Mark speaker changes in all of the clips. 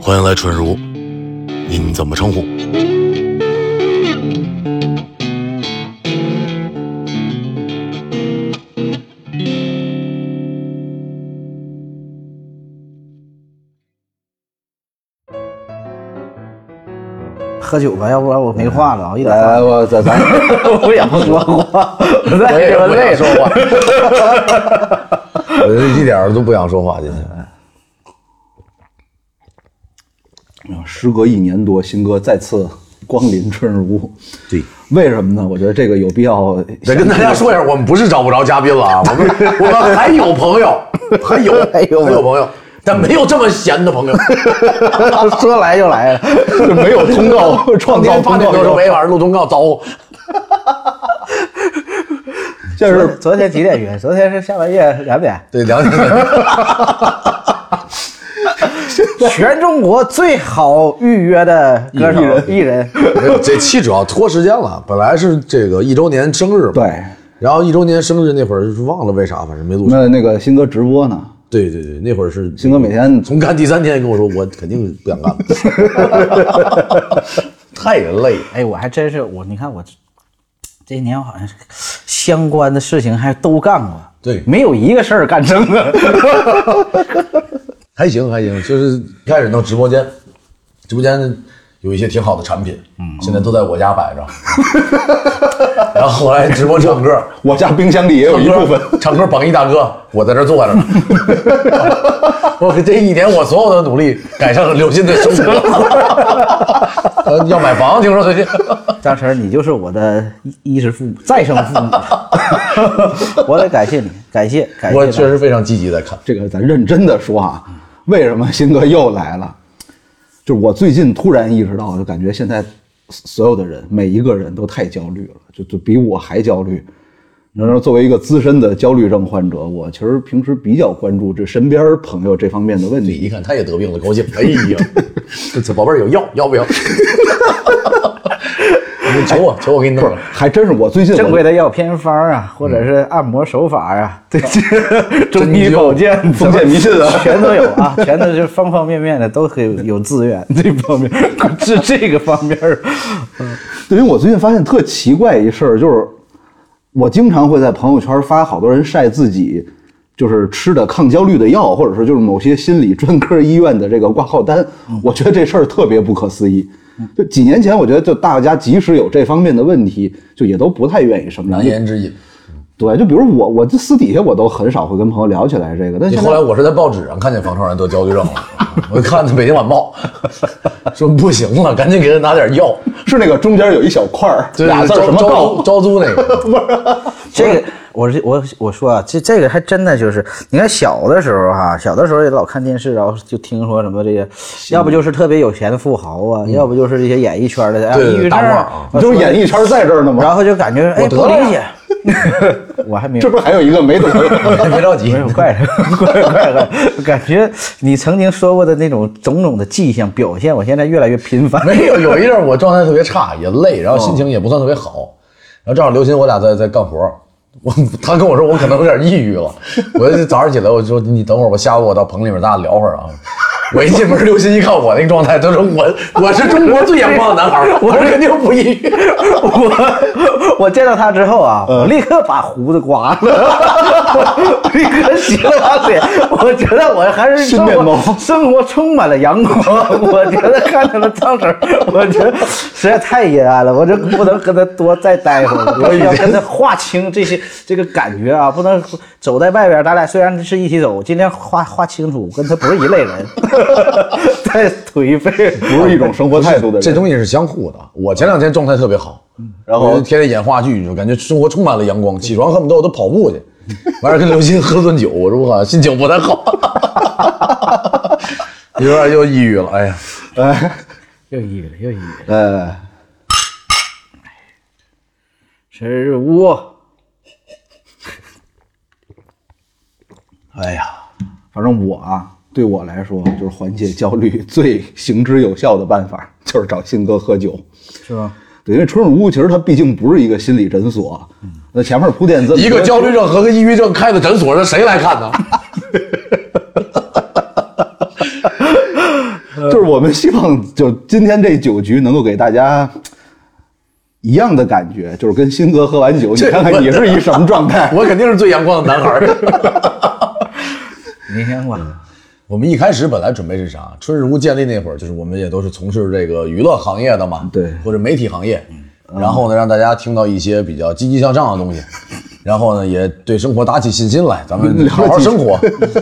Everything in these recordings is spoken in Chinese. Speaker 1: 欢迎来春如，您怎么称呼？
Speaker 2: 喝酒吧，要不然我没话了，我一点
Speaker 3: 来，
Speaker 2: 话
Speaker 3: 我咱咱
Speaker 2: 我不想说话，我
Speaker 3: 我
Speaker 2: 在
Speaker 3: 也不想
Speaker 2: 累
Speaker 3: 说话， 我这一点儿都不想说话，今天。
Speaker 4: 哎时隔一年多，新哥再次光临春如。
Speaker 3: 对，
Speaker 4: 为什么呢？我觉得这个有必要
Speaker 3: 得跟大家说一下，我们不是找不着嘉宾了啊，我 们我们还有朋友，还有还
Speaker 2: 有
Speaker 3: 有朋友，但没有这么闲的朋友，
Speaker 2: 说来就 来了，
Speaker 4: 就 没有通 告创造
Speaker 3: 八
Speaker 4: 通
Speaker 3: 点
Speaker 4: 告
Speaker 3: 多钟
Speaker 4: 以后
Speaker 3: 没晚上录通告，糟
Speaker 4: 就
Speaker 2: 昨天昨
Speaker 4: 是
Speaker 2: 天几点约？昨天是下半夜两 点，
Speaker 3: 对，两点。
Speaker 2: 全中国最好预约的歌手艺人，
Speaker 3: 没有， 这期主要拖时间了，本来是这个一周年生日嘛，
Speaker 4: 对，
Speaker 3: 然后一周年生日那会儿忘了为啥，反正没录上。
Speaker 4: 那那个新哥直播呢，
Speaker 3: 对对对，那会儿是
Speaker 4: 新哥每天
Speaker 3: 从干第三天跟我说，我肯定不想干了，太累了。
Speaker 2: 哎，我还真是我，你看我这这些年我好像是相关的事情还都干过，
Speaker 3: 对
Speaker 2: 没有一个事儿干正的。
Speaker 3: 还行还行，就是一开始弄直播间，直播间有一些挺好的产品，嗯，现在都在我家摆着。然后后来直播唱歌，
Speaker 4: 我家冰箱里也有一部分。
Speaker 3: 唱歌榜一大哥，我在这坐着呢。 我这一年我所有的努力改善了刘鑫的生活。呃要买房，听说最近。
Speaker 2: 张晨，你就是我的衣衣食父母，再生父母， 我得感谢你，感谢感
Speaker 4: 哎
Speaker 2: 谢。
Speaker 3: 我确实非常积极在看，
Speaker 4: 这个咱认真的说啊，
Speaker 2: 嗯
Speaker 4: 为什么新哥又来了？就是我最近突然意识到，就感觉现在所有的人，每一个人都太焦虑了，就就比我还焦虑。你说，作为一个资深的焦虑症患者，我其实平时比较关注这身边朋友这方面的问
Speaker 3: 你
Speaker 4: 题。
Speaker 3: 一看他也得病了，高兴。哎呀， 这宝贝儿有药，要不 要？你求我，求我给你弄了。
Speaker 4: 还真是我最近我
Speaker 2: 正规的药偏方啊，或者是按摩手法啊，对， 中医
Speaker 3: 针灸
Speaker 2: 保健、
Speaker 4: 封建迷信啊
Speaker 2: 全都有啊， 全都是方方面面的，都可以有资 源这方面，是这个方面儿。
Speaker 4: 对，因为我最近发现特奇怪一事儿，就是我经常会在朋友圈发好多人晒自己就是吃的抗焦虑的药，或者说就是某些心理专科医院的这个挂号单。
Speaker 3: 嗯
Speaker 4: 我觉得这事儿特别不可思议。就几年前，我觉得就大家即使有这方面的问题，就也都不太愿意声张
Speaker 3: 难。言之隐。
Speaker 4: 对，就比如我，我这私底下我都很少会跟朋友聊起来这个。但
Speaker 3: 你
Speaker 4: 是
Speaker 3: 后来我是在报纸上看见房传人得焦虑症了， 我看《北京晚报》， 说不行了，赶紧给他拿点药。
Speaker 4: 是那个中间有一小块儿，
Speaker 3: 对
Speaker 4: 俩字儿
Speaker 3: 招
Speaker 4: 什么
Speaker 3: 招
Speaker 4: 告
Speaker 3: 租招租那个，
Speaker 2: 这个，我是我我说啊，这这个还真的就是，你看小的时候哈、小的时候也老看电视，然后就听说什么这些，要不就是特别有钱的富豪啊，要不就是这些演艺圈的，哎
Speaker 3: 对对
Speaker 2: 抑郁症
Speaker 3: 大腕儿
Speaker 2: 啊
Speaker 3: 啊，
Speaker 4: 你就是演艺圈在这儿呢吗？
Speaker 2: 然后就感觉哎
Speaker 3: 我得
Speaker 2: 不
Speaker 3: 了
Speaker 2: 理解， 我还没有
Speaker 4: 这。不是还有一个没懂的？
Speaker 3: 别着急
Speaker 2: 没，有怪 人，怪人怪人，感觉你曾经说过的那种种种的迹象表现，我现在越来越频繁。
Speaker 3: 没有，有一阵儿我状态特别差，也累，然后心情也不算特别好，然后正好刘鑫我俩在在干活儿，我他跟我说我可能有点抑郁了，我就早上起来我说你等会儿，我下午我到棚里面咱俩聊会儿啊。我一进门，刘鑫一看我那个状态，他说我我是中国最阳光的男孩儿，我肯定不抑郁。
Speaker 2: 我 我见到他之后啊，
Speaker 4: 嗯
Speaker 2: 我立刻把胡子刮了， 我立刻洗了把脸。我觉得我还是生
Speaker 4: 新面
Speaker 2: 活
Speaker 4: 貌
Speaker 2: 生活充满了阳光。我觉得看到了张婶儿，我觉得实在太阴暗了，我就不能跟他多再待会 儿，我要跟他划清这些这个感觉啊，不能走在外边，咱俩虽然是一起走，尽量划划清楚，跟他不是一类人， 太颓废。
Speaker 4: 不是一种生活态度的人。嗯
Speaker 3: 这东西是相互的。我前两天状态特别好，然后天天演话剧，就感觉生活充满了阳光。起床恨不得我都跑步去， 完事儿跟刘鑫喝顿酒，我说我好 像心情不太 好，有点又抑郁了。哎呀，
Speaker 2: 又抑郁了，又抑郁了。
Speaker 4: 呃，
Speaker 2: 十五。
Speaker 4: 哎呀，反正我啊，对我来说，就是缓解焦虑 最行之有效的办法，就是找新哥喝酒。
Speaker 2: 是吧？
Speaker 4: 对，因为春日屋其实它毕竟不是一个心理诊所，那前面铺垫这么多
Speaker 3: 一个焦虑症和个抑郁症开的诊所，那谁来看呢？
Speaker 4: 就是就是我们希望就今天这酒局能够给大家一样的感觉，就是跟新哥喝完酒，你
Speaker 3: 这
Speaker 4: 看看你是一什么 状态。
Speaker 3: 我肯定是最阳光的男孩儿。
Speaker 2: 你先吧，
Speaker 3: 我们一开始本来准备是啥？春日屋建立那会儿，就是我们也都是从事这个娱乐行业的嘛，
Speaker 4: 对嗯
Speaker 3: 或者媒体行业。然后呢，让大家听到一些比较积极向上的东西，然后呢，也对生活打起信心来，咱
Speaker 4: 嗯
Speaker 3: 们好好生 活。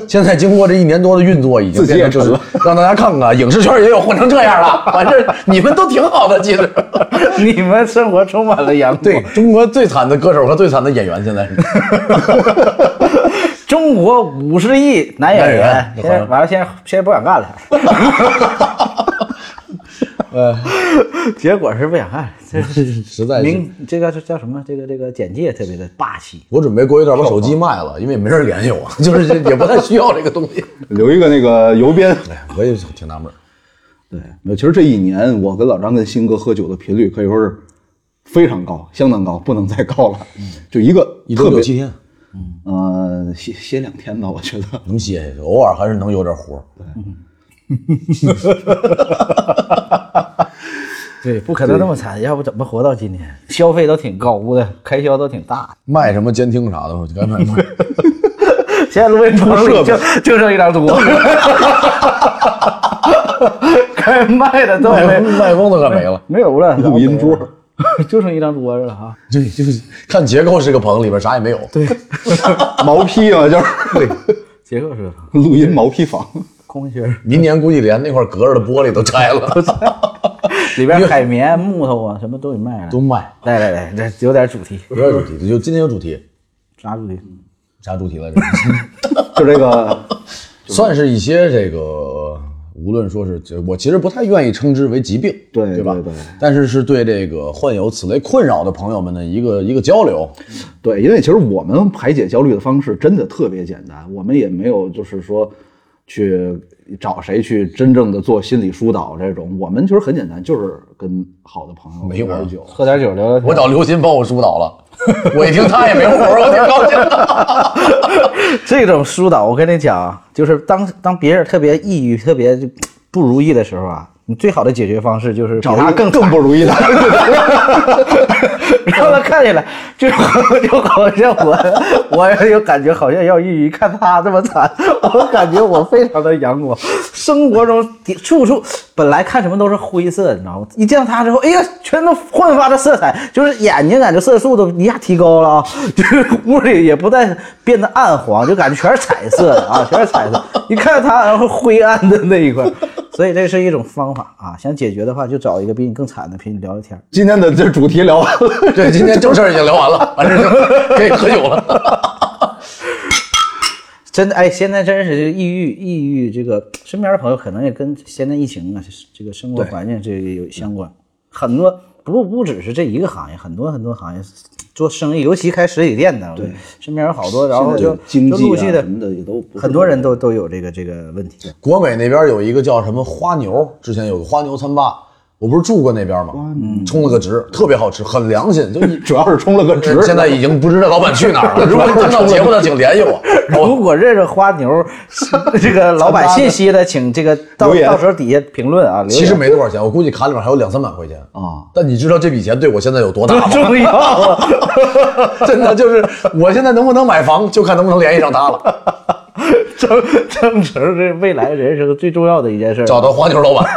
Speaker 3: 现在经过这一年多的运作，已经
Speaker 4: 自己也
Speaker 3: 变成
Speaker 4: 沉
Speaker 3: 就是
Speaker 4: 了
Speaker 3: 让大家看看，影视圈也有混成这样了。反正你们都挺好的，其实。
Speaker 2: 你们生活充满了阳光。
Speaker 3: 对，中国最惨的歌手和最惨的演员，现 在是。
Speaker 2: 中国五十亿男演员
Speaker 3: 男演员，
Speaker 2: 现在完了，现在现在不想 干了。结果是不想干，这是
Speaker 3: 呃 实在是
Speaker 2: 明这个叫叫什么？这个这个简介特别的霸气。
Speaker 3: 我准备过一段把手机卖了，因为也没人联系我，就是这也不太需要这个东西。
Speaker 4: 留一个那个邮编。
Speaker 3: 我也挺纳闷儿，
Speaker 4: 对，没有其实这一年我跟老张跟新哥喝酒的频率可以说是非常高，相当高，不能再高了。就一个
Speaker 3: 一周
Speaker 4: 特
Speaker 3: 六
Speaker 4: 别
Speaker 3: 七天
Speaker 4: 呃歇歇两天吧，我觉得。
Speaker 3: 能歇下去，偶尔还是能有点活儿。
Speaker 2: 对，不可能那么惨，要不怎么活到今天？消费都挺高的，开销都挺大的。
Speaker 3: 卖什么监听啥的，我就 该卖卖。
Speaker 2: 现在录音棚里就就剩一张桌 子， 该卖的都
Speaker 3: 麦
Speaker 2: 没
Speaker 3: 麦克风都快没了。
Speaker 2: 没有了，
Speaker 4: 录音桌，
Speaker 2: 就剩一张桌子了啊。
Speaker 3: 对，就是看结构是个棚，里边啥也没有。对，
Speaker 4: 毛坯嘛， 就是
Speaker 2: 结构是
Speaker 4: 录音毛坯房。
Speaker 2: 空心儿，
Speaker 3: 明年估计连那块隔着的玻璃都拆了，
Speaker 2: 里边海绵、木头啊什么都给卖了
Speaker 3: 都。卖。
Speaker 2: 来来来，这有点主题，
Speaker 3: 不要主题，就今天有主题，
Speaker 2: 啥主题？
Speaker 3: 啥主题来着？
Speaker 4: 就这个，
Speaker 3: 算是一些这个，无论说是我其实不太愿意称之为疾病，
Speaker 4: 对
Speaker 3: 对吧？
Speaker 4: 对对
Speaker 3: 但是是对这个患有此类困扰的朋友们的一个一个交流。
Speaker 4: 对，因为其实我们排解焦虑的方式真的特别简单，我们也没有就是说去找谁去真正的做心理疏导这种，我们其实很简单，就是跟好的朋友
Speaker 3: 没有啊
Speaker 4: 喝酒。
Speaker 2: 喝点酒聊聊天。
Speaker 3: 我找刘鑫帮我疏导了，我一听他也没活儿，我挺高兴的。
Speaker 2: 这种疏导，我跟你讲啊，就是当当别人特别抑郁、特别就不如意的时候啊，你最好的解决方式就是比
Speaker 4: 找
Speaker 2: 他
Speaker 4: 他
Speaker 2: 更
Speaker 4: 更更不如意的，
Speaker 2: 让他看起来就好就好像我，我也有感觉好像要抑郁，看他这么惨，我感觉我非常的阳光。生活中处处本来看什么都是灰色，你知道吗？一见到他之后，哎呀，全都焕发着色彩，就是眼睛感觉色素都一下提高了啊， 就是屋里也不再变得暗黄，就感觉全是彩色的啊，全是彩色。一看他，然后灰暗的那一块。所以这是一种方法啊，想解决的话，就找一个比你更惨的陪你聊聊天儿。
Speaker 4: 今天的这主题聊 完了，
Speaker 3: 对，今天正事儿已经聊完了，完事儿就可以喝酒了。
Speaker 2: 真的哎，现在真是这个抑郁，抑郁这个身边的朋友可能也跟现在疫情啊，这个生活环境这个
Speaker 4: 嗯
Speaker 2: 有相关。很多不过不只是这一个行业，很多很多行业做生意，尤其开实体店的，对，身边有好多，然后就就
Speaker 4: 经济
Speaker 2: 陆
Speaker 4: 啊
Speaker 2: 续的
Speaker 4: 什么的也都不是
Speaker 2: 很多人都都有这个这个问题。
Speaker 3: 国美那边有一个叫什么花牛，之前有个花牛餐吧，我不是住过那边吗？充了个值，特别好吃，很良心，就一
Speaker 4: 主要是充了个值。
Speaker 3: 现在已经不知道老板去哪儿了。如果你听到节目的，请联系 我。
Speaker 2: 如果认识花 牛这个老板信息的，请这个到
Speaker 4: 留言
Speaker 2: 到时候底下评论啊，留言
Speaker 3: 其实没多少钱，我估计卡里面还有两三百块钱
Speaker 4: 啊。
Speaker 3: 但你知道这笔钱对我现在有多大吗？
Speaker 2: 重要啊。
Speaker 3: 真的就是，我现在能不能买房，就看能不能联系上他了。
Speaker 2: 正正直是未来人生最重要的一件事儿。
Speaker 3: 找到黄牛老板，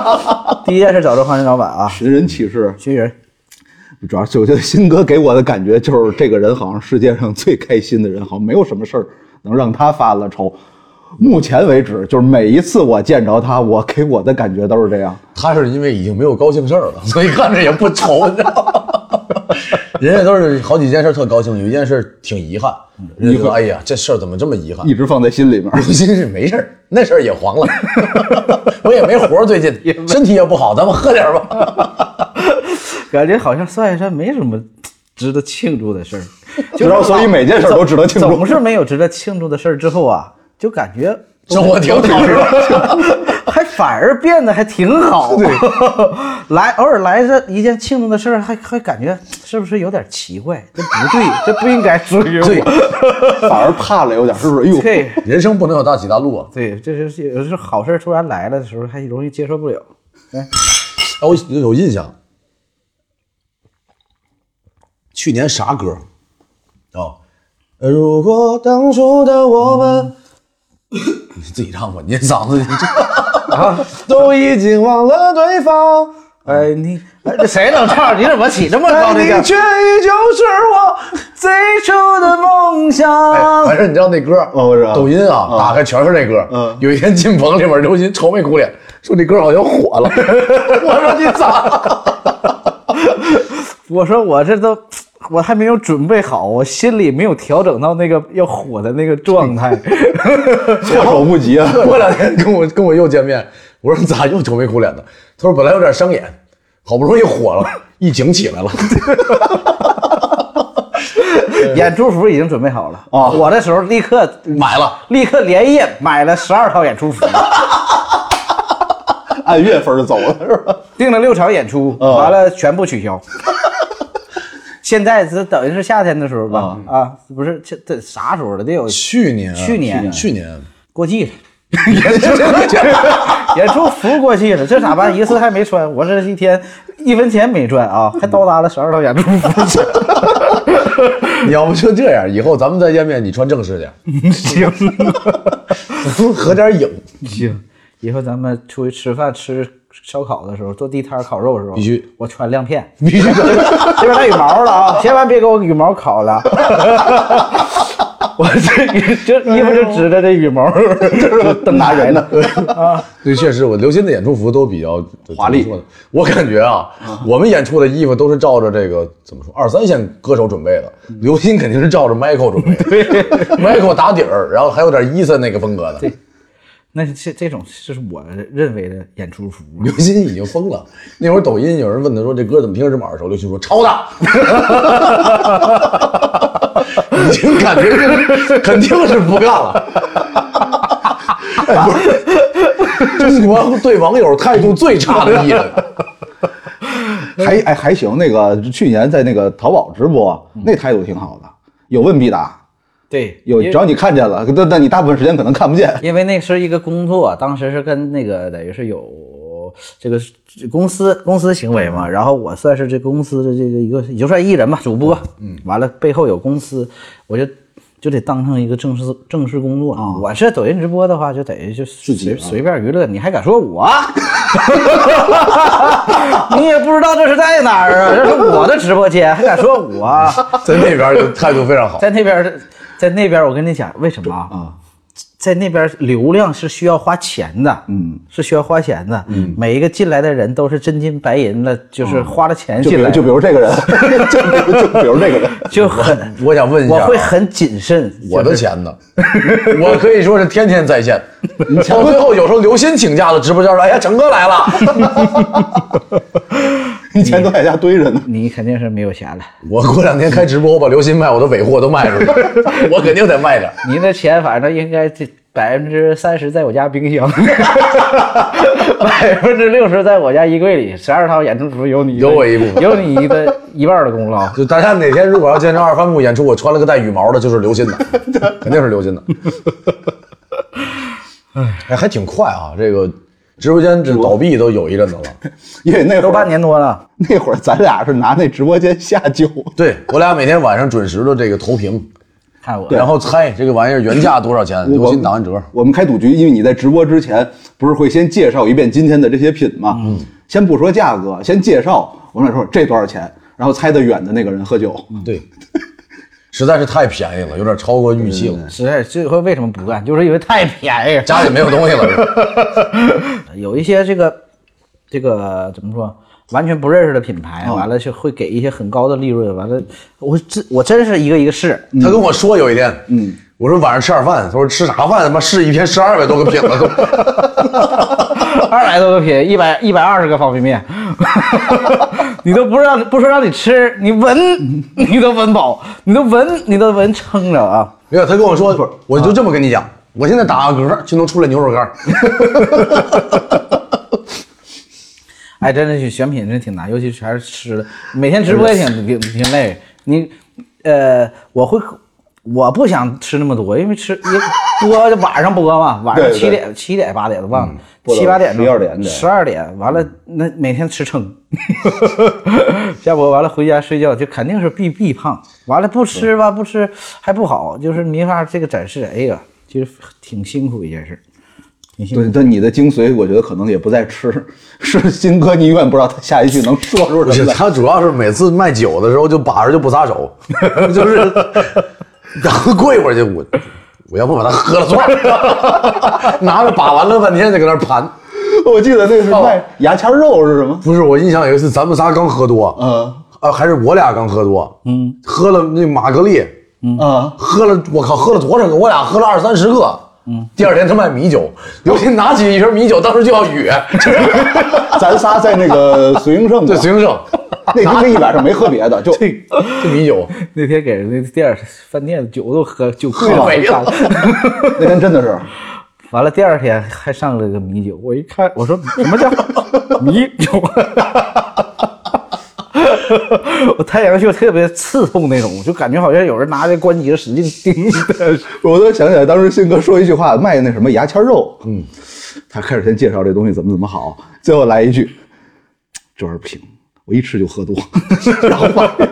Speaker 2: 第一件事找着黄金老板啊，
Speaker 4: 寻人启事，
Speaker 2: 寻人。
Speaker 4: 主要是我觉得新哥给我的感觉就是这个人好像世界上最开心的人，好像没有什么事儿能让他发了愁。目前为止，就是每一次我见着他，我给我的感觉都是这样。
Speaker 3: 他是因为已经没有高兴事儿了，所以看着也不愁，你知道吗？ 人家都是好几件事特高兴，有一件事挺遗憾，人家觉得哎呀，这事儿怎么这么遗憾？
Speaker 4: 一直放在心 里面。
Speaker 3: 刘鑫是没事儿，那事儿也黄了， 我也没活儿，最近身 体也不好，咱们喝点儿吧。
Speaker 2: 感觉好像算一算没什么值得庆祝的事儿，就
Speaker 4: 然后
Speaker 2: 是
Speaker 4: 所以每件事儿都值得 庆
Speaker 2: 总
Speaker 4: 祝。
Speaker 2: 是没有值得庆祝的事儿之后啊，就感觉
Speaker 3: 生活挺好的，
Speaker 2: 还反而变得还挺好。 来偶尔来这一件庆祝的事儿，还还感觉是不是有点奇怪？这不对， 这不应该属于
Speaker 3: 对
Speaker 2: 我。
Speaker 4: 反而怕了有点，是不是？哎哎呦，
Speaker 2: 对
Speaker 3: 人生不能有大起大落。
Speaker 2: 对，这就是有时候好事儿突然来了的时候，还容易接受不了。
Speaker 3: 哎，我有印象，去年啥歌？哦，呃如果当初的我们，
Speaker 4: 嗯
Speaker 3: 你自己唱吧，你嗓子你 这啊，都已经忘了对方，
Speaker 2: 哎，你哎这谁能唱？你怎么起这么高
Speaker 3: 但
Speaker 2: 的
Speaker 3: 你
Speaker 2: 调？
Speaker 3: 却依旧是我。
Speaker 2: 最初的梦想。
Speaker 3: 反正你知道那歌，
Speaker 4: 哦啊我知道
Speaker 3: 抖音啊，打开全是那歌。
Speaker 4: 嗯
Speaker 3: 有一天进棚里边，刘鑫愁眉苦脸，说你歌好像火 了。我说你咋了？
Speaker 2: 我说我这都，我还没有准备好，我心里没有调整到那个要火的那个状态。
Speaker 4: 措手不及啊！
Speaker 3: 过两天跟我跟我又见面，我说你咋又愁眉苦脸的？他说本来有点伤眼，好不容易火了，疫情起 来了。
Speaker 2: 演出服已经准备好了
Speaker 4: 哦
Speaker 2: 我的时候立刻
Speaker 3: 买了，
Speaker 2: 立刻连夜买了十二套演出服，
Speaker 4: 按月份就走了，是吧？
Speaker 2: 订了六场演出，
Speaker 4: 哦
Speaker 2: 完了全部取消。 现在这等于是夏天的时候吧？啊，不是，这这啥时候了？得有
Speaker 3: 去年，啊
Speaker 2: 去年
Speaker 3: 去年，
Speaker 2: 过季了。 演出服过季了，这咋办？一次还没穿，我这一天一分钱没赚啊，还倒搭了十二套演出服。
Speaker 3: 你要不就这样，以后咱们再见面，你穿正式点，
Speaker 2: 行
Speaker 3: 合点影，
Speaker 2: 行， 以后咱们出去吃饭吃烧烤的时候，做地摊儿烤肉的时候，
Speaker 3: 必须
Speaker 2: 我穿亮片。
Speaker 3: 必须这样。
Speaker 2: 这边带羽毛了啊，千万别给我羽毛烤了。 我这这衣服就指着这羽毛，
Speaker 4: 瞪拿人呢，
Speaker 3: 对，确实，我刘鑫的演出服都比较
Speaker 4: 华丽。
Speaker 3: 怎么说呢我感觉啊，我们演出的衣服都是照着这个怎么说二三线歌手准备的，刘鑫肯定是照着 Michael 准备的，Michael 打底儿，然后还有点伊森那个风格的。
Speaker 2: 那这这种是我认为的演出服。
Speaker 3: 刘鑫已经疯了，那会儿抖音有人问他说这歌怎么听着这么耳熟，刘鑫说抄的，已经感觉这肯定是不干了。哎、不是，中国对网友态度最差的艺人。
Speaker 4: 还哎还行。那个去年在那个淘宝直播，那态度挺好的，有问必答，
Speaker 2: 对，
Speaker 4: 有
Speaker 2: 因为
Speaker 4: 只要你看见了，但但你大部分时间可能看不 见。
Speaker 2: 因为那是一个工作，当时是跟那个等于是有这个公司公司行为
Speaker 4: 嗯
Speaker 2: 嘛，然后我算是这公司的这个一个也就算艺人吧，主播，嗯，完了背后有公司，我就就得当成一个正式正式工作。我这抖音直播的话，就等于就随
Speaker 4: 啊己啊
Speaker 2: 随便娱乐，你还敢说我？ 你也不知道这是在哪儿啊？这是我的直播间，还敢说我？
Speaker 3: 在那边就态度非常好。
Speaker 2: 在那边儿，在那边儿，我跟你讲，为什么
Speaker 3: 嗯
Speaker 2: 啊？在那边儿流量是需要花钱的，嗯，是需要花钱的，嗯，每一个进来的人都是真金白银的，
Speaker 3: 嗯
Speaker 2: 就是花了钱
Speaker 4: 就比
Speaker 2: 进
Speaker 4: 如
Speaker 2: 来，
Speaker 4: 就比如这个人， 就比如就比如这个人，
Speaker 2: 就很，
Speaker 3: 我想问一下
Speaker 2: 我
Speaker 3: 啊，
Speaker 2: 会很谨慎，
Speaker 3: 我的钱呢？我可以说是天天在线。到最后有时候刘鑫请假了，直播间说：“哎呀，成哥来了。
Speaker 4: 以前都在家堆着呢。
Speaker 2: 你肯定是没有钱了，”
Speaker 3: 我过两天开直播，我把刘鑫卖我的尾货都卖出去，我肯定得卖点。
Speaker 2: 你那钱反正应该这百分之三十在我家冰箱，百分之六十在我家衣柜里，十二套演出服有你的
Speaker 3: 有我一部分
Speaker 2: 有你的一半儿的功劳。
Speaker 3: 就大家哪天如果要见着二番木演出，我穿了个带羽毛的，就是刘鑫的，肯定是刘鑫的。哎，还挺快啊！这个直播间这倒闭都有一阵子了。
Speaker 4: 因为那会
Speaker 2: 都半
Speaker 4: 儿
Speaker 2: 年多了，
Speaker 4: 那会儿咱俩是拿那直播间下 酒，
Speaker 3: 对我俩每天晚上准时的这个投屏，
Speaker 2: 看我
Speaker 3: 然后猜这个玩意儿原价多少钱，刘鑫打完折。
Speaker 4: 我们开赌局，因为你在直播之前不是会先介绍一遍今天的这些品吗？嗯，先不说价格，先介绍。我们俩说这多少钱，然后猜得远的那个人喝酒。
Speaker 3: 对，实在是太便宜了，有点超过预期了。
Speaker 2: 实在这回为什么不干，就是因为太便宜了。
Speaker 3: 家里没有东西了，是吧
Speaker 2: 有一些这个这个怎么说，完全不认识的品牌，完了就会给一些很高的利润，完了我真我真是一个一个试，
Speaker 3: 他跟我说有一天，嗯，我说晚上吃点饭，他说吃啥饭？他妈试一天十二百多个品了都。
Speaker 2: 二百多个品，一百一百二十个方便面， 你都不让不说让你吃，你闻你都闻饱，你都闻你都闻撑着啊。
Speaker 3: 没有，他跟我说，我就这么跟你讲，我现在打个嗝就能出来牛肉干儿。
Speaker 2: 哎，真的是选品真挺难，尤其是还是吃的，每天直播也挺挺挺累。你，呃，我会，我不想吃那么多，因为吃一播就晚上播嘛，晚上
Speaker 4: 对对嗯
Speaker 2: 七点七点八点都忘了，
Speaker 4: 播到
Speaker 2: 七八点
Speaker 4: 12点的嗯
Speaker 2: 十二点，完了那每天吃撑，下播完了回家睡觉，就肯定是必必胖。完了不吃吧，不吃还不好，就是没法这个展示。哎呀，其实挺辛苦一件事儿， 挺辛苦。
Speaker 4: 对，但你的精髓，我觉得可能也不在吃，是新哥，你永远不知道他下一句能说出
Speaker 3: 不
Speaker 4: 什
Speaker 3: 是，
Speaker 4: 么来。
Speaker 3: 他主要是每次卖酒的时候就把着就不撒手， 就是，然后过一会儿就我，我要不把它喝了算 了，拿着把玩了半天就搁那儿盘。
Speaker 4: 我记得那是卖
Speaker 3: 哦
Speaker 4: 牙签肉是什么？
Speaker 3: 不是，我印象有一次咱们仨刚喝多，
Speaker 4: 嗯
Speaker 3: 啊，还是我俩刚喝多，嗯，喝了那玛格丽，
Speaker 4: 啊，
Speaker 3: 喝了，我靠，喝了多少个？我俩喝了二三十个。嗯，第二天他卖米酒，刘鑫拿起一瓶米酒，当时就要 哕。
Speaker 4: 咱仨在那个 绥靖盛吧，
Speaker 3: 对，随行胜，
Speaker 4: 那天那一晚上没喝别的，就
Speaker 3: 这这米酒，
Speaker 2: 那天给人家店儿饭店酒都喝酒贵
Speaker 3: 喝没了
Speaker 4: 那天真的是，
Speaker 2: 完了第二天还上了个米酒，我一看我说什么叫米酒？ 我太阳穴特别刺痛那种，就感觉好像有人拿着关节使劲钉你的。
Speaker 4: 我都想起来当时信哥说一句话，卖那什么牙签肉，嗯，他开始先介绍这东西怎么怎么好，最后来一句，这玩意儿不行，我一吃就 喝多，然后发现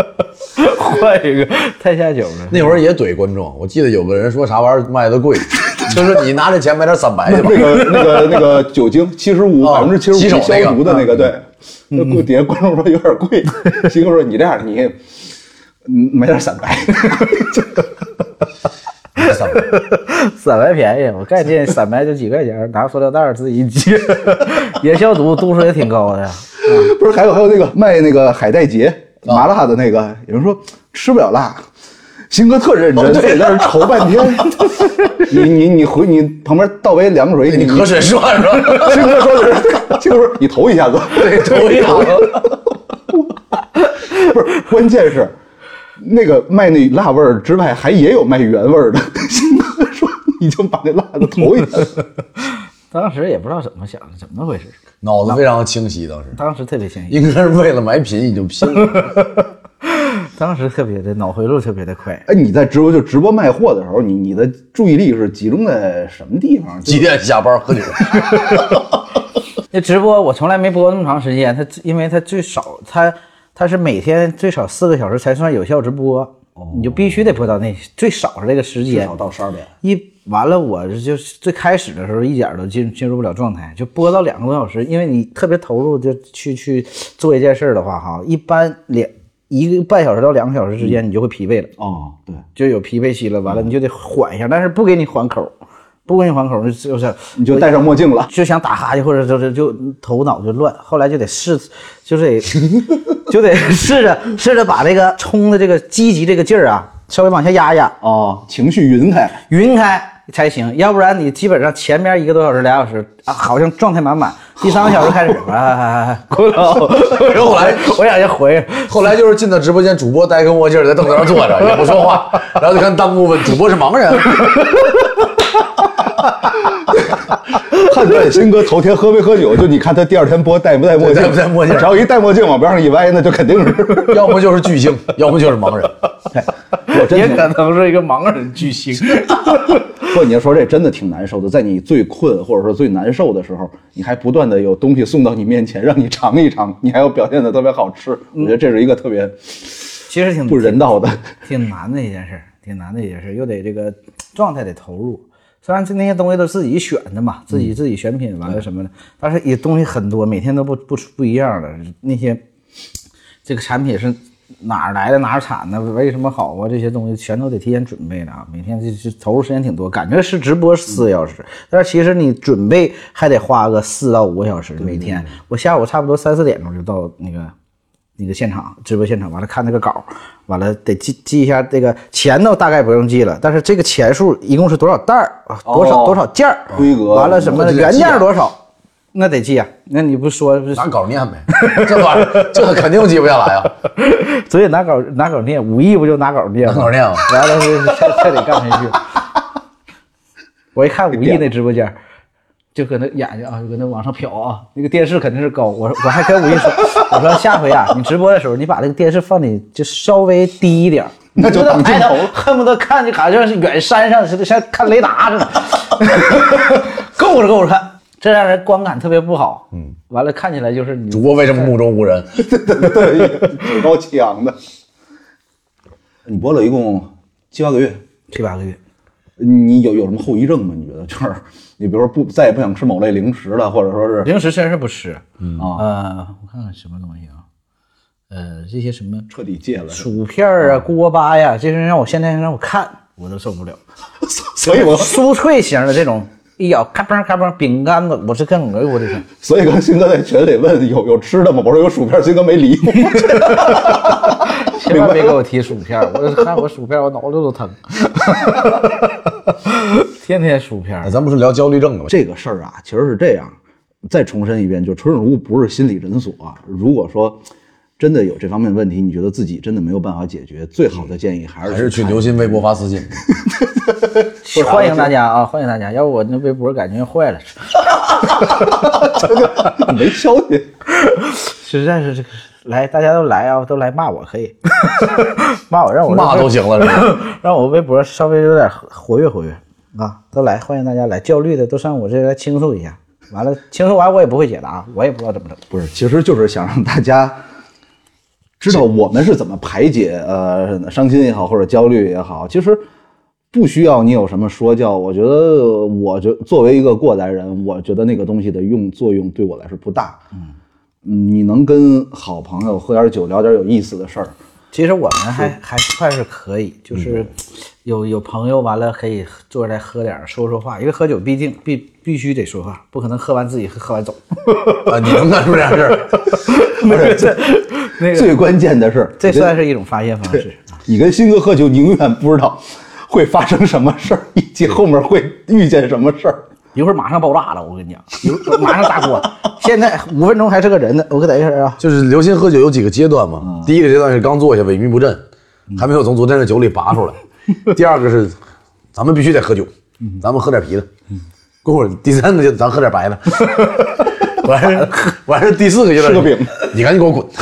Speaker 2: 换一个太下酒了，
Speaker 3: 那会儿也怼观众，我记得有个人说啥玩意儿卖的贵，就是你拿这钱买点散白去吧
Speaker 4: 那。个那个那个酒精七十五百
Speaker 3: 哦
Speaker 4: 分之七十
Speaker 3: 洗手
Speaker 4: 五
Speaker 3: 那个
Speaker 4: 消毒的那个，嗯对，那过底下观众说有点 贵，信哥说你这样你嗯买点散白，
Speaker 3: 散白
Speaker 2: 散白便宜，我看见散白就几块钱，拿塑料袋儿自己接， 也消毒，度数也挺高的呀。
Speaker 4: 不是还有还有那个卖那个海带结
Speaker 3: 啊
Speaker 4: 麻辣的那个，有人说吃不了辣。新哥特认
Speaker 3: 哦
Speaker 4: 真，在那儿愁半 天。你你你回你旁边倒杯凉水，
Speaker 3: 哎你
Speaker 4: 你
Speaker 3: 瞌睡涮 涮，
Speaker 4: 新哥说的是，新哥说你头一下子，
Speaker 3: 对，头一个。
Speaker 4: 不是，关键是那个卖那辣味儿之外，还也有卖原味儿的。 新哥说已经把那辣子头一下子，
Speaker 2: 当时也不知道怎么想的，怎么回事，
Speaker 3: 脑子非常清晰，当时
Speaker 2: 当时特别清晰，
Speaker 3: 应该是为了买品已经拼了。
Speaker 2: 当时特别的脑回路特别的快。
Speaker 4: 哎，你在直播就直播卖货的时候，你你的注意力是集中在什么地方？
Speaker 3: 几点下班喝酒？
Speaker 2: 那直播我从来没播那么长时间，它因为它最少它它是每天最少四个小时才算有效直播，你就必须得播到那最少是这个时间，
Speaker 4: 哦到十二点。
Speaker 2: 一完了，我就是最开始的时候一点儿都进进入不了状态，就播到两个多小时，因为你特别投入，就去去做一件事儿的话，哈，一般两一个半小时到两个小时之
Speaker 4: 嗯
Speaker 2: 间，你就会疲惫了，
Speaker 4: 哦，对，
Speaker 2: 就有疲惫期了。
Speaker 4: 嗯
Speaker 2: 完了，你就得缓一下，但是不给你缓口，不给你缓口，就就是
Speaker 4: 你就戴上墨镜了。
Speaker 2: 就想打哈欠，或者就是就头脑就乱，后来就得试，就是得 就得试着试着把这个冲的这个积极这个劲儿啊，稍微往下压一压，
Speaker 4: 哦，情绪云开。
Speaker 2: 匀开才行，要不然你基本上前面一个多小时、俩小时啊，好像状态满满，第三个小时开始啊， 咕噜，
Speaker 3: 然后后来
Speaker 2: 我想就回，
Speaker 3: 后来就是进到直播间，主播戴个墨镜在凳子上坐着，也不说话，然后就看弹幕问主播是盲人，啊
Speaker 4: 判断新哥头天喝没喝酒，就你看他第二天播戴不戴墨镜，
Speaker 3: 对戴不戴墨镜
Speaker 4: 只要一戴墨镜往边上一歪，那就肯定是。
Speaker 3: 要么就是巨星，要么就是盲人。
Speaker 4: 我真
Speaker 2: 也
Speaker 4: 挺
Speaker 2: 可能是一个盲人巨 星。
Speaker 4: 说你要说这真的挺难受的，在你最困或者说最难受的时候，你还不断的有东西送到你面前让你尝一尝，你还要表现的特别好吃，
Speaker 3: 嗯
Speaker 4: 我觉得这是一个特别
Speaker 2: 其实挺
Speaker 4: 不人道的。
Speaker 2: 挺难的一件事儿，挺难的一件事儿，又得这个状态得投入。虽然这那些东西都是自己选的嘛，自己自己选品完了什么的，但是也东西很多，每天都不不不一样的。那些这个产品是哪儿来的，哪儿产的，为什么好啊？这些东西全都得提前准备的啊。每天这这投入时间挺多，感觉是直播四
Speaker 3: 嗯
Speaker 2: 个小时，但是其实你准备还得花个四到五个小时每天。我下午差不多三四点钟就到那个那个现场直播现场，完了看那个稿，完了得记记一下这个钱呢，大概不用记了，但是这个钱数一共是多少袋儿，啊多少、
Speaker 4: 哦
Speaker 2: 多少件儿，
Speaker 4: 规格
Speaker 2: 完了什么
Speaker 3: 那得
Speaker 2: 原
Speaker 3: 记
Speaker 2: 件
Speaker 3: 啊
Speaker 2: 儿多少，那得记啊。那你不说，不是
Speaker 3: 拿稿念呗，这玩意儿这肯定记不下来啊，
Speaker 2: 所以拿稿拿 稿念，武艺不就拿稿念
Speaker 3: 拿
Speaker 2: 吗？
Speaker 3: 稿念啊。
Speaker 2: 完了就再再得干下去。我一看武艺那直播间，就搁那眼睛啊，就搁那往上瞟啊，那个电视肯定是高。我说我还跟武艺说， 我说下回啊，你直播的时候，你把那个电视放的就稍微低一点儿。
Speaker 4: 那就
Speaker 2: 能
Speaker 4: 挡
Speaker 2: 抬
Speaker 4: 镜
Speaker 2: 头
Speaker 4: 头，
Speaker 2: 哎恨不得看就好像是远山上似的，像看雷达似的， 够着够着看，这让人观感特别不好。嗯，完了看起来就是你
Speaker 3: 主播为什么目中无人？
Speaker 4: 趾高气 扬的。你播了一共七八个月，
Speaker 2: 七八个月，
Speaker 4: 你有有什么后遗症吗？你觉得就是 你比如说不再也不想吃某类零食了，或者说是
Speaker 2: 零食真是不吃。嗯
Speaker 4: 啊
Speaker 2: 呃，我看看什么东西啊，呃，这些什么
Speaker 4: 彻底戒了？是吧
Speaker 2: 薯片儿啊、锅巴呀，这些让我现在让我看我都受不了。
Speaker 4: 所以我
Speaker 2: 酥脆型的这种，一咬咔嘣咔嘣，饼干子我是跟我我这天。
Speaker 4: 所以刚新哥在群里问有有吃的吗？我说有薯片，新哥没理 我。
Speaker 2: 千万别给我提薯片儿，我看我薯片儿，我脑子都 疼。天天薯片
Speaker 3: 哎
Speaker 2: 儿，
Speaker 3: 咱不是聊焦虑症了吗？
Speaker 4: 这个事儿啊，其实是这样。再重申一遍，就春日屋不是心理诊所、啊。如果说真的有这方面问题，你觉得自己真的没有办法解决，最好的建议还是
Speaker 3: 还是去
Speaker 4: 看
Speaker 3: 牛心微博发私信，
Speaker 2: 欢迎大家啊，欢迎大家。要不我那微博感情坏了，
Speaker 4: 没消息。
Speaker 2: 实在是这个来，大家都来啊，都来骂我 可以，骂我让我
Speaker 3: 骂都行了是吧？
Speaker 2: 让我微博稍微有点活跃活跃啊，都来，欢迎大家来，焦虑的都上我这来倾诉一下。完了，倾诉完我也不会解答，我也不知道怎么整。
Speaker 4: 不是，其实就是想让大家知道我们是怎么排解呃伤心也好，或者焦虑也好，其实不需要你有什么说教。我觉得，我就作为一个过来人，我觉得那个东西的用作用对我来说不大。嗯，你能跟好朋友喝点酒，聊点有意思的事儿，
Speaker 2: 其实我们还还算是可以，就是有有朋友完了可以坐下来喝点儿说说话，因为喝酒毕竟必必须得说话，不可能喝完自己喝完走。
Speaker 3: 啊，你能干出这样事儿？
Speaker 2: 那个
Speaker 4: 最关键的是，
Speaker 2: 这算是一种发泄方式。
Speaker 4: 你跟新哥喝酒，你永远不知道会发生什么事儿，以及后面会遇见什么事儿。
Speaker 2: 一会儿马上爆炸了，我跟你讲，一会儿马上大锅。现在五分钟还是个人呢，我可等一下啊。
Speaker 3: 就是刘鑫喝酒有几个阶段
Speaker 4: 嗯
Speaker 3: 嘛，第一个阶段是刚坐下萎靡不振，还没有从昨天的酒里拔出来；
Speaker 4: 嗯
Speaker 3: 第二个是咱们必须得喝酒，咱们喝点啤的；
Speaker 4: 嗯
Speaker 3: 过会儿第三个就咱喝点白 的。完事儿完事儿第四个阶段
Speaker 4: 吃个饼，
Speaker 3: 你赶紧给我滚！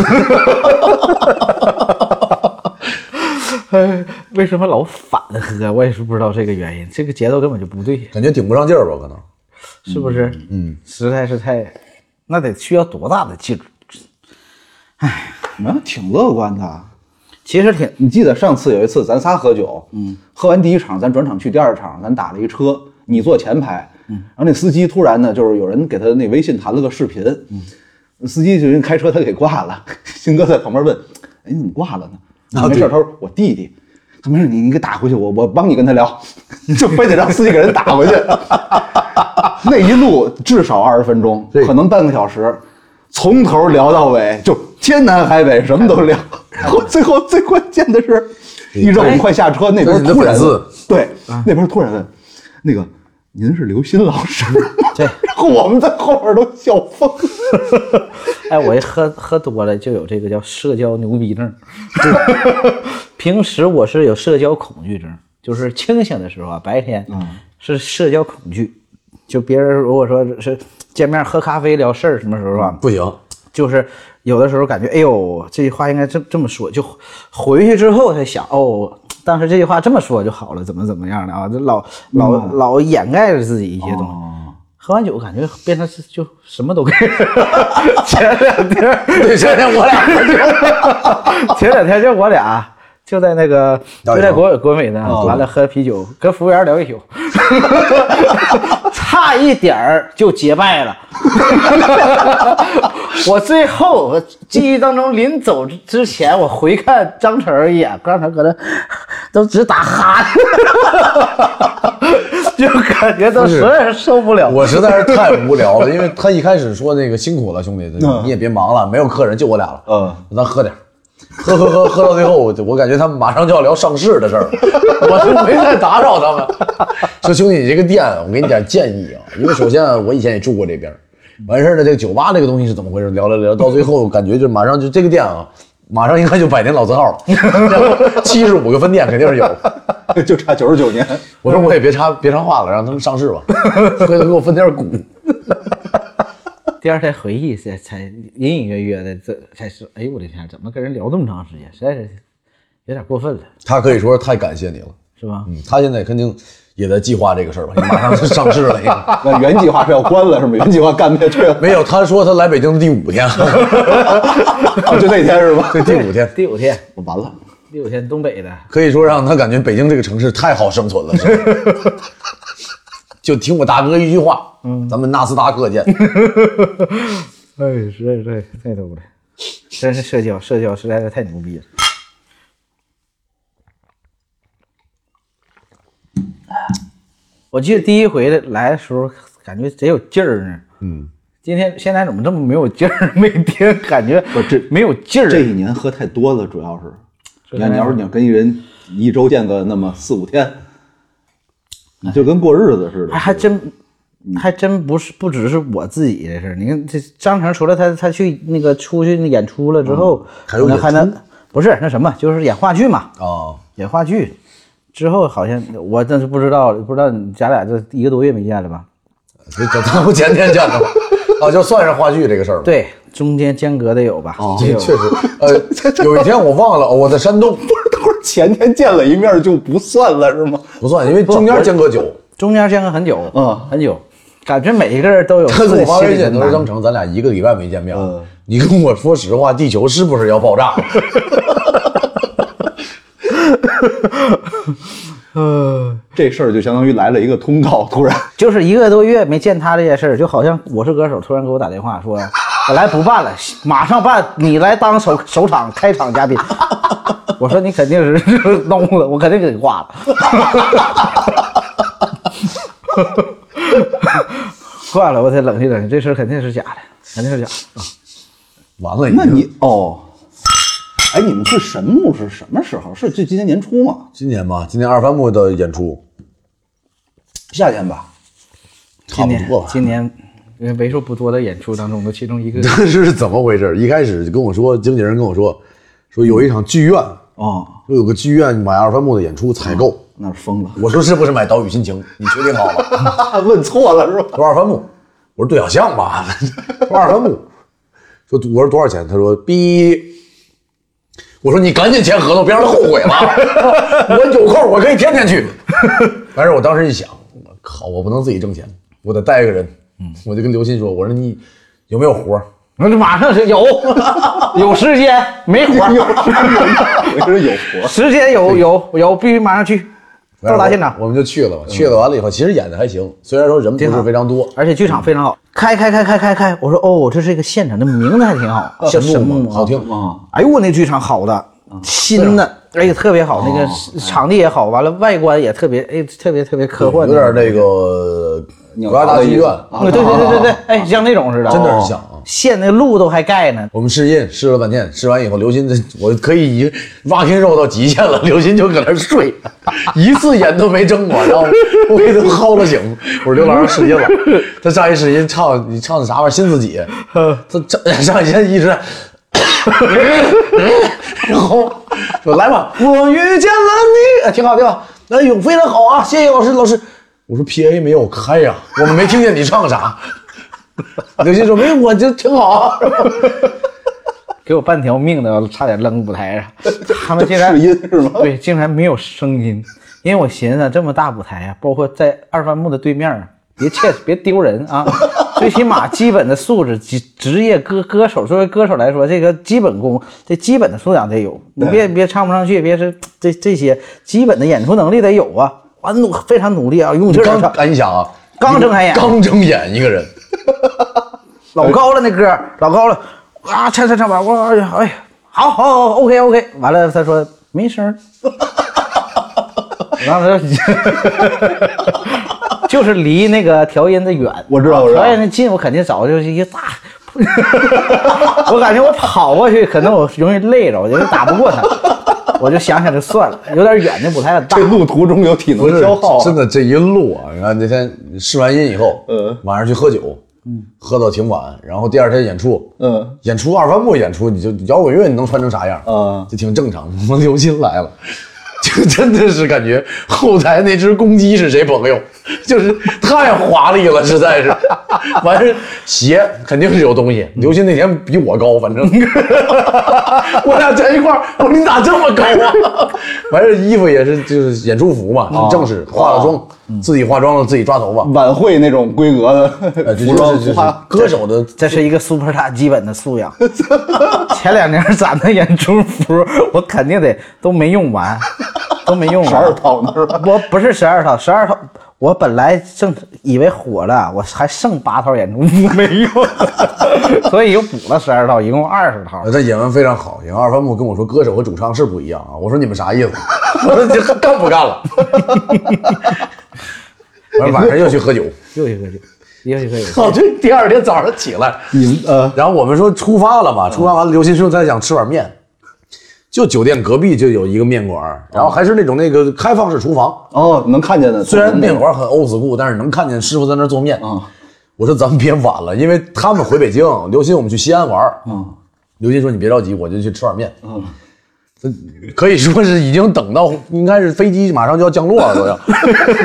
Speaker 2: 为什么老反喝？我也是不知道这个原因，这个节奏根本就不对，
Speaker 3: 感觉顶不上劲儿吧？可能
Speaker 2: 是不是？嗯，实在是太，那得需要多大的劲儿？
Speaker 4: 啊，挺乐观的。
Speaker 2: 其实挺
Speaker 4: 你记得上次有一次咱仨喝酒，嗯，喝完第一场，咱转场去第二场，咱打了一车，你坐前排，嗯，然后那司机突然呢，就是有人给他那微信弹了个视频，嗯，司机就因为开车他给挂了，新哥在旁边问，哎，你怎么挂了
Speaker 3: 啊
Speaker 4: 呢？没事儿，他说我弟弟。他没事，你你给打回去，我我帮你跟他聊， 就非得让司机给人打回去。 那一路至少二十分钟，可能半个小时，从头聊到尾，就天南海北什么都聊。
Speaker 3: 哎
Speaker 4: 后 最后最关键的是，一让我们快下车，那边
Speaker 3: 这是你的
Speaker 4: 突然
Speaker 3: 粉丝啊
Speaker 4: 对那边突然问，那个您是刘鑫老师吗？
Speaker 2: 对，
Speaker 4: 然后我们在后边都笑疯了。
Speaker 2: 哎，我一喝喝多了就有这个叫社交牛逼症。 平时我是有社交恐惧症，就是清醒的时候啊，白天是社交恐惧，就别人如果说是见面喝咖啡聊事儿，什么时候啊，
Speaker 3: 不 行，
Speaker 2: 就是有的时候感觉，哎呦，这句话应该这这么说，就回去之后才想，哦，当时这句话这么说就好了，怎么怎么样的啊，这老老老掩盖着自己一些东西。喝完酒感觉变成是就什么都给。前两天，
Speaker 3: 对，前天我俩
Speaker 2: 前两天就我俩就在那个
Speaker 3: 到底
Speaker 2: 就在
Speaker 3: 是吗
Speaker 2: 国国美呢，完了喝啤酒，跟服务员聊一宿， 差一点儿就结拜了。 我最后我记忆当中，临走之之前，我回看张成儿一眼，张成搁那都直打哈 欠，就感觉都实在是受不了。
Speaker 3: 我实在是太无聊了，因为他一开始说那个辛苦了，兄弟，你也别忙了，没有客人，就我俩了，
Speaker 4: 嗯
Speaker 3: 咱喝点儿。喝喝喝喝到最后，我就我感觉他们马上就要聊上市的事儿了，我就没再打扰他们。说兄弟，你这个店，我给你点建议啊，因为首先我以前也住过这边儿，完事儿呢，这个酒吧这个东西是怎么回事？聊聊聊，到最后感觉就马上就这个店啊，马上应该就百年老字号了，七十五个分店肯定是有。
Speaker 4: 就差九十九年。
Speaker 3: 我说我也别插别插话了，让他们上市吧，回头给我分点股。
Speaker 2: 第二天回忆才才隐隐约约的，这开始，哎呦我的天，怎么跟人聊这么长时间，实在是有点过分了，
Speaker 3: 他可以说是太感谢你了，
Speaker 2: 是吧？
Speaker 3: 嗯，他现在肯定也在计划这个事儿吧，马上就上市了应该。
Speaker 4: 那原计划是要关了是吗？原计划干不下去了，
Speaker 3: 没有，他说他来北京的第五天，
Speaker 4: 就那天是吧？
Speaker 3: 对，第五天，
Speaker 2: 第五天，
Speaker 4: 我 完了，
Speaker 2: 第五天东北的，
Speaker 3: 可以说让他感觉北京这个城市太好生存了。是吧 就听我大哥一句话，嗯，咱们纳斯达克见。
Speaker 2: 哎，实在是太太逗了，真是社交，社交实在是太牛逼了。我记得第一回来的时候，感觉贼有劲儿呢。嗯，今天现在怎么这么没有劲儿？ 每天感觉
Speaker 4: 不是这
Speaker 2: 没有劲儿。
Speaker 4: 这一年喝太多了，主要是。你看，你要是你要跟一人一周见个那么四五天，你就跟过日子似的
Speaker 2: 还。还真还真不是，不只是我自己的事儿。你看这张成，除了他他去那个出去那演出了之后，
Speaker 3: 还有
Speaker 2: 可能嗯
Speaker 3: 演
Speaker 2: 还能不是那什么，就是演话剧嘛，
Speaker 3: 啊，
Speaker 2: 演话剧之后，好像我真是不知道，不知道你咱俩这一个多月没见了吧？
Speaker 3: 这这他不前天见的吗？啊，就算是话剧这个事儿吧。啊
Speaker 2: 对，中间间隔得有吧？哦
Speaker 3: 这确实，呃，有一天我忘了，我在山东，
Speaker 4: 等会儿前天见了一面就不算了是吗？
Speaker 3: 不算，因为中间间隔久。
Speaker 2: 中间间隔很久，
Speaker 4: 嗯
Speaker 2: 很久，感觉每一个人都有
Speaker 3: 呃他
Speaker 2: 自
Speaker 3: 跟
Speaker 2: 己
Speaker 3: 我发
Speaker 2: 心
Speaker 3: 微
Speaker 2: 里的
Speaker 3: 信，他说
Speaker 2: 难
Speaker 3: 张。成，咱俩一个礼拜没见面了
Speaker 4: 嗯。
Speaker 3: 你跟我说实话，地球是不是要爆 炸？
Speaker 4: 这事儿就相当于来了一个通告，突然
Speaker 2: 就是一个多月没见他这件事儿，就好像我是歌手突然给我打电话说，本来不办了，马上办，你来当首首场开场嘉宾。 我说你肯定是 弄了，我肯定给你挂了。 挂了，我才冷静冷静，这事儿肯定是假的，肯定是假的。
Speaker 3: 完了，
Speaker 4: 那你哦，哎，你们去神木是什么时候？是就今年年初吗？
Speaker 3: 今年吧，今年二番木的演出
Speaker 4: 夏天吧？
Speaker 3: 差
Speaker 2: 今
Speaker 3: 不
Speaker 2: 年
Speaker 3: 多吧。
Speaker 2: 今年因为为数不多的演出当中的其中一个，
Speaker 3: 这是怎么回事？一开始就跟我说，经纪人跟我说，说有一场剧院，
Speaker 4: 哦，
Speaker 3: 说有个剧院买二番木的演出采购。
Speaker 4: 那是疯了，
Speaker 3: 我说是不是买《岛屿心情》？你确定好了？
Speaker 4: 问错了是吧？
Speaker 3: 说二番木，我说对小象吧，说二番木，说我说多少钱？他说逼，我说你赶紧签合同，别让他后悔了。我有空我可以天天去，但是我当时一想，我靠，我不能自己挣钱，我得带一个人。我就跟刘鑫说，我说你有没有活儿？
Speaker 2: 那就马上是有有时间没活儿，
Speaker 4: 我觉得有活。
Speaker 2: 时间有有有，必须马上去到达现场。
Speaker 3: 我们就去了嘛。去了完了以后，其实演的还行，虽然说人不是非常多，
Speaker 2: 而且剧场非常好，开开开开开开，我说哦，这是一个现场，这名字还挺好，叫神
Speaker 3: 木
Speaker 2: 木
Speaker 3: 嘛好听。嗯
Speaker 4: 啊，
Speaker 2: 哎呦，我那剧场好的，新的，哎
Speaker 3: 啊
Speaker 2: 呀特别好，那
Speaker 3: 哦
Speaker 2: 个场地也好，完了外观也特别，哎，特别特别科幻
Speaker 3: 有
Speaker 2: 的，
Speaker 3: 点那个
Speaker 4: 鸟
Speaker 3: 国家大
Speaker 4: 巢的
Speaker 3: 剧
Speaker 4: 意思
Speaker 3: 院，
Speaker 4: 啊
Speaker 2: 嗯，对对对对对，哎，像那种似的，哦
Speaker 3: 真的是像啊。
Speaker 2: 现那路都还盖呢，
Speaker 3: 我们试音试了半天，试完以后，刘鑫这我可以一挖天肉到极限了，刘鑫就搁那儿睡， 一次眼都没睁过，然后我给他薅了醒。我说刘老师试音了，他上一试音唱你唱的啥玩意儿？新自己，他上上一先一直在，然后说来吧，我遇见了你，哎，挺好挺好，那有非常好啊，谢谢老师老师。我说 P A 没有开呀、我们没听见你唱啥。刘鑫说没有，我就挺好啊。
Speaker 2: 给我半条命的，差点扔舞台 上。他们竟然
Speaker 4: 试音是吗
Speaker 2: 对，竟然没有声音，因为我寻思啊这么大舞台啊，包括在二番木的对面儿，别切别丢人啊，最起码基本的素质，职职业歌歌手作为歌手来说，这个基本功，这基本的素养得有，你别别唱不上去，别是这这些基本的演出能力得有啊。我努非常努力啊，用劲儿地
Speaker 3: 刚
Speaker 2: 唱，
Speaker 3: 哎，你想啊，
Speaker 2: 刚睁开眼
Speaker 3: 刚睁眼一个人，
Speaker 2: 老高了那歌儿，老高了，啊，唱唱唱吧，我哎呀，哎呀，好好好，OK OK，完了他说没声儿， 我当时 就是离那个调音的远，
Speaker 4: 我知道我知道
Speaker 2: 调音的近，我肯定早就是一个大。 我感觉我跑过去，可能我容易累着，我就是打不过他，我就想想就算了，有点远，那舞台也大
Speaker 4: 这。路途中有体能消耗啊，
Speaker 3: 真的这一路啊，你看那天试完音以后，
Speaker 4: 嗯
Speaker 3: 晚上去喝酒，嗯，喝到挺晚，然后第二天演出，
Speaker 4: 嗯
Speaker 3: 演出二番部演出，你就摇滚乐你能穿成啥样？
Speaker 4: 啊
Speaker 3: 这挺正常。我们刘鑫来了，就真的是感觉后台那只公鸡是谁朋友，就是太华丽了，实在是。完事鞋肯定是有东西。刘鑫那天比我高，反正 我俩在一块儿，我说你咋这么高啊？完事衣服也是就是演出服嘛，
Speaker 4: 啊
Speaker 3: 很正式，化了妆，
Speaker 4: 嗯
Speaker 3: 自己化妆了，自己抓头发。
Speaker 4: 晚会那种规格的
Speaker 3: 呃，这
Speaker 4: 嗯服
Speaker 3: 就
Speaker 4: 装
Speaker 3: 是就是
Speaker 4: 花
Speaker 3: 歌手的
Speaker 2: 这是一个 super 塔基本的素 养。前两年咱们演出服，我肯定得都没用完，都没用完。
Speaker 4: 十二套那 是吧？
Speaker 2: 我不是十二套，十二套，我本来正以为火了，我还剩八套演出 服没用，所以又补了十二套，一共二十套
Speaker 3: 呃，。他演完非常好。演完二番木跟我说，歌手和主唱是不一样啊。我说你们啥意思？ 我说这干不干了？ 完晚上又去喝 酒。
Speaker 2: 又一个酒，又一个酒。
Speaker 3: 哦，这第二天早上起来，
Speaker 4: 你们呃，
Speaker 3: 然后我们说出发了嘛，出发完了，刘鑫说他想吃碗面，就酒店隔壁就有一个面馆儿，然后还是那种那个开放式厨房，
Speaker 4: 哦， 能看见的，
Speaker 3: 虽然面馆很 old school，但是能看见师傅在那儿做面。
Speaker 4: 啊
Speaker 3: 我说咱们别晚了，因为他们回北京，刘鑫我们去西安玩儿。
Speaker 4: 嗯
Speaker 3: 刘鑫说你别着急，我就去吃碗面。
Speaker 4: 嗯，
Speaker 3: 可以说是已经等到，应该是飞机马上就要 降落了，都要，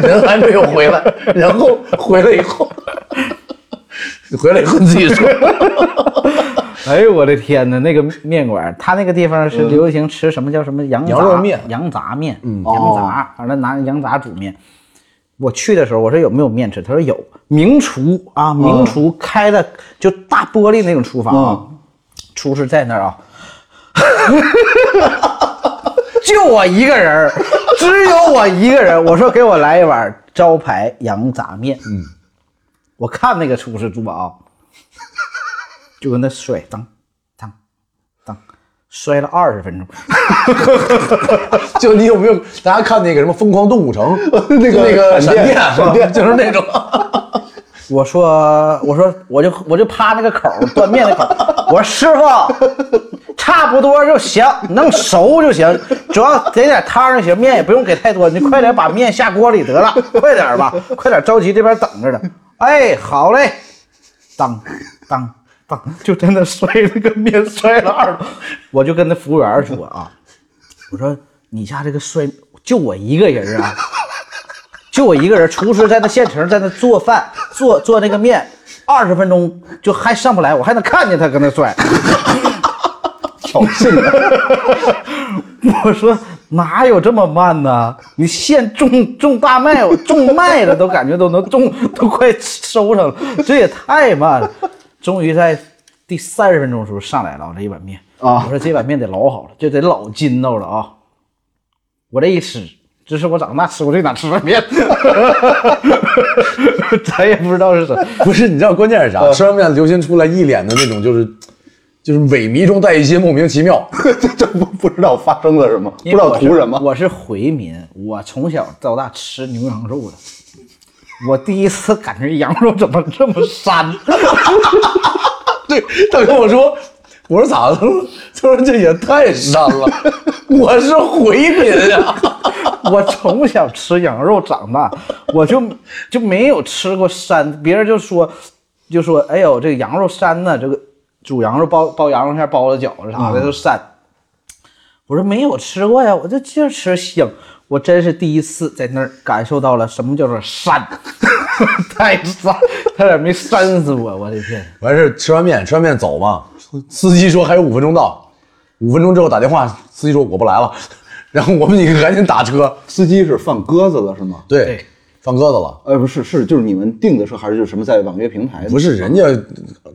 Speaker 3: 人还没有回来。然后回来以后，回来以后你自己说，
Speaker 2: 哎呦我的天哪！那个面馆，他那个地方是流行吃什么叫什么羊杂
Speaker 3: 羊肉面
Speaker 2: 羊杂面，嗯羊
Speaker 4: 哦
Speaker 2: 杂，完了拿羊杂煮面。我去的时候，我说有没有面吃？他说有，名厨啊，名厨开的就大玻璃那种厨房啊，厨师在那儿啊， 就我一个人儿，只有我一个人。我说给我来一碗招牌羊杂面，嗯，我看那个厨师珠宝，啊就跟那甩当当当，摔了二十分钟。
Speaker 3: 就你有没有？大家看那个什么《疯狂动物城》那
Speaker 4: 个
Speaker 3: 那个闪
Speaker 4: 闪电
Speaker 3: 电，闪电就是那种。
Speaker 2: 我说，我说，我就我就趴那个口儿端面的口儿，我说师傅，差不多就行，能熟就行，主要给点汤就行，面也不用给太多，你快点把面下锅里得了，快点吧，快点，着急这边等着呢。哎，好嘞，当当当，就真的摔那个面摔了二十多，我就跟那服务员说啊，我说你家这个摔就我一个人啊。就我一个人，厨师在那现成在那做饭， 做做那个面，二十分钟就还上不来，我还能看见他搁那拽。
Speaker 4: 挑衅的，
Speaker 2: 我说哪有这么慢呢？你现种种大麦，我种麦了都感觉都能种， 都快收上了，这也太慢了。终于在第三十分钟的时候上来了，我这一碗面
Speaker 4: 啊
Speaker 2: 我说这碗面得老好了，就得老筋道了啊。我这一吃，这是我长大吃过最难吃的面， 咱也不知道是什么。
Speaker 3: 不是，你知道关键是啥？吃完面，刘鑫出来一脸的那种，就是就是萎靡中带一些莫名其妙。
Speaker 4: 这 这不不知道发生了什么，不
Speaker 2: 因为
Speaker 4: 知道
Speaker 2: 我是
Speaker 4: 图什么，
Speaker 2: 我是回民，我从小到大吃牛羊肉的，我第一次感觉羊肉怎么这么膻。
Speaker 3: 对，他跟我说，我说咋了？ 他说他说这也太膻了， 我是回民啊呀、
Speaker 2: 我从小吃羊肉长大，我就就没有吃过膻。别人就说，就说，哎呦，这个羊肉膻呢，这个煮羊肉包包羊肉馅儿包子饺子啥
Speaker 4: 嗯
Speaker 2: 的都膻。我说没有吃过呀，我就就吃香。我真是第一次在那儿感受到了什么叫做膻， 太膻，差点没膻死我！我的 天，
Speaker 3: 完事儿吃完面，吃完面走嘛，司机说还有五分钟到，五分钟之后打电话，司机说我不来了， 然后我们几个赶紧打车，
Speaker 4: 司机是放鸽子了是吗？
Speaker 3: 对，
Speaker 2: 对
Speaker 3: 放鸽子了。
Speaker 4: 呃，不是，是就是你们订的车，还是就是什么在网约平台？
Speaker 3: 不是人家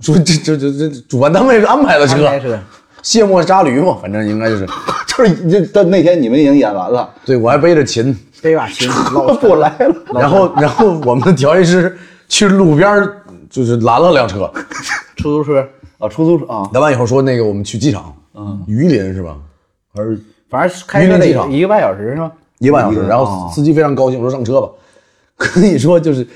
Speaker 3: 说这这这这主办单位安排的车
Speaker 2: 安，排车
Speaker 3: 卸磨杀驴嘛，反正应该就是。
Speaker 4: 就是这但那天你们已经演完了，
Speaker 3: 对我还背着琴，
Speaker 2: 这把 琴老
Speaker 4: 不来了，
Speaker 3: 然后然后我们调音师去路边儿就是拦了辆 车，
Speaker 2: 出租车，
Speaker 4: 啊，出租车啊，
Speaker 3: 拦完以后说那个我们去机场，嗯，榆林是吧？还是
Speaker 2: 反正开
Speaker 3: 榆
Speaker 2: 车
Speaker 3: 林
Speaker 2: 得
Speaker 3: 机场
Speaker 2: 一个半小时是吗？
Speaker 3: 一个半小时，然后司机非常高兴，我说上车吧。 跟你说就是，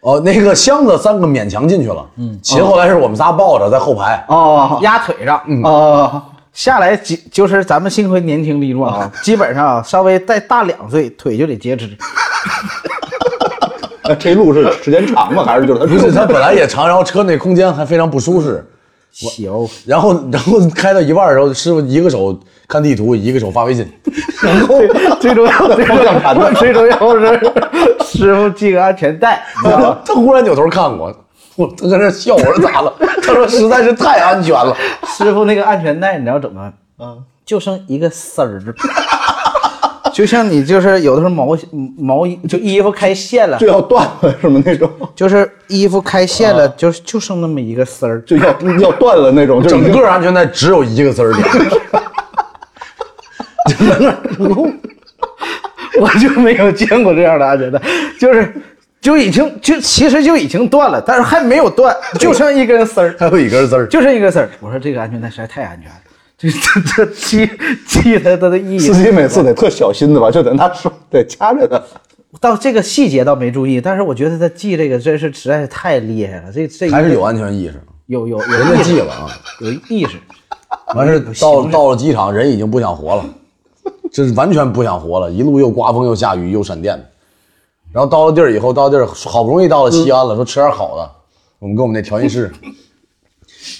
Speaker 3: 哦，那个箱子三个勉强进去了，嗯，琴后来是我们仨抱着在后排，
Speaker 4: 哦
Speaker 2: 压腿上，嗯。
Speaker 4: 啊，
Speaker 2: 下来几就是咱们幸亏年轻力壮啊，基本上啊稍微再大两岁腿就得截肢。
Speaker 4: 哎这路是时间长吗？还是就是他
Speaker 3: 不是，它本来也长，然后车内空间还非常不舒适。
Speaker 2: 行，
Speaker 3: 然后， 然后开到一半的时候，师傅一个手看地图，一个手发微 信。
Speaker 2: 然后最重 要最重
Speaker 4: 方向盘
Speaker 2: 要
Speaker 4: 呢
Speaker 2: 最重要是 啊师傅系个安全带，你知道吗？
Speaker 3: 他忽然扭头看我，我他搁那笑，我说咋了？他说实在是太安全了。
Speaker 2: 师傅那个安全带你知道怎么？嗯，就剩一个丝儿。 就像你就是有的时候毛毛衣就衣服开线了
Speaker 4: 就，要断了什么那种，
Speaker 2: 就是衣服开线了，就就剩那么一个丝儿。
Speaker 4: 就要要断了那种，就
Speaker 3: 整
Speaker 4: 已经
Speaker 3: 个安全带只有一个字儿点，
Speaker 2: 我就没有见过这样的安全带，就是就已经就其实就已经断了，但是还没有断，就剩一根丝儿，
Speaker 3: 还有一根字儿。
Speaker 2: 就剩一根丝儿。我说这个安全带实在太安全了，这这这记记得它的意
Speaker 4: 司
Speaker 2: 义。
Speaker 4: 机每次得特小心的吧，就得拿手得掐着它。
Speaker 2: 到这个细节倒没注意，但是我觉得他记这个真是实在是太厉害了，这这
Speaker 3: 还是有安全意识，
Speaker 2: 有有有
Speaker 3: 人家
Speaker 2: 意识
Speaker 3: 记了啊。
Speaker 2: 有意识。
Speaker 3: 完事儿到到了机场，人已经不想活了，这是完全不想活了，一路又刮风又下雨又闪电的。然后到了地儿以后，到地儿好不容易到了西安了，说吃点好的。我们跟我们那调音师，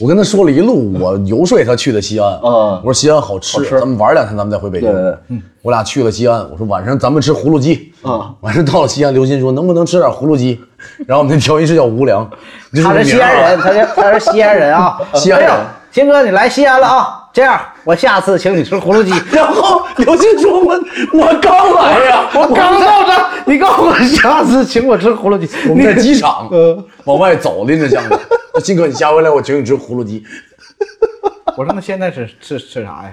Speaker 3: 我跟他说了一路，我游说他去的西安。
Speaker 4: 嗯
Speaker 3: 我说西安好吃，咱们玩两天，咱们再回北京
Speaker 4: 对对对。
Speaker 3: 我俩去了西安，我说晚上咱们吃葫芦鸡。
Speaker 4: 嗯
Speaker 3: 晚上到了西安，刘鑫说能不能吃点葫芦鸡？然后我们那调音师叫吴良，这
Speaker 2: 他
Speaker 3: 个
Speaker 2: 是西
Speaker 3: 名
Speaker 2: 安
Speaker 3: 儿啊，
Speaker 2: 人，他是他是西安人啊
Speaker 3: 西安人
Speaker 2: 哎呦金哥，你来西安了啊？这样，我下次请你吃葫芦鸡。
Speaker 3: 然后刘鑫说我我刚来呀，我
Speaker 2: 刚到这儿，你告诉我下次请 我吃葫芦鸡。
Speaker 3: 我们在机场，
Speaker 2: 嗯
Speaker 3: 往外走拎着箱 子，鑫哥，你下回来我请你吃葫芦鸡。
Speaker 2: 我说那现在吃吃吃啥呀？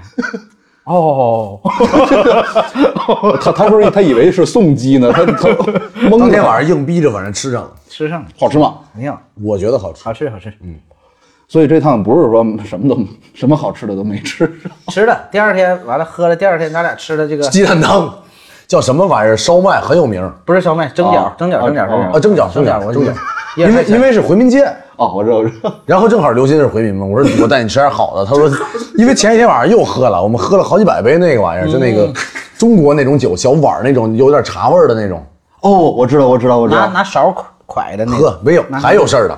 Speaker 2: 哦，
Speaker 4: 他他说他以为是送鸡呢，他他
Speaker 3: 当
Speaker 4: 懵
Speaker 3: 天
Speaker 4: 了。
Speaker 3: 晚上硬逼着，反正吃上了，
Speaker 2: 吃上了，
Speaker 4: 好吃吗？
Speaker 2: 肯定
Speaker 3: 我觉得好吃
Speaker 2: 好。吃好吃。
Speaker 4: 所以这趟不是说什么都什么好吃的都没吃，
Speaker 2: 吃了，第二天完了喝了，第二天咱俩吃的这个
Speaker 3: 鸡蛋汤叫什么玩意儿？烧麦很有名
Speaker 2: 不是烧麦，蒸饺
Speaker 4: 啊，
Speaker 2: 蒸饺，蒸饺，
Speaker 4: 啊
Speaker 3: 啊，
Speaker 2: 蒸
Speaker 3: 蒸饺，
Speaker 2: 嗯蒸
Speaker 3: 蒸
Speaker 2: 饺，
Speaker 3: 饺，
Speaker 2: 我
Speaker 3: 蒸饺。
Speaker 2: 因
Speaker 3: 因为
Speaker 2: 为
Speaker 3: 因为是回民街，
Speaker 4: 哦，我知道，我知道，
Speaker 3: 然后正好刘鑫是回民嘛，我说我 带你吃点好的，他说因为前一天晚上又喝了，我们喝了好几百杯那个
Speaker 2: 嗯
Speaker 3: 玩意儿，就那个中国那种酒，小碗儿那种有点茶味儿的那种。
Speaker 4: 哦，我知道，我知道，我知
Speaker 2: 拿
Speaker 4: 道，
Speaker 2: 拿勺㧟㧟嗯的那
Speaker 3: 喝
Speaker 2: 个，
Speaker 3: 没有，
Speaker 2: 拿。
Speaker 3: 还有事儿呢。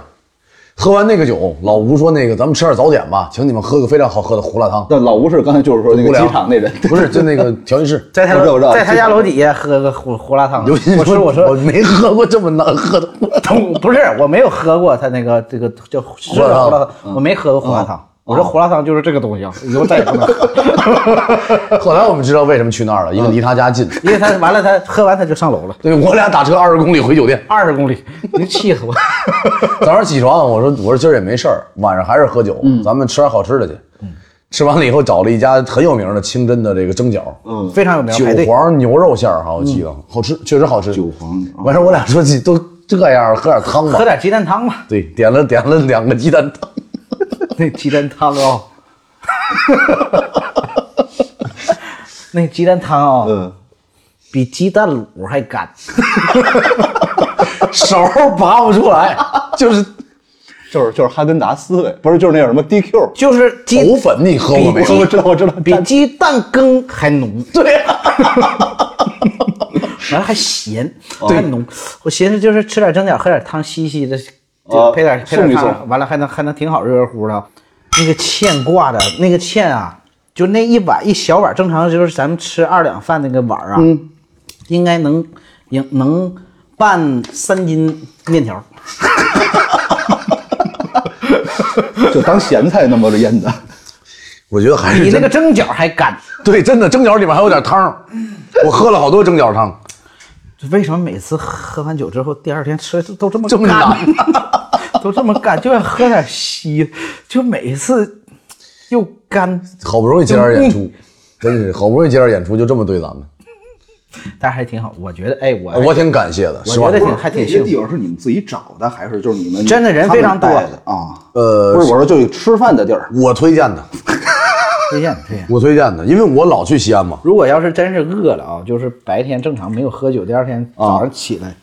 Speaker 3: 喝完那个酒，老吴说那个咱们吃点早点吧，请你们喝个非常好喝的胡辣汤。
Speaker 4: 那老吴是刚才就是说那
Speaker 3: 无
Speaker 4: 个
Speaker 3: 聊
Speaker 4: 机场那人，
Speaker 3: 不是，就那个调音师
Speaker 2: 在他
Speaker 4: 我知道我知道
Speaker 2: 在他家楼底下喝个胡胡辣汤。
Speaker 3: 刘鑫
Speaker 2: 我
Speaker 3: 说
Speaker 2: 说：“我说
Speaker 3: 我没喝过这么难喝的 胡辣汤。
Speaker 2: 不是， 我没有喝过他那个这个叫是
Speaker 3: 辣汤
Speaker 2: 胡辣汤，我没喝过胡辣汤。我说胡辣汤就是这个东西啊，以后再也不能喝。”
Speaker 3: 后来我们知道为什么去那儿了，因为离他家近。
Speaker 2: 因为他完了，他喝完他就上楼了，
Speaker 3: 对我俩打车二十公里回酒店，
Speaker 2: 二十公里，您气死我！
Speaker 3: 早上起床我说我说今儿也没事儿，晚上还是喝酒，咱们吃点好吃的去。吃完了以后找了一家很有名的清真的这个蒸饺，
Speaker 4: 嗯，
Speaker 2: 非常有名，
Speaker 3: 韭
Speaker 2: 排队。
Speaker 3: 黄牛肉馅儿哈，我记得好吃，确实好吃。
Speaker 4: 韭黄
Speaker 3: 完事儿我俩说这都这样了，喝点汤吧
Speaker 2: 喝。点鸡蛋汤吧，
Speaker 3: 对，点了点了两个鸡蛋汤，
Speaker 2: 那鸡蛋汤哦， 那鸡蛋汤哦，
Speaker 4: 嗯，
Speaker 2: 比鸡蛋卤还干。
Speaker 3: 手儿拔不出来， 就是
Speaker 4: 就是就是哈根达斯呗，不是就是那叫什么 DQ，
Speaker 2: 就是鸡
Speaker 3: 藕粉，你喝过没
Speaker 4: 我
Speaker 3: 有？
Speaker 4: 我知道我知道，啊
Speaker 2: 比鸡蛋羹还浓，
Speaker 3: 对呀、
Speaker 2: 完了还咸，还浓。我寻思就是吃点蒸饺，喝点汤，稀稀的，就配点配
Speaker 4: 啊送
Speaker 2: 点
Speaker 4: 一
Speaker 2: 汤，
Speaker 4: 送
Speaker 2: 完了还能还能挺好，热热乎的。那个芡挂的那个芡啊，就那一碗一小碗，正常就是咱们吃二两饭那个碗啊，
Speaker 4: 嗯
Speaker 2: 应该能应能拌三斤面条。
Speaker 4: 就当咸菜那么腌的，
Speaker 3: 我觉得还
Speaker 2: 比
Speaker 3: 是
Speaker 2: 那
Speaker 3: 真
Speaker 2: 个蒸饺还干。
Speaker 3: 对，真的蒸饺里面还有点汤儿，
Speaker 2: 嗯
Speaker 3: 我喝了好多蒸饺汤，
Speaker 2: 为什么每次喝完酒之后，第二天吃都都这么
Speaker 3: 这么
Speaker 2: 干， 都这么干，就想喝点稀，就每次又干，
Speaker 3: 好不容易接点演
Speaker 2: 嗯
Speaker 3: 出，真是好不容易接点演出，就这么对咱们，
Speaker 2: 但还挺好。我觉得，哎，我
Speaker 3: 我挺感谢的，
Speaker 2: 我
Speaker 3: 是吧
Speaker 2: 觉？得挺还挺幸福。
Speaker 4: 方是你们自己找的，还是就是你们
Speaker 2: 真的人非常多
Speaker 4: 他们带的啊？
Speaker 3: 呃
Speaker 4: 不是，我说就吃饭的地儿，
Speaker 3: 我推荐的，
Speaker 2: 推荐推荐。
Speaker 3: 我推荐的，因为我老去西安嘛，
Speaker 2: 如果要是真是饿了啊，就是白天正常没有喝酒，第二天
Speaker 4: 啊
Speaker 2: 早上起来，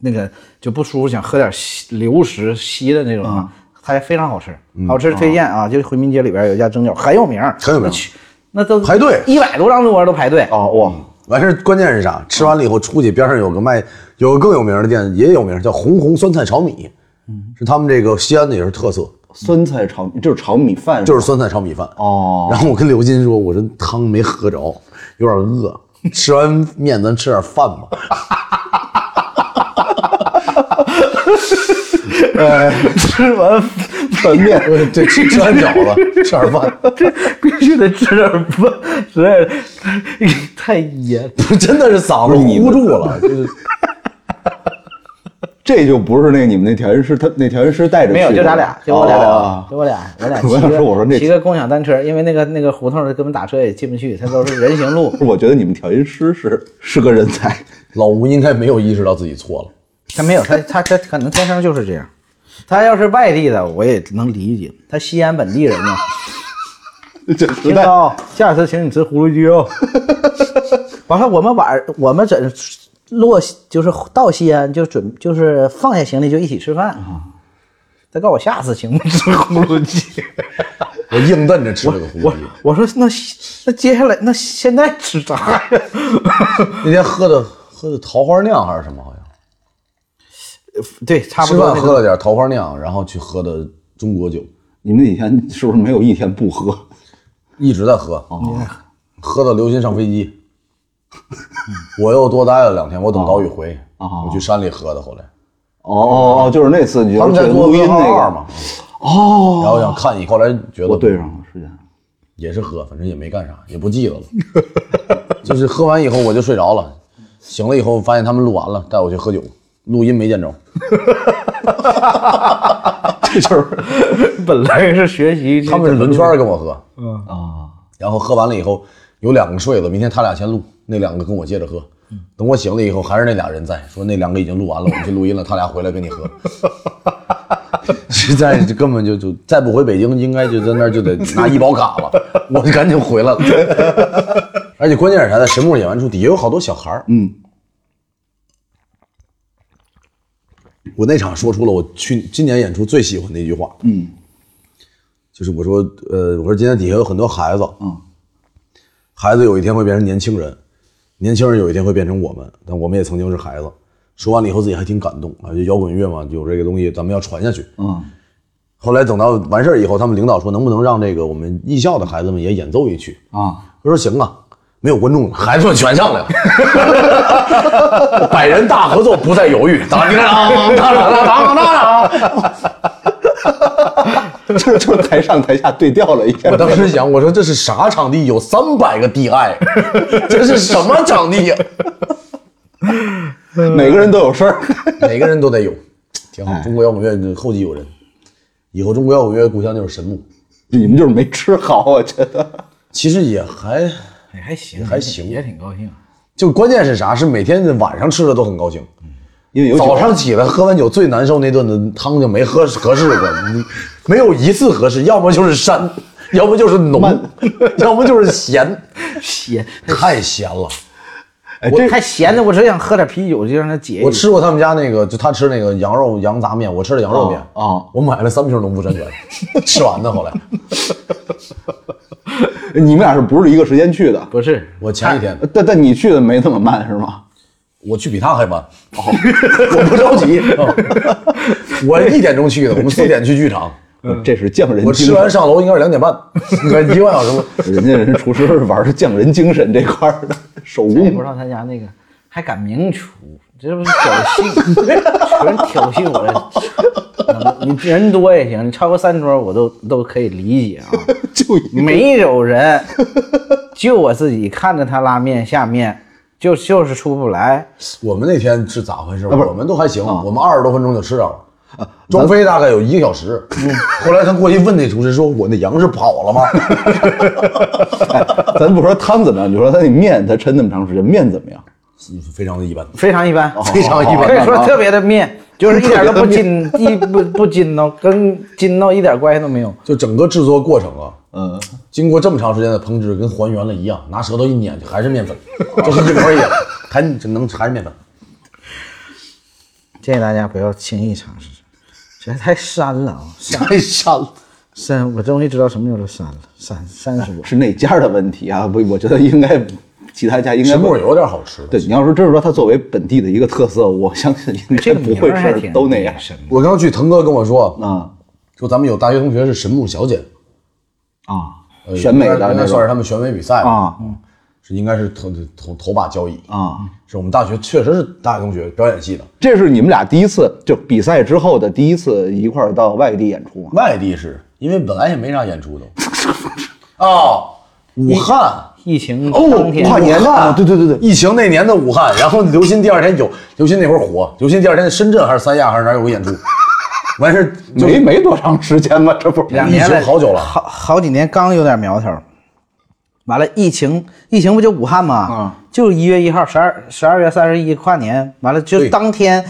Speaker 2: 那个就不舒服，想喝点稀流食稀的那种
Speaker 4: 嗯
Speaker 2: 啊，它非常好吃，好吃推荐啊！就是回民街里边有一家蒸饺，很有名，
Speaker 3: 很有名
Speaker 2: 那去那都
Speaker 3: 排队
Speaker 2: 一百多张桌都排队。
Speaker 4: 哦哇，
Speaker 3: 完事儿关键是啥？吃完了以后出去，边上有个卖，有个更有名的店也有名，叫红红酸菜炒米，
Speaker 2: 嗯
Speaker 3: 是他们这个西安的也是特色，
Speaker 4: 酸菜炒米就是炒米饭，
Speaker 3: 就是是酸菜炒米饭。
Speaker 4: 哦
Speaker 3: 然后我跟刘金说，我这汤没喝着，有点饿，吃完面咱吃点饭吧。
Speaker 2: 吃完
Speaker 4: 拌面
Speaker 3: 对，吃吃完饺子，吃点饭，
Speaker 2: 这必须得吃点饭，实在是太噎。
Speaker 3: 真的是嗓子糊住了，就是
Speaker 4: 这就不是那个你们那调音师，他那调音师带着
Speaker 2: 没有，
Speaker 4: 去
Speaker 2: 就
Speaker 4: 的
Speaker 2: 咱俩，就我俩，啊
Speaker 4: 哦
Speaker 2: 就我俩，我俩
Speaker 4: 我
Speaker 2: 骑
Speaker 4: 想
Speaker 2: 个
Speaker 4: 说我说那。
Speaker 2: 骑个共享单车，因为那个那个胡同儿根本打车也进不去，它都是人行路
Speaker 4: 我觉得你们调音师是是个人才，
Speaker 3: 老吴应该没有意识到自己错了。
Speaker 2: 他没有，他他他可能天生就是这样。他要是外地的，我也能理解。他西安本地人呢，
Speaker 4: 这实
Speaker 2: 听
Speaker 4: 在
Speaker 2: 高，下次请你吃葫芦鸡哦。 完了，我们晚我们整落就是到西安就准就是放下行李就一起吃饭。
Speaker 3: 啊
Speaker 2: 他告诉我下次请不吃葫芦鸡。
Speaker 3: 我硬瞪着吃了个红
Speaker 2: 我
Speaker 3: 鸡。
Speaker 2: 我说那那接下来那现在吃啥呀？
Speaker 3: 那天喝的喝的桃花酿还是什么，好像
Speaker 2: 对，差不
Speaker 3: 吃
Speaker 2: 多
Speaker 3: 饭
Speaker 2: 那
Speaker 3: 喝
Speaker 2: 个。
Speaker 3: 了点桃花酿，然后去喝的中国酒，
Speaker 4: 你们那几天是不是没有一天不喝？哦
Speaker 3: 一直在喝，啊喝到刘鑫上飞机， 我又多待了两天，我等岛屿回，
Speaker 4: 哦
Speaker 3: 我去山里喝的，后来
Speaker 4: 哦哦哦，就是那次你
Speaker 3: 他
Speaker 4: 就
Speaker 3: 们
Speaker 4: 是
Speaker 3: 在
Speaker 4: 去
Speaker 3: 做
Speaker 4: 录音那
Speaker 3: 二
Speaker 4: 个，
Speaker 3: 嘛，哦，然后想看你，后来觉
Speaker 4: 我
Speaker 3: 得
Speaker 4: 对上了时间。
Speaker 3: 也是喝，反正也没干啥，也不记得了， 就是喝完以后我就睡着了，醒了以后发现他们录完了，带我去喝酒，录音没见着，
Speaker 2: 本来是学习，
Speaker 3: 他们是轮圈儿跟我喝，
Speaker 4: 啊，
Speaker 3: 然后喝完了以后，有两个睡了，明天他俩先录，那两个跟我接着喝。等我醒了以后，还是那俩人在，说那两个已经录完了，我们去录音了，他俩回来跟你喝。实在是根本就就再不回北京，应该就在那儿就得拿医保卡了。我就赶紧回来了。 而且关键是啥，在神木演完出底下有好多小孩儿。
Speaker 4: 嗯，
Speaker 3: 我那场说出了我去今年演出最喜欢的一句话。嗯，就是我说，呃，我说今天底下有很多孩子，嗯，孩子有一天会变成年轻人，年轻人有一天会变成我们，但我们也曾经是孩子。说完了以后，自己还挺感动啊，就摇滚乐嘛，有这个东西，咱们要传下去。
Speaker 4: 嗯，
Speaker 3: 后来等到完事儿以后，他们领导说，能不能让这个我们艺校的孩子们也演奏一曲？
Speaker 4: 啊，
Speaker 3: 我说行啊，没有观众了，孩子们全上来了，百人大合奏不再犹豫，当当当当当当当。
Speaker 4: 就是就是台上台下对调了一下
Speaker 3: 我。当时想，我说这是啥场地？有三百个 DI，这 是什么场地呀、
Speaker 4: 每个人都有事儿。
Speaker 3: 每个人都得有，挺
Speaker 4: 哎
Speaker 3: 好。中国摇滚乐后继有人，以后中国摇滚乐的故乡就是神木。
Speaker 4: 你们就是没吃好，我觉得。
Speaker 3: 其实也还，
Speaker 2: 也哎还行，
Speaker 3: 还行
Speaker 2: 也挺高兴。
Speaker 3: 就关键是啥？是每天晚上吃的都很高兴，
Speaker 4: 因为有
Speaker 3: 早
Speaker 4: 酒啊
Speaker 3: 上起来喝完酒最难受那顿的汤就没喝合适过，你没有一次合适，要么就是膻，要么就是浓，要么就是咸，
Speaker 2: 咸，
Speaker 3: 太咸了。
Speaker 4: 哎，
Speaker 2: 我
Speaker 4: 这
Speaker 2: 太咸了，我只想喝点啤酒就让它解一解。
Speaker 3: 我吃过他们家那个，就他吃那个羊肉羊杂面，我吃的羊肉面
Speaker 4: 哦哦
Speaker 3: 我买了三瓶农夫山 泉，吃完的。后来
Speaker 4: 你们俩是不是一个时间去的？
Speaker 2: 不是
Speaker 3: 我前几天
Speaker 4: 但但你去的没那么慢是吗？
Speaker 3: 我去比他还晚，
Speaker 4: 哦
Speaker 3: 我不 着 急，嗯我一点钟去的，我们四点去剧场，
Speaker 4: 这是匠人
Speaker 3: 我
Speaker 4: 精
Speaker 3: 吃完
Speaker 4: 神，
Speaker 3: 上楼应该是两点半， 我一个半小时。
Speaker 4: 人家人厨师玩的匠人精神这块儿的手
Speaker 3: 嗯
Speaker 2: 我也
Speaker 4: 工
Speaker 2: 不知。道他家那个还敢明厨，这不是挑衅， 全是挑衅我的。你人多也行，你超过三桌我都都可以理解啊。
Speaker 4: 就一
Speaker 2: 没有人，就我自己看着他拉面下面，就就是出不来。
Speaker 3: 我们那天是咋回事？
Speaker 4: 啊不是啊
Speaker 3: 我们都还行，我们二十多分钟就吃着了。庄飞大概有一个小时，
Speaker 4: 嗯
Speaker 3: 后来他过去问那厨师说：“我那羊是跑了吗
Speaker 4: 哎，咱不说汤怎么样，就说他那面，他抻那么长时间，面怎么样？？”
Speaker 3: 非常的一般，
Speaker 2: 非常一般，
Speaker 3: 非常一
Speaker 2: 可以
Speaker 3: 般。
Speaker 2: 说特别的面，就是一点都不筋，一不不筋道，跟筋道一点关系都没有。
Speaker 3: 就整个制作过程啊，
Speaker 4: 嗯，
Speaker 3: 经过这么长时间的烹制，跟还原了一样，拿舌头一捻还是面粉，就是一模一样，还这能还是面粉。
Speaker 2: 建议大家不要轻易尝试，实在太膻了啊！
Speaker 3: 太膻了。
Speaker 2: 膻，我终于知道什么叫做膻了，膻膻是我。
Speaker 4: 是那家的问题啊，不，我觉得应该
Speaker 3: 神
Speaker 4: 不
Speaker 3: 木有点好吃的。
Speaker 4: 对，你要是真是说它作为本地的一个特色，我相信应该
Speaker 2: 这个
Speaker 4: 不
Speaker 2: 名
Speaker 4: 会
Speaker 2: 儿还
Speaker 4: 是
Speaker 2: 挺
Speaker 4: 都那样
Speaker 2: 神的。
Speaker 3: 我刚去腾哥跟我说，
Speaker 4: 啊
Speaker 3: 说咱们有大学同学是神木小姐，
Speaker 4: 啊，
Speaker 3: 呃
Speaker 4: 选美的
Speaker 3: 应该应
Speaker 4: 那
Speaker 3: 该算
Speaker 4: 种
Speaker 3: 是他们选美比赛吧，
Speaker 4: 啊
Speaker 3: 是应该是头头头把交椅，
Speaker 4: 啊，
Speaker 3: 是我们大学确实是大学同学表演系的，
Speaker 4: 这是你们俩第一次就比赛之后的第一次一块儿到外地演出吗？
Speaker 3: 外地是因为本来也没啥演出都。哦，武汉
Speaker 2: 疫情当天，
Speaker 4: 跨年
Speaker 3: 武
Speaker 4: 的，
Speaker 3: 汉
Speaker 4: 对对对对，
Speaker 3: 疫情那年的武汉，然后刘鑫第二天有刘鑫那会儿火，刘鑫第二天在深圳还是三亚还是哪儿有个演出，完事儿就
Speaker 4: 没没多长时间吧，这不是
Speaker 2: 两年了
Speaker 3: 疫情好久了
Speaker 2: 好好几年刚有点苗头。完了，疫情疫情不就武汉吗？
Speaker 4: 嗯，
Speaker 3: 啊
Speaker 2: 就一月一号，十二十二月三十一跨年，完了就
Speaker 3: 对
Speaker 2: 当天，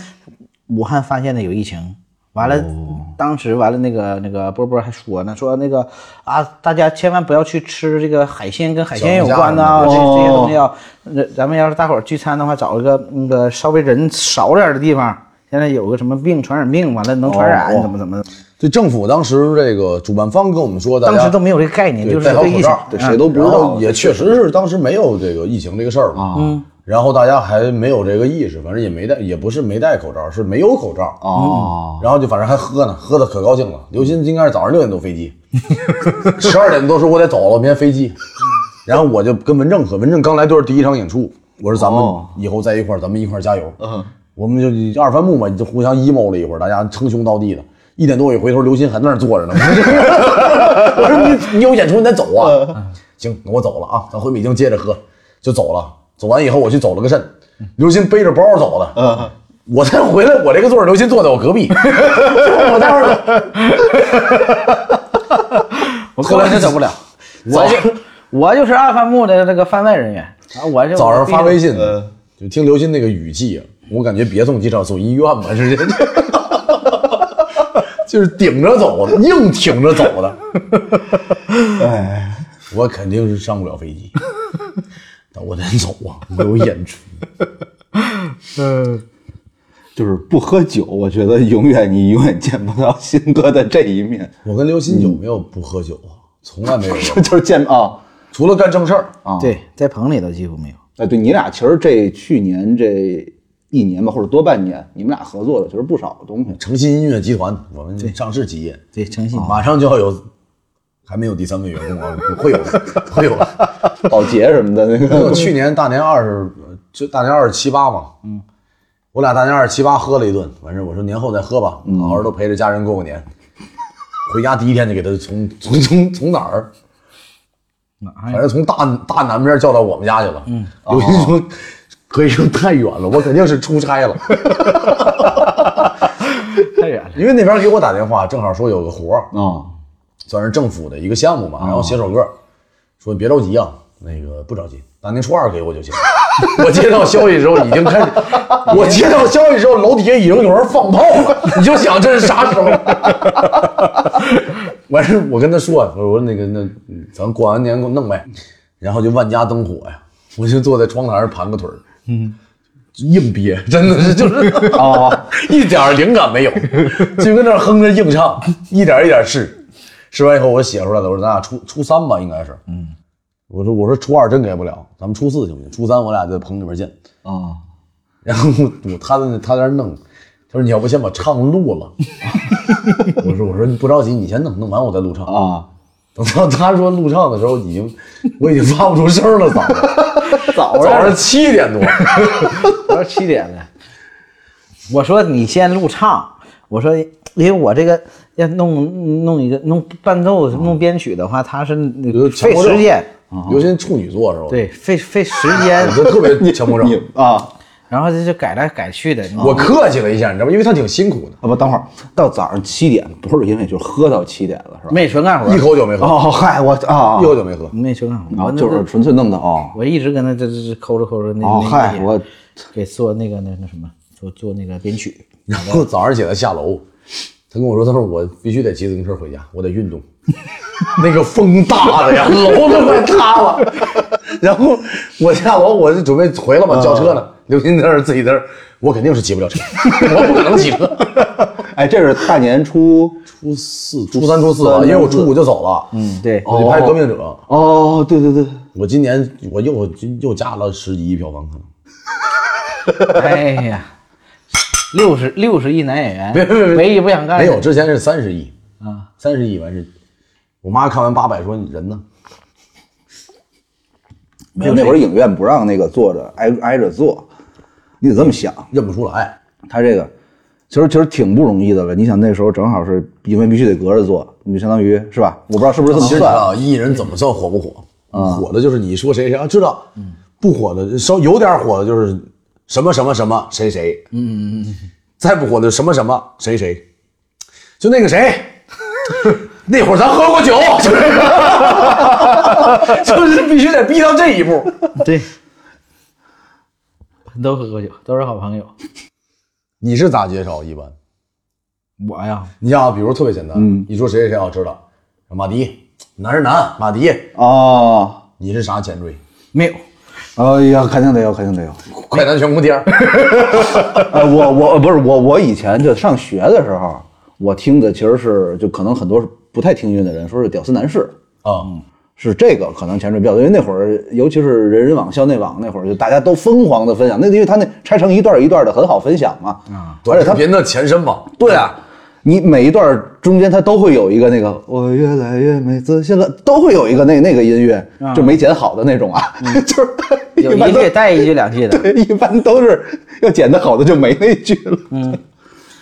Speaker 2: 武汉发现的有疫情，完了，
Speaker 3: 哦
Speaker 2: 当时完了那个那个波波还说呢，说那个啊，大家千万不要去吃这个海鲜跟海鲜有关的啊，
Speaker 3: 小
Speaker 2: 这
Speaker 4: 龙虾
Speaker 2: 这些东西
Speaker 4: 哦
Speaker 2: 要，那咱们要是大伙儿聚餐的话，找一个那个稍微人少点儿的地方。现在有个什么病传染病，完了能传染，
Speaker 4: 哦哦
Speaker 2: 怎么怎么，
Speaker 3: 对政府当时这个主办方跟我们说，大家
Speaker 2: 当时都没有这个啊概念，
Speaker 3: 对
Speaker 2: 就是
Speaker 3: 戴好
Speaker 2: 对疫
Speaker 3: 口
Speaker 2: 情
Speaker 3: 罩，
Speaker 4: 对谁都不知
Speaker 3: 然
Speaker 4: 道
Speaker 3: 后，也确实是当时没有这个疫情这个事儿嘛，嗯，然后大家还没有这个意识，反正也没戴，也不是没戴口罩，是没有口罩嗯
Speaker 4: 哦，
Speaker 3: 然后就反正还喝呢，喝的可高兴了。刘鑫应该是早上六点多飞机，十二点多说我得走了，我明天飞机。然后我就跟文正喝，文正刚来队儿第一场演出，我说咱们
Speaker 4: 哦
Speaker 3: 以后在一块儿，咱们一块儿加油。嗯，我们就二番木嘛，就互相 emo 了一会儿，大家称兄道弟的。一点多我一回头，刘鑫还在那儿坐着呢。 我说你你有演出你得走
Speaker 4: 嗯
Speaker 3: 啊，行，那我走了啊，咱回北京接着喝，就走了。走完以后我去走了个肾，刘鑫背着包走的。嗯。我再回来，我这个座儿，刘鑫坐在我 隔壁，我待会儿
Speaker 2: 我后来就走不 了，我就我就是二番木的那个番外人员啊，我就
Speaker 3: 早上发微，信
Speaker 4: 嗯，
Speaker 3: 就听刘鑫那个语气啊，我感觉别送机场，送医院吧，直接 就是顶着走的，硬挺着走的。哎，我肯定是上不了飞机，但我得走啊，我有演出。
Speaker 4: 就是不喝酒，我觉得永远你永远见不到新哥的这一面，
Speaker 3: 我跟刘鑫有没有不喝酒啊？从来没有过，
Speaker 4: 就是见啊
Speaker 3: 除了干正事儿。
Speaker 4: 啊，
Speaker 2: 对，在棚里头几乎没有。
Speaker 4: 哎，对你俩其实这去年这一年吧，或者多半年，你们俩合作的其实不少东 西。
Speaker 3: 诚信音乐集团，我们上市企业，
Speaker 2: 对，诚信
Speaker 3: 马上就要有，还没有第三位员工啊，会有的，会有的。
Speaker 4: 保洁什么的那
Speaker 3: 我
Speaker 4: 个，
Speaker 3: 去年大年二十，就大年二十七八嘛，嗯，我俩大年二十七八喝了一顿，完事儿我说年后再喝吧，
Speaker 2: 嗯
Speaker 3: 老儿都陪着家人过个年。回家第一天就给他从从从从哪儿，
Speaker 2: 哪啊
Speaker 3: 反正从大大南边叫到我们家去了。嗯，刘
Speaker 2: 哦
Speaker 3: 鑫说可以说太远了，我肯定是出差了，
Speaker 2: 太远了。
Speaker 3: 因为那边给我打电话，正好说有个活 儿，
Speaker 4: 啊，
Speaker 3: 算是政府的一个项目嘛，然后写首歌，说别着急啊，那个不着急，大年初二给我就行。 我接到消息之后已经开始，我接到消息之后楼底下已经有人放炮了，你就想这是啥时候？ 完事我跟他说，啊我说那个那嗯咱过完年给我弄呗，然后就万家灯火呀，我就坐在窗台上盘个腿儿，嗯，硬憋，真的是就是
Speaker 4: 哦，
Speaker 3: 一点儿灵感没有，就跟那儿哼着硬唱，一点儿一点儿试，试完以后我写出来了，我说咱俩初初三吧，应该是，嗯，我说我说初二真给不了，咱们初四行不行？初三我俩在棚里边见。
Speaker 4: 啊，
Speaker 3: 然后我他在那他在那儿弄，他说你要不先把唱录了， 我说我说你不着急，你先弄，弄完我再录唱。
Speaker 4: 啊，
Speaker 3: 等到他说录唱的时候，已经我已经发不出声儿了， 嗓子。
Speaker 4: 早
Speaker 3: 早
Speaker 4: 上啊
Speaker 3: 上七点多，
Speaker 2: 我说七点了，我说你先录唱，我说因为我这个要弄弄一个弄伴奏弄编曲的话，它是那个费时间，
Speaker 3: 尤其处女座是吧？，
Speaker 2: 对，费费时间
Speaker 3: 我，就特别强迫症。
Speaker 4: 你啊，
Speaker 2: 然后这就改来改去的。你知道吗
Speaker 3: 我客气了一下，你知道吗？因为他挺辛苦的，
Speaker 4: 啊不，等会儿到早上七点，不是因为就是喝到七点了是吧？
Speaker 2: 没纯干活，
Speaker 3: 一口酒没喝，
Speaker 4: 哦，嗨，我啊
Speaker 3: 一，口酒没喝。
Speaker 2: 没纯干活，我
Speaker 4: 啊，
Speaker 2: 那
Speaker 4: 就是纯粹弄的哦，
Speaker 2: 我一直跟他这这这抠着抠着那
Speaker 4: 哦
Speaker 2: 那
Speaker 4: 嗨
Speaker 2: 那
Speaker 4: 我
Speaker 2: 给做那个那那什么，做做那个编曲。
Speaker 3: 然后早上起来下楼，他跟我说，他说我必须得骑自行车回家，我得运动。 那个风大的呀，楼都快塌了。 然后我下楼，我就准备回了嘛，叫车呢。刘鑫在那儿自己在那儿，我肯定是骑不了车， 我不可能骑车。
Speaker 4: 哎，这是大年初
Speaker 3: 初四、初三、初四啊，因为我初五就走了，嗯，哦
Speaker 2: 对，
Speaker 3: 我去拍《革命者》
Speaker 4: 哦，对对对，
Speaker 3: 我今年我又又加了十一亿票房，可能
Speaker 2: 哎呀，六十六十亿男演员，
Speaker 3: 别别别别
Speaker 2: 唯一不想干的
Speaker 3: 没有，之前是三十亿
Speaker 2: 啊，
Speaker 3: 三十亿完事。我妈看完八百说：“你人呢？
Speaker 4: 没有那会儿影院不让那个坐着挨挨着坐，你得这么想，
Speaker 3: 认不出来。
Speaker 4: 他这个其实其实挺不容易的了。你想那时候正好是因为必须得隔着坐，你就相当于是吧？我不知道是不是这么
Speaker 3: 其实
Speaker 4: 算啊，嗯
Speaker 3: 啊，艺人怎么算火不火？火的就是你说谁谁啊，知道。不火的稍有点火的就是什么什么什么谁谁。嗯嗯嗯。再不火的什么什么谁谁，就那个谁， 那会儿咱喝过酒，就这个就是 必须得逼到这一步。
Speaker 2: 对，都喝过酒，都是好朋友。
Speaker 3: 你是咋介绍一般？
Speaker 2: 我呀，
Speaker 3: 你像啊，比如特别简单，
Speaker 4: 嗯
Speaker 3: 你说谁谁谁啊，知道，马迪，男是男，马迪，
Speaker 4: 哦，
Speaker 3: 你是啥前缀？
Speaker 2: 没有，
Speaker 4: 哎呀，肯定得有，肯定 得有。
Speaker 3: 快男全国 第二，
Speaker 4: 呃，我我不是我我以前就上学的时候，我听的其实是就可能很多不太听音乐的人说是屌丝男士，嗯
Speaker 3: 啊，
Speaker 4: 是这个可能前缀比较多，因为那会儿尤其是人人网、校内网那会儿，就大家都疯狂的分享，那因为他那拆成一段一段的很好分享嘛，啊，而
Speaker 3: 短
Speaker 4: 且
Speaker 3: 视
Speaker 4: 他
Speaker 3: 频的前身吧。
Speaker 4: 对啊。你每一段中间，它都会有一个那个“我越来越没自信了”，都会有一个那那个音乐，就没剪好的那种啊， 就是
Speaker 2: 啊嗯有
Speaker 4: 一般
Speaker 2: 一
Speaker 4: 都
Speaker 2: 句带一句两句的。
Speaker 4: 对，一般都是要剪得好的就没那句了。嗯，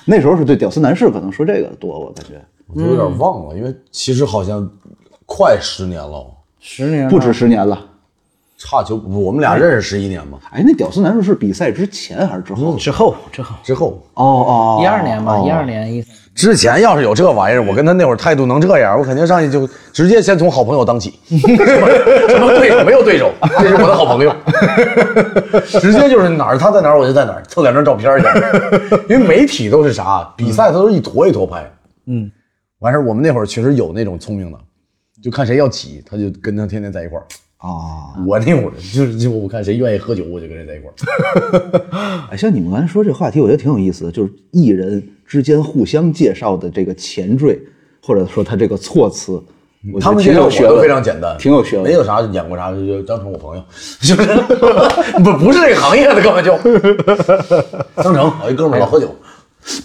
Speaker 4: 那时候是对屌丝男士可能说这个多，我感觉
Speaker 3: 我都有
Speaker 4: 嗯
Speaker 3: 点忘了，因为其实好像快十年了，
Speaker 2: 十年了
Speaker 4: 不止十年了。
Speaker 3: 差九，我们俩认识十一年吧，
Speaker 4: 哎，那屌丝男士是比赛之前还是之后？
Speaker 2: 之后之后，
Speaker 3: 之后
Speaker 4: 哦哦，
Speaker 2: 嗯一二年吧，
Speaker 4: 哦
Speaker 2: 一二年一三。
Speaker 3: 之前要是有这玩意儿，我跟他那会儿态度能这样，我肯定上去就直接先从好朋友当起， 什么对手没有对手，这是我的好朋友， 直接就是哪儿他在哪儿我就在哪儿，凑两张照片儿去，因为媒体都是啥比赛，他都是一坨一坨拍，
Speaker 2: 嗯，
Speaker 3: 完事儿我们那会儿确实有那种聪明的，就看谁要起，他就跟他天天在一块儿。
Speaker 4: 哦，
Speaker 3: 我那会儿就是就我看谁愿意喝酒，我就跟谁在一块儿。
Speaker 4: 哎，像你们刚才说这话题，我觉得挺有意思的，就是艺人之间互相介绍的这个前缀，或者说他这个措辞，
Speaker 2: 嗯
Speaker 4: 我觉
Speaker 3: 他
Speaker 4: 得
Speaker 3: 们
Speaker 4: 挺
Speaker 3: 这个
Speaker 4: 有学
Speaker 3: 我都
Speaker 4: 问，
Speaker 3: 非常简单，
Speaker 4: 挺有学问
Speaker 3: 没有啥演过啥，就当成我朋友，就是 不不是这个行业的，根本就。张成，我一哥们儿老
Speaker 2: 哎
Speaker 3: 喝酒，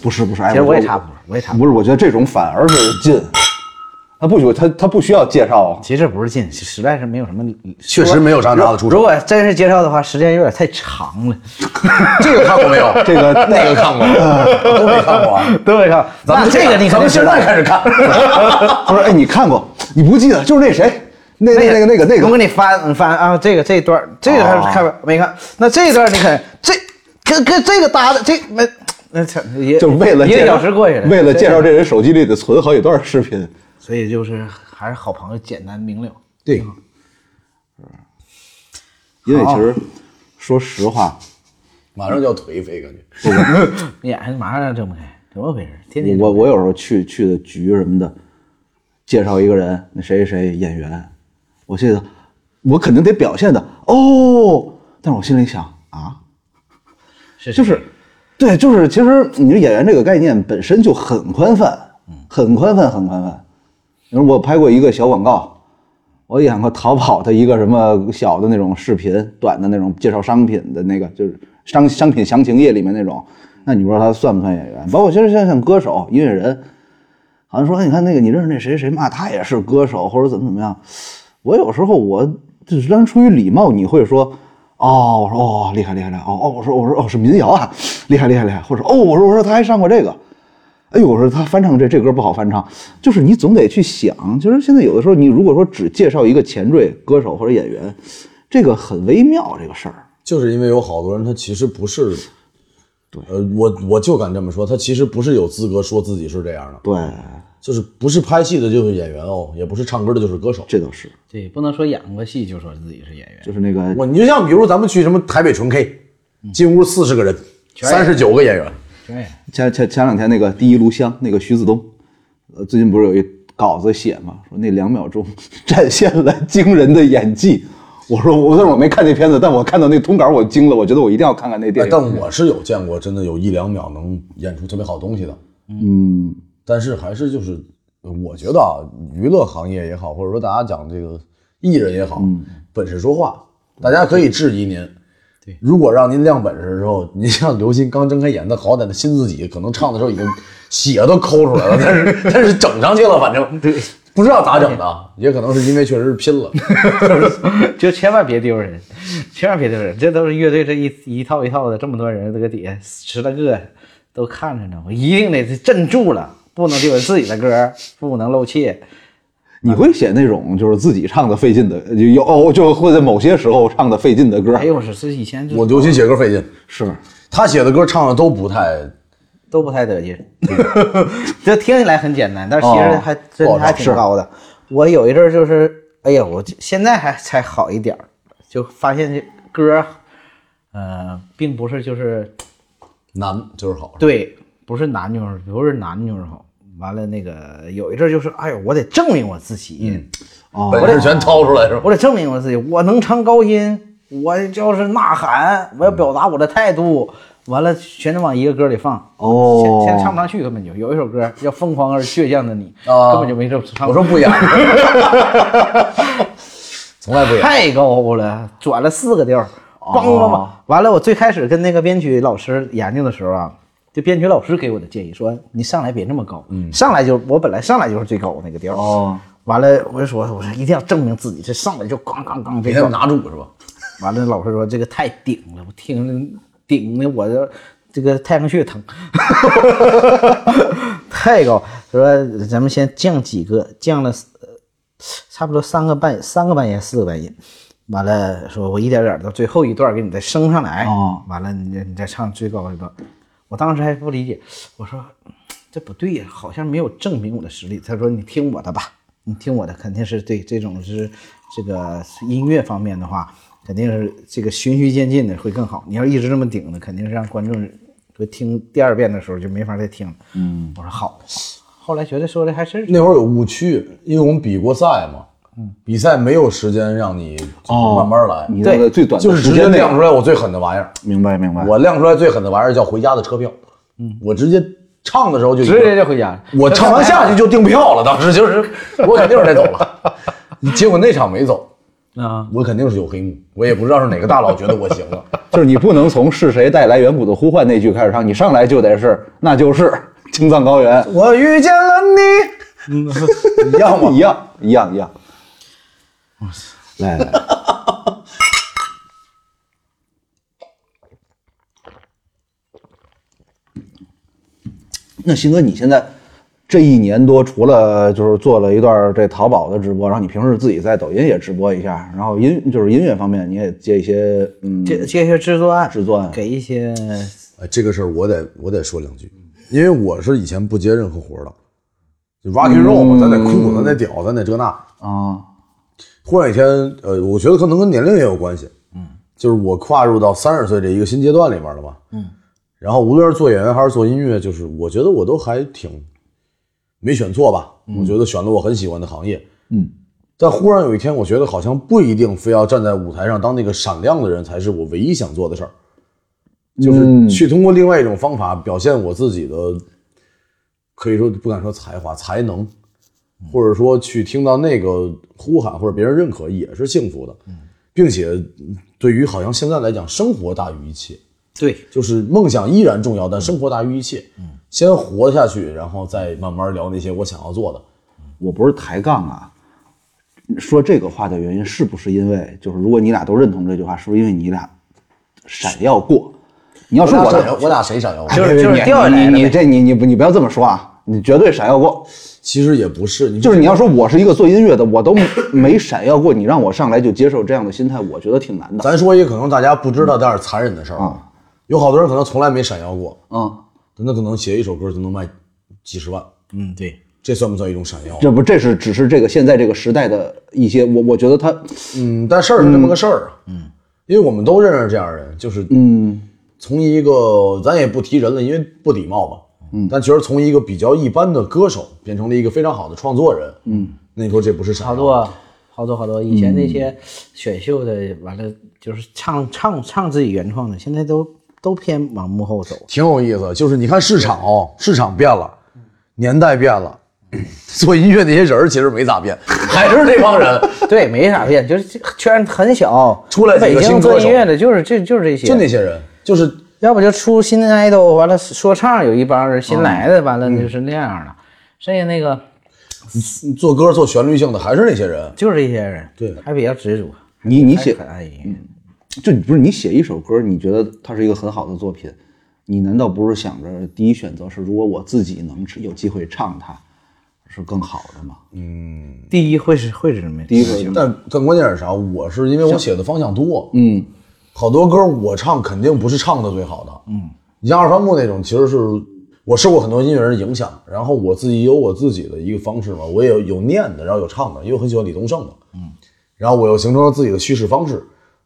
Speaker 4: 不是不是，哎
Speaker 2: 其实我也差不多，我也差不多。
Speaker 4: 不是，我觉得这种反而是进，他不许他他不需要介绍啊。
Speaker 2: 其实不是近，实在是没有什么。
Speaker 3: 确实没有啥拿得出手
Speaker 2: 如果啊真是介绍的话，时间有点太长了。
Speaker 3: 这个看过没有？
Speaker 4: 这个
Speaker 3: 那个看过，都没看过啊。
Speaker 2: 对呀，
Speaker 3: 咱
Speaker 2: 那
Speaker 3: 们
Speaker 2: 这个你
Speaker 3: 咱
Speaker 2: 肯定
Speaker 3: 们
Speaker 2: 知
Speaker 3: 现
Speaker 2: 道
Speaker 3: 在。开 始看，
Speaker 4: 他说：“哎，你看过？你不记得？就是那谁，那那那个那个哦那
Speaker 2: 我
Speaker 4: 个，
Speaker 2: 给你翻翻啊，这个这段儿这个还是看没看？那这段你看这跟跟这个搭的这没那操也
Speaker 4: 就是为了
Speaker 2: 一
Speaker 4: 介
Speaker 2: 个
Speaker 4: 绍
Speaker 2: 小时过去了，
Speaker 4: 为了
Speaker 2: 对
Speaker 4: 介绍这人手机里得存好几段视频。
Speaker 2: 所以就是还是好朋友简单明了。
Speaker 3: 对，
Speaker 4: 因为其实，说实话，
Speaker 3: 马上就要颓废，感觉。
Speaker 2: 眼还马上睁不开，怎么回事？天天
Speaker 4: 我我有时候去去的局什么的，介绍一个人，那谁谁谁演员，我记得我肯定得表现的哦，但是我心里想啊，
Speaker 2: 是
Speaker 4: 就是，对，就是其实你说演员这个概念本身就很宽泛，很宽泛，很宽泛。你说我拍过一个小广告，我演过淘宝的一个什么小的那种视频，短的那种介绍商品的那个，就是商商品详情页里面那种。那你说他算不算演员？包括其实像像歌手、音乐人，好像说哎你看那个你认识那谁谁嘛，他也是歌手或者怎么怎么样。我有时候我就是当然出于礼貌，你会说。哦，我说哦，厉害厉害厉害！哦哦，我说我说哦，是民谣啊，厉害厉害厉害！或者哦，我说我说他还上过这个，哎呦，我说他翻唱这这歌不好翻唱，就是你总得去想，就是现在有的时候你如果说只介绍一个前缀歌手或者演员，这个很微妙这个事儿。
Speaker 3: 就是因为有好多人他其实不是，呃，我我就敢这么说，他其实不是有资格说自己是这样的，
Speaker 4: 对，
Speaker 3: 就是不是拍戏的就是演员哦，也不是唱歌的就是歌手。
Speaker 4: 这都是，
Speaker 2: 对，不能说演过戏就说自己是演员，
Speaker 4: 就是那个
Speaker 3: 我你就像比如咱们去什么台北纯 K，进屋四十个人，三十九个演员，
Speaker 2: 对，
Speaker 4: 前前前两天那个第一炉香那个徐子东，呃，最近不是有一稿子写嘛，说那两秒钟 展现了惊人的演技。我说我虽然我没看那片子，但我看到那通稿我惊了，我觉得我一定要看看那电
Speaker 3: 哎
Speaker 4: 影。
Speaker 3: 但我是有见过真的有一两秒能演出特别好东西的，
Speaker 4: 嗯，
Speaker 3: 但是还是就是，呃我觉得啊，娱乐行业也好，或者说大家讲这个艺人也好，本事说话，大家可以质疑您。对，如果让您亮本事的时候，您像刘鑫刚睁开眼，那好歹那新自己可能唱的时候已经血都抠出来了，但是但是整上去了，反正对，不知道咋整的，啊也可能是因为确实是拼了。
Speaker 2: 就千万别丢人，千万别丢人，这都是乐队这一一套一套的，这么多人这个底下十来个都看着呢，我一定得镇住了，不能丢人自己的歌，不能露怯。
Speaker 4: 你会写那种就是自己唱的费劲的，就有哦，就会在某些时候唱的费劲的歌。
Speaker 2: 哎呦我说这以前就
Speaker 3: 我刘鑫写歌费劲，
Speaker 4: 是，
Speaker 3: 他写的歌唱的都不太
Speaker 2: 都不太得劲， 这听起来很简单，但是其实还真
Speaker 3: 哦
Speaker 2: 还挺高的。我有一阵儿就是，哎呀，我现在还才好一点儿，就发现这歌，啊呃，并不是就是
Speaker 3: 难，就是好。
Speaker 2: 对，不是男妞儿，不是男妞儿好。完了那个有一阵儿就是，哎呀，我得证明我自己，
Speaker 3: 嗯
Speaker 4: 哦
Speaker 3: 本事全掏出来是吧？
Speaker 2: 我得证明我自己，我能唱高音，我就是呐喊，我要表达我的态度。完了，全都往一个歌里放，
Speaker 4: 哦
Speaker 2: 现现在唱不上去，根本就有一首歌叫《疯狂而倔强的你》，
Speaker 3: 啊
Speaker 2: 根本就没这唱。
Speaker 3: 我说不 演， 从来不 演。
Speaker 2: 太高了，转了四个调儿，梆梆梆。完了，我最开始跟那个编曲老师研究的时候啊，就编曲老师给我的建议说，你上来别那么高，上来就我本来上来就是最高那个调儿。
Speaker 4: 哦，
Speaker 2: 完了，我就说，我说一定要证明自己，这上来就咣咣咣这
Speaker 3: 给他
Speaker 2: 个
Speaker 3: 们。拿住是吧？
Speaker 2: 完了，老师说这个太顶了，我听着顶的我这这个太阳穴疼， 太高。说咱们先降几个，降了呃差不多三个半三个半音四个半音。完了，说我一点点到最后一段给你再升上来。
Speaker 4: 哦
Speaker 2: 完了你你再唱最高一段。我当时还不理解，我说这不对呀、好像没有证明我的实力。他说你听我的吧，你听我的肯定是对这种是这个音乐方面的话，肯定是这个循序渐进的会更好。你要一直这么顶的，肯定是让观众会听第二遍的时候就没法再听了。嗯，我说好。后来觉得说的还是
Speaker 3: 那会儿有误区，因为我们比过赛嘛，比赛没有时间让你慢慢来，
Speaker 4: 你那个最短的
Speaker 3: 就是直
Speaker 4: 时
Speaker 3: 接
Speaker 4: 间内
Speaker 3: 亮出来我最狠的玩意儿。
Speaker 4: 明白明白。
Speaker 3: 我亮出来最狠的玩意儿叫回家的车票，我直接唱的时候嗯就已经
Speaker 2: 直接就回家了。
Speaker 3: 我唱完下去就订票了，当时 就是我肯定是得走 了，结果那场没走，
Speaker 2: 啊，
Speaker 3: 我肯定是有黑幕，我也不知道是哪个大佬觉得我行了。
Speaker 4: 就是你不能从是谁带来远古的呼唤那句开始唱，你上来就得是那就是青藏高原，
Speaker 3: 我遇见了你，一样吗
Speaker 4: 一？样一样一样。来来，来那鑫哥，你现在这一年多，除了就是做了一段这淘宝的直播，然后你平时自己在抖音也直播一下，然后音就是音乐方面你也接一些嗯
Speaker 2: 接接一些制作案，
Speaker 4: 制作啊案
Speaker 2: 给一些
Speaker 3: 哎，这个事儿我得我得说两句，因为我是以前不接任何活儿的就，rock and roll 嘛，咱得酷，咱得屌，咱得这那。
Speaker 4: 啊
Speaker 3: 忽然一天，呃，我觉得可能跟年龄也有关系，嗯，就是我跨入到三十岁这一个新阶段里面了嘛，嗯，然后无论是做演员还是做音乐，就是我觉得我都还挺没选错吧，我觉得选了我很喜欢的行业，
Speaker 4: 嗯，
Speaker 3: 但忽然有一天，我觉得好像不一定非要站在舞台上当那个闪亮的人才是我唯一想做的事儿，就是
Speaker 4: 嗯
Speaker 3: 去通过另外一种方法表现我自己的，可以说不敢说才华才能，或者说去听到那个呼喊或者别人认可也是幸福的，并且对于好像现在来讲，生活大于一切，
Speaker 2: 对
Speaker 3: 就是梦想依然重要，但生活大于一切。嗯，先活下去，然后再慢慢聊那些我想要做的。
Speaker 4: 我不是抬杠啊，说这个话的原因是不是因为就是如果你俩都认同这句话，是不是因为你俩闪耀过？你要说
Speaker 3: 我
Speaker 4: 我哎
Speaker 3: 俩我俩谁想要？
Speaker 2: 就是就是掉下来的
Speaker 4: 你你
Speaker 2: 呗
Speaker 4: 这你你不你不要这么说啊，你绝对闪耀过。
Speaker 3: 其实也不是，你
Speaker 4: 就是你要说我是一个做音乐的，我都没闪耀过，你让我上来就接受这样的心态，我觉得挺难的。
Speaker 3: 咱说一个可能大家不知道但是残忍的事儿啊
Speaker 4: 嗯，
Speaker 3: 有好多人可能从来没闪耀过，
Speaker 4: 嗯，
Speaker 3: 那可能写一首歌就能卖几十万，
Speaker 2: 嗯对，
Speaker 3: 这算不算一种闪耀？
Speaker 4: 这不这是只是这个现在这个时代的一些，我我觉得他
Speaker 3: 嗯，但事儿是这么个事儿啊，嗯，因为我们都认识这样的人，就是
Speaker 4: 嗯
Speaker 3: 从一个咱也不提人了，因为不礼貌吧，嗯，但确实从一个比较一般的歌手变成了一个非常好的创作人，嗯，那你说这不是闪
Speaker 2: 好嗯
Speaker 3: 耀？
Speaker 2: 多好多好多以前那些选秀的，完了就是唱唱唱自己原创的，现在都都偏往幕后走。
Speaker 3: 挺有意思，就是你看市场哦，市场变了，年代变了， 做音乐那些人儿其实没咋变，还是那帮 人，
Speaker 2: 对，没啥变，就是这圈很小。
Speaker 3: 出来几
Speaker 2: 北
Speaker 3: 个
Speaker 2: 京
Speaker 3: 新
Speaker 2: 做
Speaker 3: 歌手
Speaker 2: 音乐的，就是这就是这些，
Speaker 3: 就那些人，就是
Speaker 2: 要不就出新 idol，完了说唱有一帮人新来的，完了就是那样了。剩下那个
Speaker 3: 做歌做旋律性的还是那些人。
Speaker 2: 就是这些人，
Speaker 3: 对
Speaker 2: 还比较执着。
Speaker 4: 你你
Speaker 2: 还
Speaker 4: 写
Speaker 2: 可爱一点
Speaker 4: 就你不是你写一首歌，你觉得它是一个很好的作品，你难道不是想着第一选择是如果我自己能有机会唱它，是更好的吗？
Speaker 2: 第一会是会是什么？
Speaker 4: 第一个
Speaker 3: 但但关键是啥？我是因为我写的方向多，嗯，好多歌我唱肯定不是唱的最好的，嗯，你像二番木那种，其实是我受过很多音乐人影响，然后我自己有我自己的一个方式嘛，我也有有念的，然后有唱的，因为我很喜欢李宗盛嘛，嗯，然后我又形成了自己的叙事方式，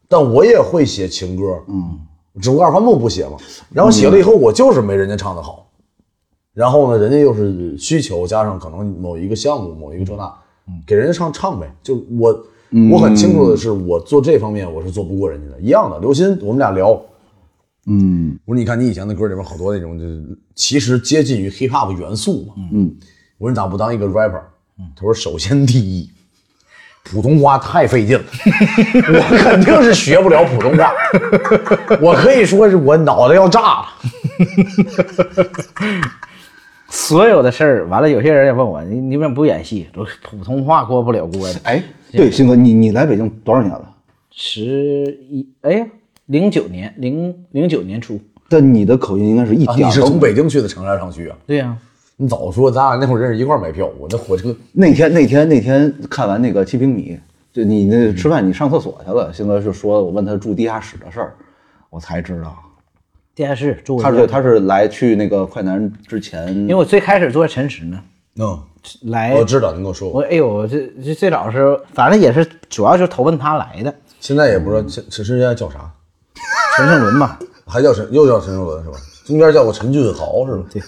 Speaker 3: 但我也会写情歌，嗯，只不过二番木不写嘛，然后写了以后我就是没人家唱的好。然后呢，人家又是需求加上可能某一个项目、某一个这那，给人家唱唱呗。就我、我很清楚的是，我做这方面我是做不过人家的，一样的。刘鑫，我们俩聊，
Speaker 4: 嗯
Speaker 3: 我说你看你以前的歌里边好多那种就是其实接近于 hip hop 元素嘛，嗯，我说你咋不当一个 rapper？他说首先第一，普通话太费劲了，我肯定是学不了普通话，我可以说是我脑袋要炸了。
Speaker 2: 所有的事儿完了，有些人也问我，你你们不演戏，都普通话过不了关。
Speaker 4: 哎，对，鑫哥，你你来北京多少年了？
Speaker 2: 十一哎呀，零九年零零九年初，
Speaker 4: 但你的口音应该是一
Speaker 3: 啊，
Speaker 4: 点
Speaker 3: 你是
Speaker 4: 儿都
Speaker 3: 从北京去的长沙上去啊？
Speaker 2: 对呀、
Speaker 3: 你早说，咱俩那会儿认识一块儿买票，我那火车
Speaker 4: 那天那天那天看完那个七平米，就你那吃饭你上厕所去了，鑫哥就说我问他住地下室的事儿，我才知道
Speaker 2: 地下室住我
Speaker 4: 他
Speaker 2: 家
Speaker 4: 是他是来去那个快男之前
Speaker 2: 因为我最开始做陈实呢，
Speaker 3: 嗯，
Speaker 2: 来
Speaker 3: 我知道你跟我说
Speaker 2: 我
Speaker 3: 过，
Speaker 2: 哎呦，我这这最早是反正也是主要就是投奔他来的，
Speaker 3: 现在也不知道陈陈世佳叫啥，
Speaker 2: 陈胜伦嘛，
Speaker 3: 还叫陈又叫陈秀文是吧？中间叫过陈俊豪是吧？对，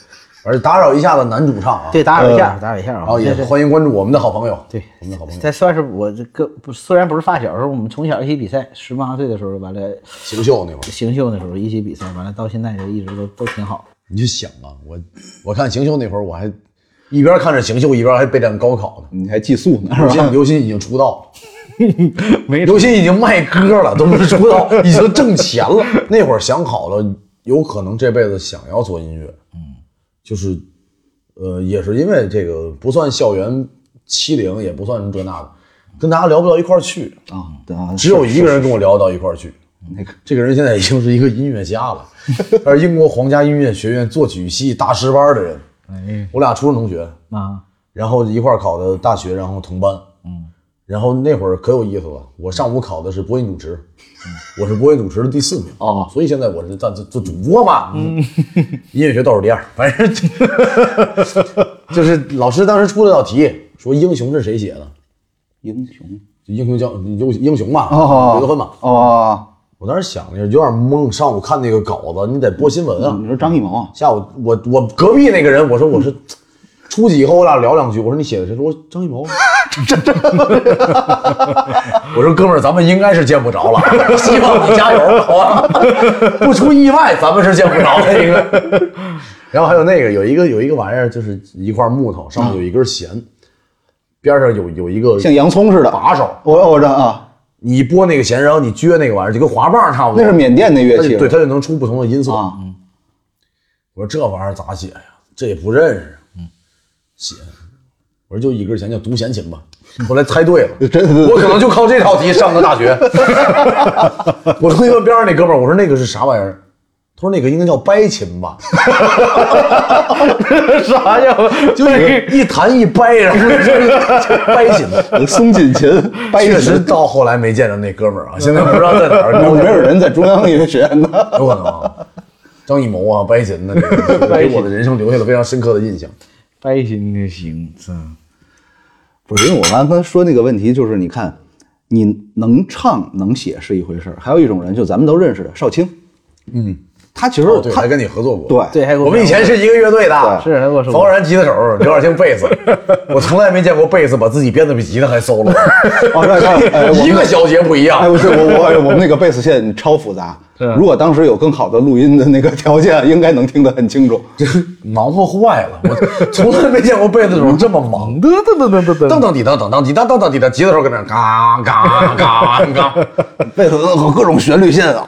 Speaker 3: 而且打扰一下子男主唱啊，
Speaker 2: 对，打扰一下，打扰一下啊，
Speaker 3: 然哦后也
Speaker 2: 这是
Speaker 3: 欢迎关注我们的好朋友，
Speaker 2: 对
Speaker 3: 我们的好朋友
Speaker 2: 这算是我这个不虽然不是发小，是我们从小一起比赛，十八岁的时候完了
Speaker 3: 邢秀那会儿，
Speaker 2: 行秀的时候一起比赛，完了到现在就一直都都挺好。
Speaker 3: 你就想啊，我我看邢秀那会儿我还一边看着邢秀一边还备战高考呢。
Speaker 4: 你还寄宿
Speaker 3: 刘
Speaker 4: 呢是吧？
Speaker 3: 鑫，刘鑫已经出道，
Speaker 2: 没
Speaker 3: 刘鑫已经卖歌了，都不是出道，已经挣钱了。那会儿想好了，有可能这辈子想要做音乐，嗯，就是，呃，也是因为这个不算校园欺凌，也不算什么这那的，跟大家聊不到一块儿去，
Speaker 4: 啊，对啊，
Speaker 3: 只有一个人跟我聊到一块儿去。
Speaker 4: 那个
Speaker 3: 这个人现在已经是一个音乐家了，他是英国皇家音乐学院作曲系大师班的人。
Speaker 2: 哎
Speaker 3: 我俩初中同学，
Speaker 2: 啊，
Speaker 3: 然后一块儿考的大学，然后同班。嗯，然后那会儿可有意思了，我上午考的是播音主持，我是播音主持的第四名。
Speaker 4: 哦
Speaker 3: 所以现在我是在做做主播嘛，嗯，音乐学倒数第二，反正就就是老师当时出了道题，说《英雄》是谁写的？
Speaker 4: 英雄
Speaker 3: 就英雄叫英英雄嘛，
Speaker 4: 哦
Speaker 3: 刘德芬嘛。
Speaker 4: 哦，
Speaker 3: 我当时想的是有点懵，上午看那个稿子，你得播新闻啊。
Speaker 4: 你说张艺谋啊？
Speaker 3: 下午我我隔壁那个人，我说我是出去以后我俩聊两句，我说你写的谁？说我张艺谋。啊 我说哥们儿，咱们应该是见不着了，希望你加油，好吧？ 不出意外，咱们是见不着的，应该。 然后还有那个有一个有一个玩意儿，就是一块木头，上面有一根弦，边上有有一个
Speaker 4: 像洋葱似的，
Speaker 3: 把手，
Speaker 4: 我我知道啊，
Speaker 3: 你拨那个弦，然后你撅那个玩意儿，就跟滑棒差不多。
Speaker 4: 那是缅甸那乐
Speaker 3: 它
Speaker 4: 器
Speaker 3: 就，对，它就能出不同的音色。
Speaker 4: 啊，
Speaker 3: 我说这玩意儿咋写呀？这也不认识。嗯，写。我说就一根弦叫独弦琴吧。后来猜对了，
Speaker 4: 真的
Speaker 3: 我可能就靠这套题上的大 学。我说那个边上那哥们儿，我说那个是啥玩意儿？他说那个应该叫掰琴 吧，
Speaker 2: 啥叫
Speaker 3: 就是一弹一掰，然后就是掰琴。
Speaker 4: 松紧琴，掰
Speaker 3: 确
Speaker 4: 着
Speaker 3: 实
Speaker 4: 琴，
Speaker 3: 到后来没见着那哥们儿啊，现在不知道在哪儿，
Speaker 4: 有没有人在中央音乐学院呢？
Speaker 3: 有可能啊。张艺谋啊，掰琴的，这个给我的人生留下了非常深刻的印象。
Speaker 2: 掰心就行，嗯，
Speaker 4: 不是，因为我刚刚说那个问题，就是你看，你能唱能写是一回事儿，还有一种人，就咱们都认识的邵青，嗯，他其实
Speaker 3: 哦，对，
Speaker 4: 他
Speaker 3: 还跟你合作过。
Speaker 4: 对
Speaker 2: 对，还给
Speaker 3: 我们以前是一个乐队的，
Speaker 2: 对是还跟我说过
Speaker 3: 冯浩然吉他手，刘晓庆贝斯，我从来没见过贝斯把自己编的比吉他还 solo，
Speaker 4: 哦，对对，哎，我
Speaker 3: 一
Speaker 4: 们
Speaker 3: 个小节不一
Speaker 4: 哎，
Speaker 3: 样。
Speaker 4: 不是我我哎我们那个贝斯线超复杂，如果当时有更好的录音的那个条件，应该能听得很清楚。
Speaker 3: 忙活坏了，我从来没见过贝斯手这么忙。
Speaker 2: 噔噔噔噔噔
Speaker 3: 噔噔滴噔噔噔滴噔噔噔滴噔，吉他手搁那儿嘎嘎嘎 嘎。
Speaker 4: 贝斯和各种旋律线啊，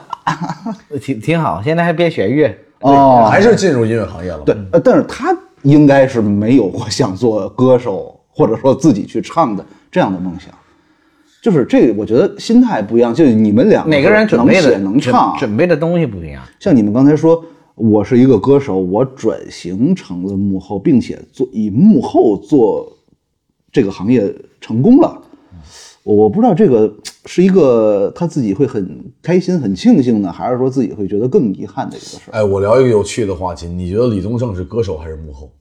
Speaker 2: 噔，挺挺好，现在还编弦乐，
Speaker 4: 哦，
Speaker 3: 还是进入音乐行业了。
Speaker 4: 对，，呃，但是他应该是没有过想做歌手或者说自己去唱的这样的梦想，就是这个，我觉得心态不一样。就是你们
Speaker 3: 啊
Speaker 4: 两个
Speaker 2: 每个人准备
Speaker 4: 能
Speaker 2: 的
Speaker 4: 写能唱啊
Speaker 2: 准，准备的东西不一样。
Speaker 4: 像你们刚才说，我是一个歌手，我转型成了幕后，并且做以幕后做这个行业成功了。我我不知道这个是一个他自己会很开心、很庆幸呢，还是说自己会觉得更遗憾的一个事儿？
Speaker 3: 哎，我聊一个有趣的话题，你觉得李宗盛是歌手还是幕后？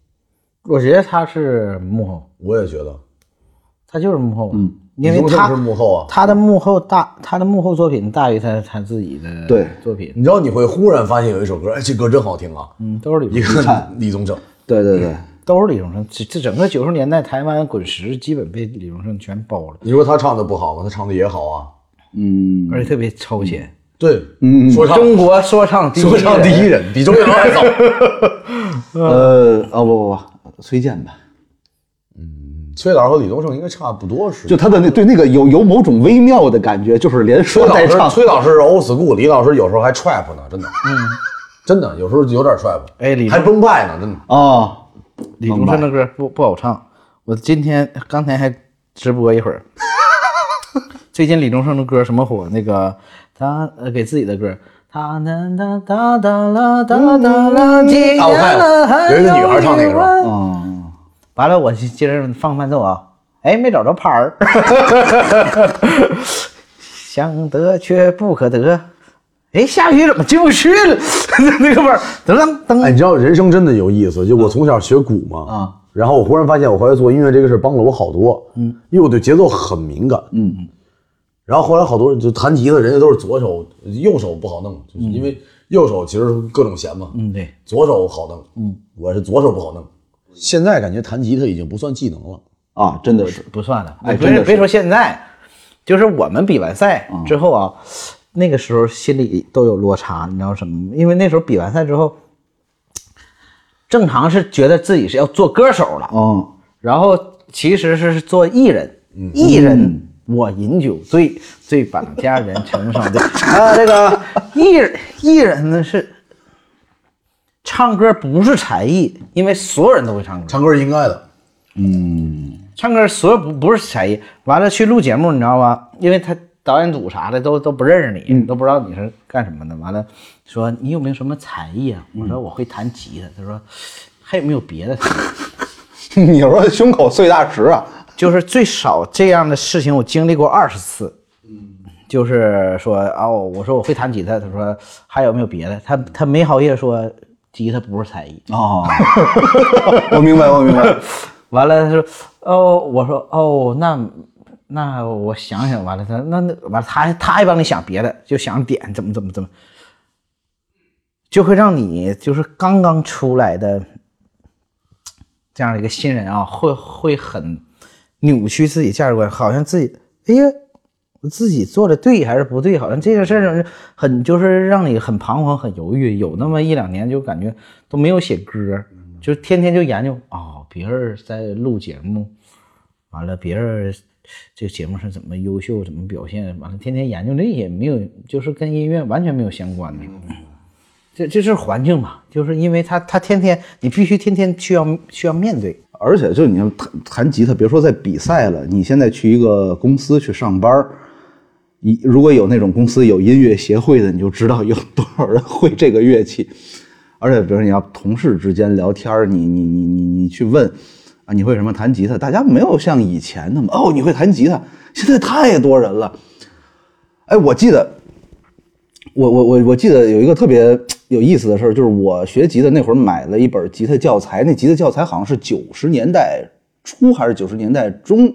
Speaker 2: 我觉得他是幕后，
Speaker 3: 我也觉得，
Speaker 2: 他就是幕后，嗯，因
Speaker 3: 李宗
Speaker 2: 为
Speaker 3: 盛
Speaker 2: 他
Speaker 3: 是幕后啊。
Speaker 2: 他的幕后大，他的幕后作品大于他他自己的
Speaker 4: 对
Speaker 2: 作品，
Speaker 3: 你知道你会忽然发现有一首歌，哎，这歌真好听啊！
Speaker 2: 嗯，都是
Speaker 3: 一
Speaker 2: 李宗盛，
Speaker 3: 个李宗盛，
Speaker 4: 对对对，
Speaker 2: 都是李宗盛。这这整个九十年代台湾滚石基本被李宗盛全包了，
Speaker 3: 你说他唱的不好吗？他唱的也好啊。
Speaker 4: 嗯。
Speaker 2: 而且特别超前。
Speaker 3: 对，嗯，说唱
Speaker 2: 中国说唱第一人，
Speaker 3: 说唱第一人，比周杰伦还早。
Speaker 4: 呃，啊、不不不，崔健吧，
Speaker 3: 崔老师和李宗盛应该差不多是。
Speaker 4: 就他的那对那个有有某种微妙的感觉，就是连
Speaker 3: 崔
Speaker 4: 说
Speaker 3: 老
Speaker 4: 带
Speaker 3: 师，
Speaker 4: 唱，
Speaker 3: 崔老师是 old school，李老师有时候还 trap 呢，真的，嗯，真的有时候有点 trap，
Speaker 2: 哎李
Speaker 3: 还崩败呢，真的。
Speaker 4: 啊，
Speaker 2: 李宗盛的歌不不好唱，我今天刚才还直播一会儿。 最近李宗盛的歌什么火？那个他呃给自己的歌，他哒哒哒哒啦哒哒啦，几
Speaker 3: 嗯啊，我看
Speaker 2: 年了还
Speaker 3: 了，有一个女孩唱那个
Speaker 2: 一
Speaker 3: 是
Speaker 2: 弯
Speaker 3: 吧？
Speaker 4: 嗯，
Speaker 2: 完了，我接着放伴奏啊，哎，没找着拍儿， 想得却不可得，哎，下雨怎么进不去了？ 那个味儿，噔噔
Speaker 3: 哎，
Speaker 2: 噔，
Speaker 3: 你知道人生真的有意思，就我从小学鼓嘛，
Speaker 4: 啊，
Speaker 3: 然后我忽然发现我回来做音乐这个事儿帮了我好多，嗯，因为我对节奏很敏感，嗯嗯，然后后来好多人就弹吉他，人家都是左手，右手不好弄，就是因为右手其实各种弦嘛，
Speaker 2: 嗯，对，
Speaker 3: 左手好弄，嗯，我是左手不好弄，现在感觉弹吉他已经不算技能了，
Speaker 4: 啊，真的是，
Speaker 2: 不算了，
Speaker 4: 哎
Speaker 2: 我别
Speaker 4: 真的是嗯
Speaker 2: 别说现在，就是我们比完赛之后啊，那个时候心里都有落差，你知道什么吗？因为那时候比完赛之后，正常是觉得自己是要做歌手了，
Speaker 4: 哦，
Speaker 2: 然后其实是做艺人，
Speaker 4: 嗯
Speaker 2: 艺人我饮酒醉，醉把佳人成双 对。啊，这个艺人艺人呢是唱歌不是才艺，因为所有人都会唱歌，
Speaker 3: 唱歌是应该的，
Speaker 2: 唱歌所有不不是才艺。完了去录节目，你知道吧？因为他导演组啥的都都不认识你，都不知道你是干什么的。完了说你有没有什么才艺啊？我说我会弹吉他。他说 还有没有别的 才艺？
Speaker 4: 你说胸口碎大石啊，
Speaker 2: 就是最少这样的事情我经历过二十次。就是说哦，我说我会弹吉他，他说还有没有别的？他他没好意思说吉他不是才艺。
Speaker 4: 哦， 我明白，我明白，
Speaker 2: 完了他说哦，我说哦，那那我想想。完了他那那完了他还他还帮你想别的，就想点怎么怎么怎么，就会让你就是刚刚出来的这样的一个新人啊，会会很扭曲自己价值观，好像自己哎呀，我自己做的对还是不对，好像这件事儿很就是让你很彷徨、很犹豫，有那么一两年就感觉都没有写歌，就天天就研究哦，别人在录节目，完了别人这个节目是怎么优秀、怎么表现，完了天天研究这也没有，就是跟音乐完全没有相关的。这这是环境嘛，就是因为他他天天你必须天天需要需要面对，
Speaker 4: 而且就你要弹弹吉他，别说在比赛了，你现在去一个公司去上班儿一如果有那种公司有音乐协会的，你就知道有多少人会这个乐器。而且，比如你要同事之间聊天儿，你你你你你去问啊，你会什么弹吉他？大家没有像以前那么哦，你会弹吉他。现在太多人了。哎，我记得，我我我我记得有一个特别有意思的事儿，就是我学吉他那会儿买了一本吉他教材，那吉他教材好像是九十年代初还是九十年代中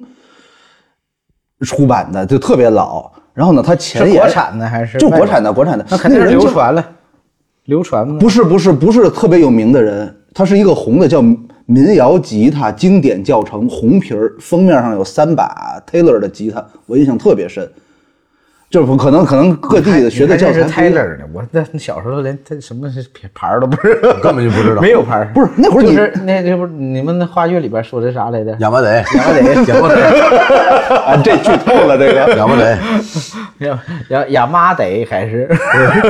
Speaker 4: 出版的，就特别老。然后呢，它前
Speaker 2: 是
Speaker 4: 言
Speaker 2: 国产的还是
Speaker 4: 就
Speaker 2: 外国
Speaker 4: 国产的，国产的，
Speaker 2: 那肯定是
Speaker 4: 人
Speaker 2: 流
Speaker 4: 就
Speaker 2: 传了。流传的
Speaker 4: 不是不是不是特别有名的人，他是一个红的，叫民谣吉他经典教程，红皮儿，封面上有三把 Taylor 的吉他，我印象特别深。就是可能可能各地的学的教
Speaker 2: 还
Speaker 4: 程
Speaker 2: 认识
Speaker 4: 不一样
Speaker 2: Taylor 呢，我那小时候连他什么是牌儿都不知道，
Speaker 3: 根本就不知道
Speaker 2: 没有牌儿。
Speaker 4: 不是那会儿
Speaker 2: 就
Speaker 4: 你
Speaker 2: 是那这不是你们那话剧里边说的啥来着？
Speaker 3: 亚麻贼，亚麻贼，亚 麻贼，
Speaker 4: 啊，这剧透了这个
Speaker 3: 亚麻贼，
Speaker 2: 亚亚亚麻得还 是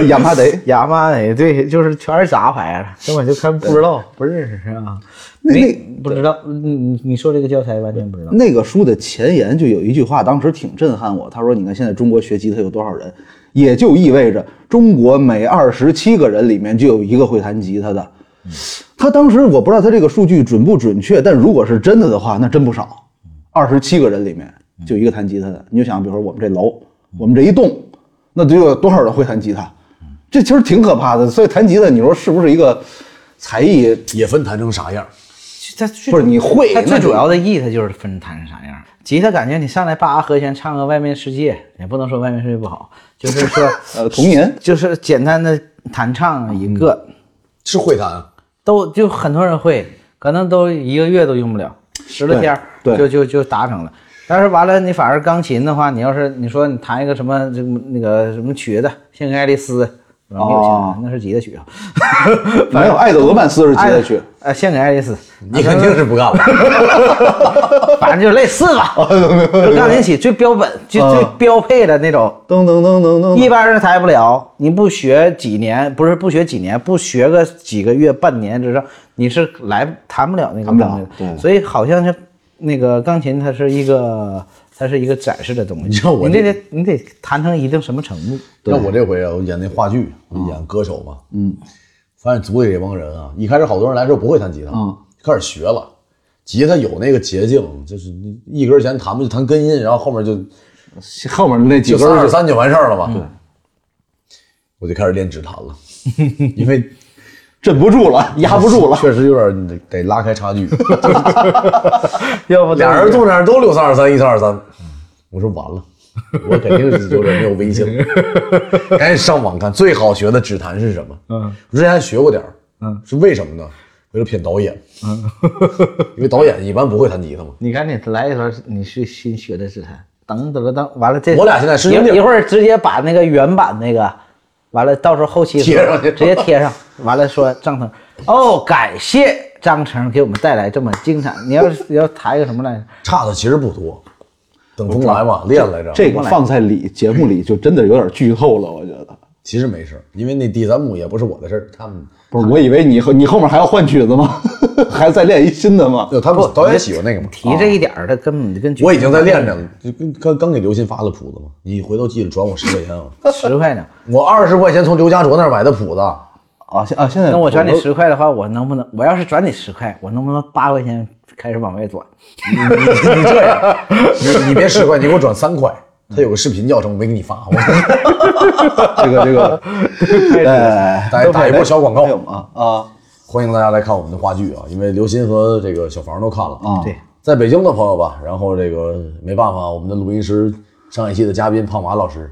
Speaker 4: 亚 麻得。
Speaker 2: 亚麻得？对，就是全是杂牌儿，根本就看不知道，不认识啊。
Speaker 4: 那
Speaker 2: 没
Speaker 4: 那
Speaker 2: 不知道，嗯你你说这个教材完全不知道。
Speaker 4: 那个书的前言就有一句话，当时挺震撼我。他说：“你看现在中国学吉他有多少人，也就意味着中国每二十七个人里面就有一个会弹吉他的。”他当时我不知道他这个数据准不准确，但如果是真的的话，那真不少。二十七个人里面就一个弹吉他的，你就想，比如说我们这楼，我们这一栋，那得有多少人会弹吉他？这其实挺可怕的。所以弹吉他，你说是不是一个才艺？
Speaker 3: 也分弹成啥样。
Speaker 2: 它最
Speaker 4: 不是你会
Speaker 2: 它最
Speaker 4: 那
Speaker 2: 主
Speaker 4: 就
Speaker 2: 要的意义，它就是分弹成啥样。吉他感觉你上来叭和弦唱个《外面世界》，也不能说《外面世界》不好，就是 说
Speaker 4: 呃，童年。
Speaker 2: 就是简单的弹唱一个，
Speaker 4: 嗯
Speaker 3: 是会弹，啊
Speaker 2: 都就很多人会，可能都一个月都用不了，十来天儿
Speaker 4: 对
Speaker 2: 就就就达成了。但是完了，你反而钢琴的话，你要是你说你弹一个什么这个那个什么曲子，《幸运爱丽丝》，没有幸运
Speaker 4: 哦
Speaker 2: 那是吉他曲啊，
Speaker 4: 没有，爱德罗曼斯是吉他曲。
Speaker 2: 哎，呃，献给爱丽 丝，
Speaker 3: 你肯定是不干了。
Speaker 2: 反正就类似吧，就钢琴曲最标本、最
Speaker 3: 嗯
Speaker 2: 最标配的那种，
Speaker 4: 噔噔噔噔噔
Speaker 2: 一般人抬不了。你不学几年，不是不学几年，不学个几个月、半年之上，你是来弹不了那个
Speaker 4: 弹不了
Speaker 2: 东西的。
Speaker 4: 对
Speaker 2: 所以好像是那个钢琴，它是一个，它是一个展示的东西。
Speaker 3: 你知道我
Speaker 2: 你
Speaker 3: 这
Speaker 2: 得你得弹成一定什么程度？
Speaker 3: 像我这回啊，我演那话剧，我演歌手嘛，嗯，发现组里这帮人啊，一开始好多人来之后不会弹吉他，
Speaker 4: 嗯
Speaker 3: 开始学了，吉他有那个捷径，就是你一根弦弹不就弹根音，然后后面就
Speaker 4: 后面那几
Speaker 3: 就
Speaker 4: 根
Speaker 3: 三嗯
Speaker 4: 儿
Speaker 3: 二三就完事儿了嘛。对，我就开始练指弹了， 因为
Speaker 4: 镇不住了，压不住了。
Speaker 3: 确实有点得得拉开差距。
Speaker 2: 要不
Speaker 3: 俩人坐那儿都六三二三一三二三，我说完了，我肯定是有点没有微信了，赶紧上网看最好学的指弹是什么。嗯，我之前还学过点儿，嗯，是为什么呢？为了骗导演，嗯，因为导演一般不会弹吉他嘛。
Speaker 2: 你赶紧来一段，你是新学的指弹，等等了等，完了这
Speaker 3: 我俩现在是兄弟
Speaker 2: 一一会儿直接把那个原版那个，完了到时候后期
Speaker 3: 贴上去
Speaker 2: 直接贴上，完了说张成，哦，感谢张成给我们带来这么精彩。你要是要谈一个什么来着？
Speaker 3: 差的其实不多，等风来嘛，练来着。
Speaker 4: 这个放在里节目里就真的有点剧透了，我觉得。
Speaker 3: 其实没事儿，因为那第三幕也不是我的事儿，他们
Speaker 4: 不是，我以为你后你后面还要换曲子吗？ 还再练一新的吗？
Speaker 3: 呃他们导演喜欢那个嘛。
Speaker 2: 提这一点儿，他根本就跟
Speaker 3: 我已经在练着了，就跟刚刚给刘鑫发了谱子嘛，你回头记得转我十块钱啊，
Speaker 2: 十块 呢。
Speaker 3: 我二十块钱从刘家卓那儿买的谱子。
Speaker 4: 啊，现啊，现在
Speaker 2: 那我转你十块的话，我能不能？我要是转你十块，我能不能八块钱开始往外转？
Speaker 3: 你你这样，你你别十块，你给我转三块。他有个视频教程，我没给你发，我
Speaker 4: 这个 这个，哎，
Speaker 3: 打打一波小广告
Speaker 4: 还有吗？啊，
Speaker 3: 欢迎大家来看我们的话剧啊！因为刘鑫和这个小房都看了
Speaker 4: 啊
Speaker 2: 对，
Speaker 3: 在北京的朋友吧，然后这个没办法，我们的录音师上一期的嘉宾胖马老师，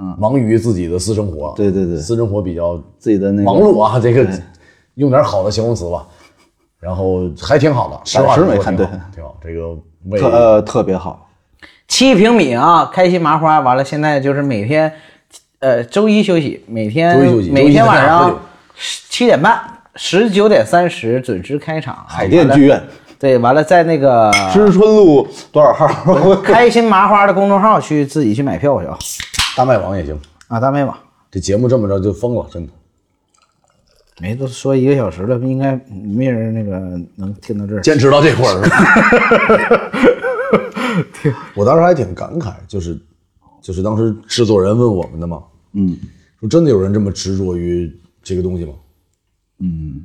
Speaker 3: 嗯，忙于自己的私生活，
Speaker 4: 对对对
Speaker 3: 私生活比较
Speaker 4: 自己的那个
Speaker 3: 忙碌啊，这个用点好的形容词吧，然后还挺好的，实话
Speaker 4: 暂时
Speaker 3: 实说
Speaker 4: 没看
Speaker 3: 挺好
Speaker 4: 对
Speaker 3: 挺好，这个为
Speaker 4: 特呃特别好，
Speaker 2: 七平米啊，开心麻花。完了，现在就是每天，呃，周一休息，每天
Speaker 3: 周一休息
Speaker 2: 每天晚
Speaker 3: 周一在哪儿喝酒
Speaker 2: 上七点半，十九点三十准时开场。
Speaker 4: 海淀剧院
Speaker 2: 对，完了在那 个
Speaker 4: 知春路多少号？
Speaker 2: 开心麻花的公众号去自己去买票去啊！
Speaker 3: 大麦网也行，
Speaker 2: 啊，大麦网，
Speaker 3: 这节目这么着就疯了，真的。
Speaker 2: 没都说一个小时了，应该没人那个能听到这儿。
Speaker 3: 坚持到这会儿了。我当时还挺感慨，就是就是当时制作人问我们的嘛，
Speaker 4: 嗯，
Speaker 3: 说真的有人这么执着于这个东西吗？嗯，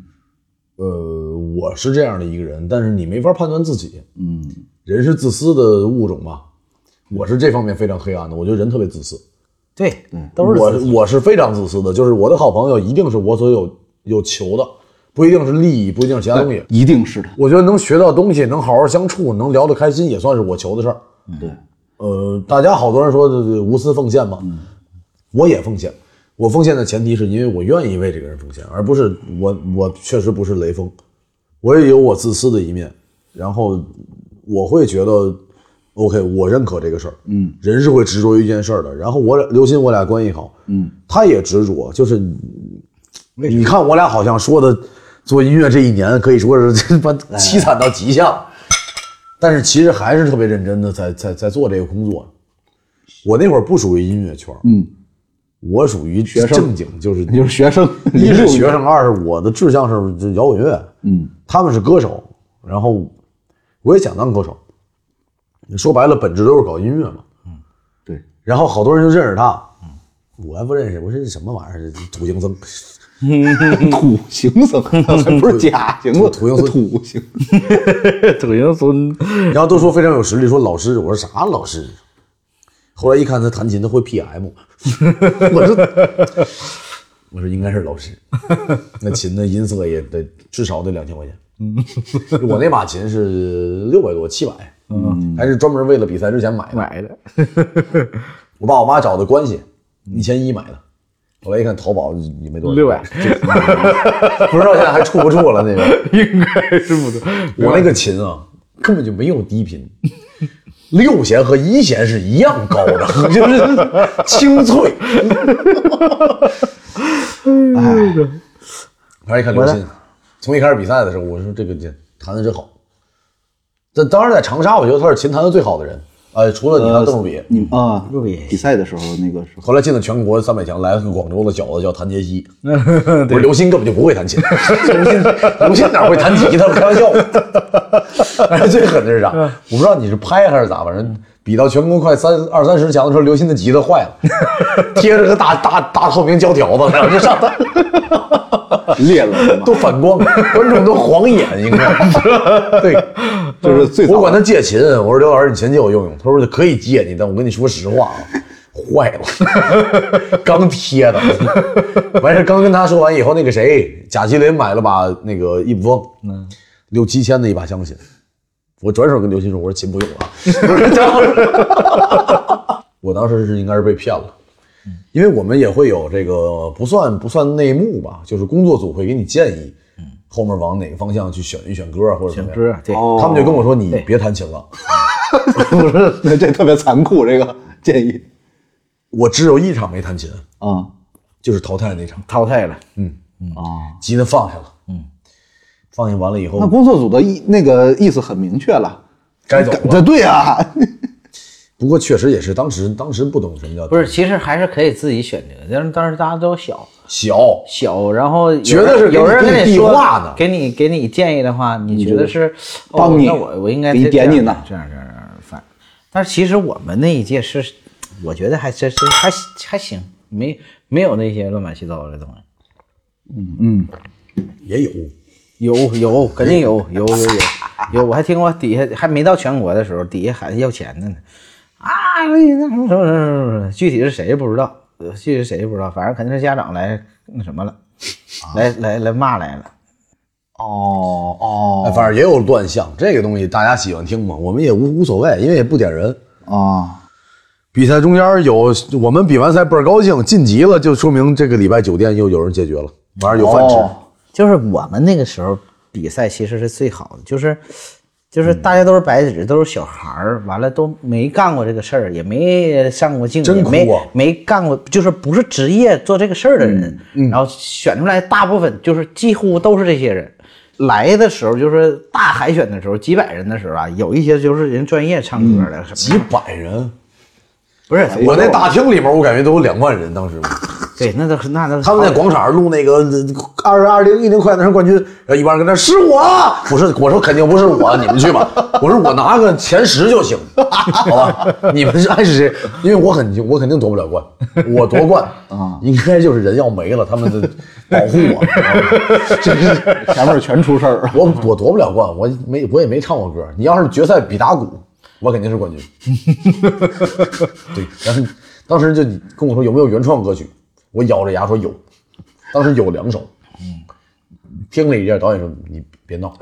Speaker 3: 呃，我是这样的一个人，但是你没法判断自己，嗯，人是自私的物种嘛。我是这方面非常黑暗的，我觉得人特别自私，
Speaker 2: 对，都是
Speaker 3: 我我是非常自私的，就是我的好朋友一定是我所有有求的，不一定是利益，不一定是其 他东西，
Speaker 4: 一定是他。
Speaker 3: 我觉得能学到东西，能好好相处，能聊得开心，也算是我求的事儿。
Speaker 4: 对，
Speaker 3: 呃，大家好多人说这这无私奉献嘛，我也奉献，我奉献的前提是因为我愿意为这个人奉献，而不是我我确实不是雷锋，我也有我自私的一面，然后我会觉得，OK，我认可这个事儿，嗯，人是会执着于一件事儿的。然后我俩刘鑫我俩关系好，嗯，他也执着，就是你看我俩好像说的做音乐这一年可以说是这妈凄惨到极限，但是其实还是特别认真的在在在做这个工作。我那会儿不属于音乐圈，嗯，我属于学
Speaker 4: 生
Speaker 3: 正经，就是
Speaker 4: 就是学生，
Speaker 3: 一是学生，二是我的志向是这摇滚乐，嗯，他们是歌手，然后我也想当歌手。说白了，本质都是搞音乐嘛，嗯，
Speaker 4: 对。
Speaker 3: 然后好多人就认识他，嗯我还不认识，我说这什么玩意儿，这土行僧，
Speaker 4: 土行 僧，还不是假行僧，
Speaker 3: 土行僧
Speaker 4: 土行僧
Speaker 2: 土行孙，
Speaker 3: 然后都说非常有实力，说老师，我说啥老师？后来一看他弹琴，他会 PM，我说我说应该是老师， 那琴的音色也得至少得两千块钱。我那把琴是六百多，七百，嗯，还是专门为了比赛之前买的。
Speaker 2: 买的，
Speaker 3: 我爸我妈找的关系，一千一买的，后来一看淘宝也没多少，
Speaker 2: 600
Speaker 3: 就，不知道现在还处不处了那个。
Speaker 2: 应该是不错。
Speaker 3: 我那个琴啊，根本就没有低频，六弦和一弦是一样高的， 就是清脆。
Speaker 4: 哎，
Speaker 3: 然后一看刘鑫，从一开始比赛的时候，我说这个这弹的真好。这当然在长沙，我觉得他是琴弹的最好的人，呃，除了你看邓鲁比。
Speaker 4: 你们啊
Speaker 2: 路比，
Speaker 4: 比赛的时候那个时候，
Speaker 3: 后来进了全国三百强，来了个广州的小子叫谭杰希。我说刘鑫根本就不会弹琴，刘鑫刘鑫哪会弹吉他？开玩笑。 哎但是最狠的是啥？我不知道你是拍还是咋，反正比到全国快三二三十强的时候，刘鑫的吉他坏了，贴着个大大大透明胶条子，然后就上台，
Speaker 4: 裂了是 吗
Speaker 3: 都反光，观众都晃眼，应该。 对，
Speaker 4: 就是最
Speaker 3: 我
Speaker 4: 早
Speaker 3: 管他借琴，我说刘老师，你琴借我用用。他说可以借你，但我跟你说实话啊，坏了， 刚贴的。完事儿刚跟他说完以后，那个谁，贾麒麟买了把那个一峰，嗯，六七千的一把钢琴。我转手跟刘鑫说，我说琴不用了。我当时是应该是被骗了。因为我们也会有这个不算不算内幕吧，就是工作组会给你建议，后面往哪个方向去选一选歌啊，或者怎么样。
Speaker 2: 歌对，
Speaker 4: 哦
Speaker 3: 他们就跟我说：“你别弹琴了。
Speaker 4: 不是，那这特别残酷，这个建议”
Speaker 3: 我只有一场没弹琴，
Speaker 4: 啊
Speaker 3: 就是淘汰那场，
Speaker 2: 淘汰了，
Speaker 4: 啊，
Speaker 3: 吉他放下了。嗯，放下完了以
Speaker 4: 那
Speaker 3: 后，
Speaker 4: 工作组的意那个意思很明确了，
Speaker 3: 该走了。
Speaker 4: 对啊，
Speaker 3: 不过确实也是当时当时不懂什么叫
Speaker 2: 不是，其实还是可以自己选择，但是当时大家都小
Speaker 3: 小，
Speaker 2: 小，然后有人
Speaker 3: 觉得是给
Speaker 2: 有人
Speaker 3: 你
Speaker 2: 跟
Speaker 3: 递
Speaker 2: 说
Speaker 3: 话呢
Speaker 2: 给你给你建议的话，你觉得是哦
Speaker 4: 帮你
Speaker 2: 那我我应该
Speaker 4: 给你
Speaker 2: 这样
Speaker 4: 点你呢
Speaker 2: 这样这样这样反。但是其实我们那一届是，我觉得还真是还还行，没没有那些乱七八糟的东西。
Speaker 3: 也有，
Speaker 2: 有有肯定有有有有有，我还听过底下还没到全国的时候，底下喊要钱的呢，啊，那什么什么什么什么什么，具体是谁不知道，呃具体是谁不知道，反正肯定是家长来那什么了，来来来骂来了，
Speaker 4: 哦
Speaker 3: 哎
Speaker 4: 哦
Speaker 3: 反正也有乱象。这个东西大家喜欢听嘛，我们也无无所谓，因为也不点人。
Speaker 4: 啊，
Speaker 3: 比赛中间有我们比完赛倍儿高兴，晋级了，就说明这个礼拜酒店又有人解决了，完事儿有饭吃。
Speaker 4: 哦
Speaker 2: 就是我们那个时候比赛其实是最好的，就是就是大家都是白纸，都是小孩儿，完了都没干过这个事儿，也没上过镜，
Speaker 3: 真
Speaker 2: 也
Speaker 3: 苦啊
Speaker 2: 没没干过，就是不是职业做这个事儿的人，
Speaker 3: 嗯
Speaker 2: 然后选出来大部分就是几乎都是这些人。来的时候就是大海选的时候，几百人的时候啊，有一些就是人专业唱歌的，什么
Speaker 3: 几百人，
Speaker 2: 不是
Speaker 3: 我那大厅里面，我感觉都有两万人。当时
Speaker 2: 对，那都是那都是
Speaker 3: 他们在广场上录那个二二零一零快男生冠军，然后一帮人跟那是我，我说我说肯定不是我，你们去吧。我说我拿个前十就行，好吧？ 你们是爱是谁？因为我很我肯定夺不了冠，我夺冠啊，应该就是人要没了，他们的保护我。 这是
Speaker 4: 前面全出事儿
Speaker 3: 我我夺不了冠，我没我也没唱过歌。你要是决赛比打鼓，我肯定是冠 军。对，然后当时就跟我说有没有原创歌曲，我咬着牙说有，当时有两首。
Speaker 4: 嗯
Speaker 3: 听了一 下，导演说你别闹，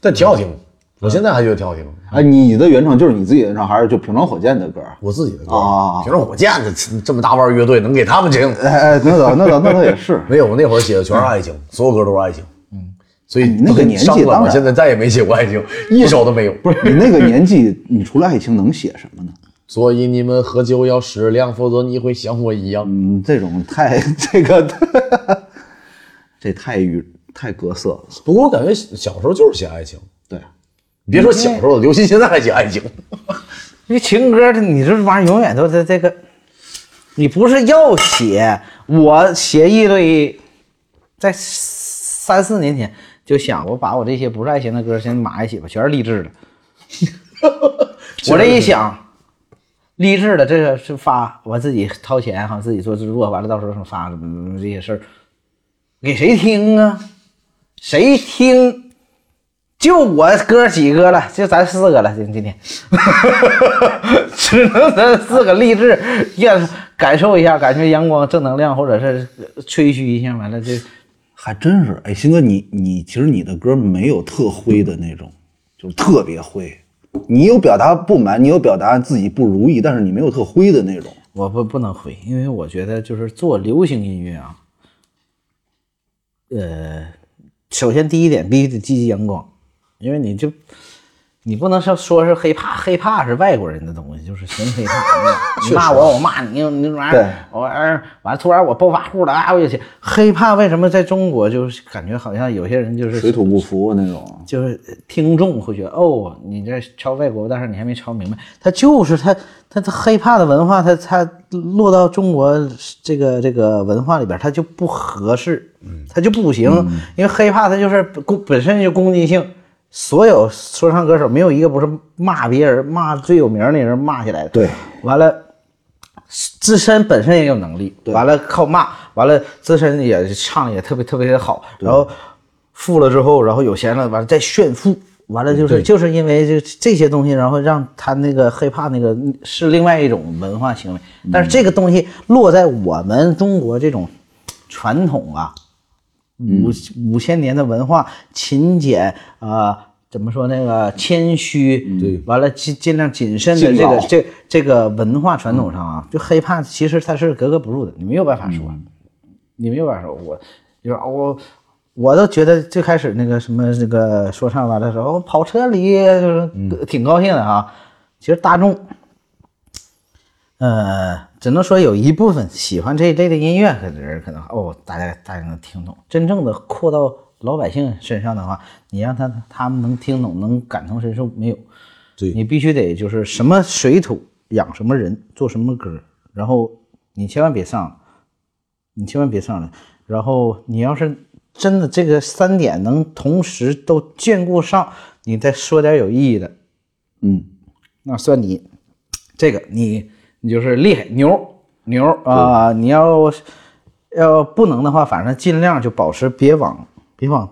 Speaker 3: 但挺好听。我现在还觉得挺好听。
Speaker 4: 哎，你的原创就是你自己的原创，还是就平常火箭的歌？
Speaker 3: 我自己的歌
Speaker 4: 啊，
Speaker 3: 平常火箭的这么大腕乐队能给他们听？，
Speaker 4: 哎哎，那倒那倒那倒也是
Speaker 3: 没有，我那会儿写的全是爱情，所有歌都是爱情。嗯，所以
Speaker 4: 哎你那个年纪
Speaker 3: 伤了
Speaker 4: 当
Speaker 3: 我
Speaker 4: 然
Speaker 3: 现在再也没写过爱 情，一首都没有。
Speaker 4: 不是你那个年纪，你除了爱情能写什么呢？
Speaker 3: 所以你们喝酒要适量，否则你会像我一样。
Speaker 4: 嗯，这种太 这个， 这太与太格色了。
Speaker 3: 不过我感觉小时候就是写爱情，
Speaker 4: 对，
Speaker 3: 你别说小时候了，刘鑫现在还写爱情。
Speaker 2: 因为情歌，你这玩意儿永远都在这个，你不是要写，我写一堆，在三四年前就想，我把我这些不是爱情的歌先码一起吧，全是励志的。我这一想，励志的这个是发我自己掏钱哈，自己做制作，完了到时候什么发什么什么这些事儿，给谁听啊？谁听？就我哥几个了，就咱四个了，今今天，只能咱四个励志，要感受一下，感觉阳光、正能量，或者是吹嘘一下，完了就
Speaker 4: 还真是，哎，鑫哥，你你其实你的歌没有特灰的那种，就是特别灰。你有表达不满，你有表达自己不如意，但是你没有特灰的那种。
Speaker 2: 我不不能回，因为我觉得就是做流行音乐啊，呃，首先第一点必须得积极阳光，因为你就你不能说说是黑怕，黑怕是外国人的东西，就是纯黑怕。你你骂我，我骂你，你这玩意
Speaker 4: 对
Speaker 2: 儿，我玩意儿完了突然我暴发户了啊，我就去黑怕为什么在中国就是感觉好像有些人就是
Speaker 4: 水土不服那种，
Speaker 2: 就是听众会觉得哦，你这抄外国，但是你还没抄明白，他就是他他他黑怕的文化，他他落到中国这个这个文化里边，他就不合适，他就不行，因为黑怕他就是攻本身就攻击性，所有说唱歌手没有一个不是骂别人骂最有名的人骂起来的，
Speaker 4: 对，
Speaker 2: 完了。自身本身也有能力，完了靠骂，完了自身也唱得也特别特别的好，然后富了之后，然后有钱了，完了再炫富，完了就是就是因为这这些东西，然后让他那个黑怕那个是另外一种文化行为，但是这个东西落在我们中国这种传统啊，五
Speaker 4: 嗯
Speaker 2: 五千年的文化勤俭啊、呃怎么说那个谦虚，对，完了尽尽量谨慎的
Speaker 4: 嗯敬
Speaker 2: 这个
Speaker 4: 老
Speaker 2: 这这个文化传统上啊，就黑怕其实它是格格不入的，你没有办法说，你没有办法说，我就是我。我都觉得最开始那个什么那个说唱完了时候，哦跑车里就是挺高兴的啊。其实大众呃，只能说有一部分喜欢这一类的音乐的人，可能哦，大家大家能听懂。真正的扩到老百姓身上的话，你让他他们能听懂、能感同身受没有？
Speaker 3: 对
Speaker 2: 你必须得就是什么水土养什么人，做什么歌，然后你千万别上来，你千万别上来。然后你要是真的这个三点能同时都兼顾上，你再说点有意义的，
Speaker 4: 嗯，
Speaker 2: 那算你这个你你就是厉害牛牛啊、你要要不能的话，反正尽量就保持别往别往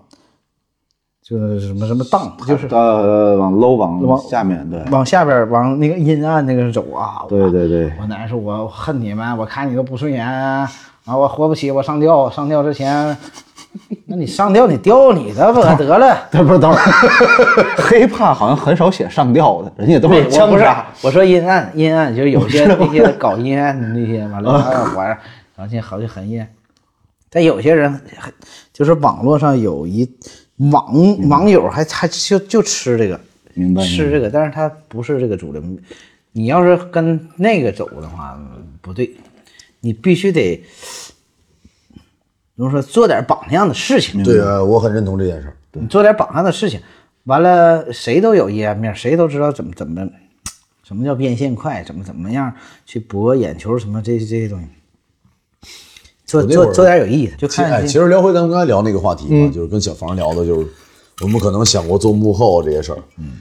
Speaker 2: 就是什么什么荡，就是
Speaker 4: 呃往 low 往
Speaker 2: 往
Speaker 4: 下面，对
Speaker 2: 往下边儿往那个阴暗那个走啊。
Speaker 4: 对对对，
Speaker 2: 我难受，我恨你们，我看你都不顺眼啊，我活不起，我上吊，上吊之前，那你上吊你吊你的吧，得了。
Speaker 4: 但不是 等会儿，黑怕好像很少写上吊的，人家都
Speaker 2: 对，
Speaker 4: 是
Speaker 2: 我不
Speaker 4: 枪
Speaker 2: 是
Speaker 4: 杀。，
Speaker 2: 我说阴暗，阴暗就是有 些那些搞阴暗的那些完了，哎
Speaker 4: 啊
Speaker 2: 呀我然后现在好像很阴暗。但有些人还就是网络上有一网网友还还就就吃这个，
Speaker 4: 明白
Speaker 2: 吃这个，但是他不是这个主流。你要是跟那个走的话，不对，你必须得，怎么说，做点榜样的事
Speaker 4: 嗯
Speaker 2: 情。
Speaker 3: 对啊，我很认同这件事儿。
Speaker 2: 你做点榜上的事情，完了谁都有一面，谁都知道怎么怎么，什么叫变现快，怎么怎么样去博眼球，什么这这些东西，做
Speaker 3: 我那会儿
Speaker 2: 做做点有意义的，就
Speaker 3: 其
Speaker 2: 看
Speaker 3: 哎，其实聊回咱们刚才聊那个话题嘛，就是跟小房聊的，就是我们可能想过做幕后这些事儿。嗯，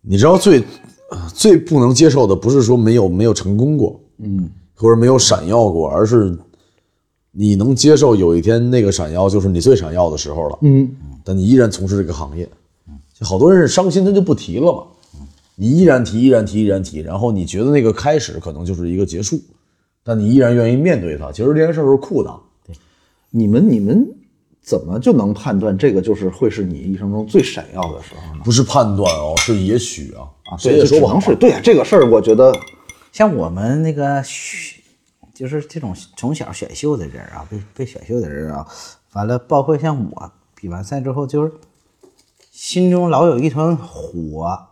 Speaker 3: 你知道最呃最不能接受的，不是说没有没有成功过，嗯，或者没有闪耀过，而是你能接受有一天那个闪耀就是你最闪耀的时候了，嗯，但你依然从事这个行业，就好多人是伤心他就不提了嘛，你依然提，依然提，依然提，然后你觉得那个开始可能就是一个结束。但你依然愿意面对它，其实这件事儿是酷的，
Speaker 4: 你们你们怎么就能判断这个就是会是你一生中最闪耀的时候呢？
Speaker 3: 不是判断哦，是也许啊，
Speaker 4: 啊，
Speaker 3: 谁也
Speaker 4: 对
Speaker 3: 说
Speaker 4: 这
Speaker 3: 不
Speaker 4: 只
Speaker 3: 好
Speaker 4: 能。是对呀、这个事儿，我觉得
Speaker 2: 像我们那个选，就是这种从小选秀的人啊，被被选秀的人啊，完了，包括像我比完赛之后，就是心中老有一团火，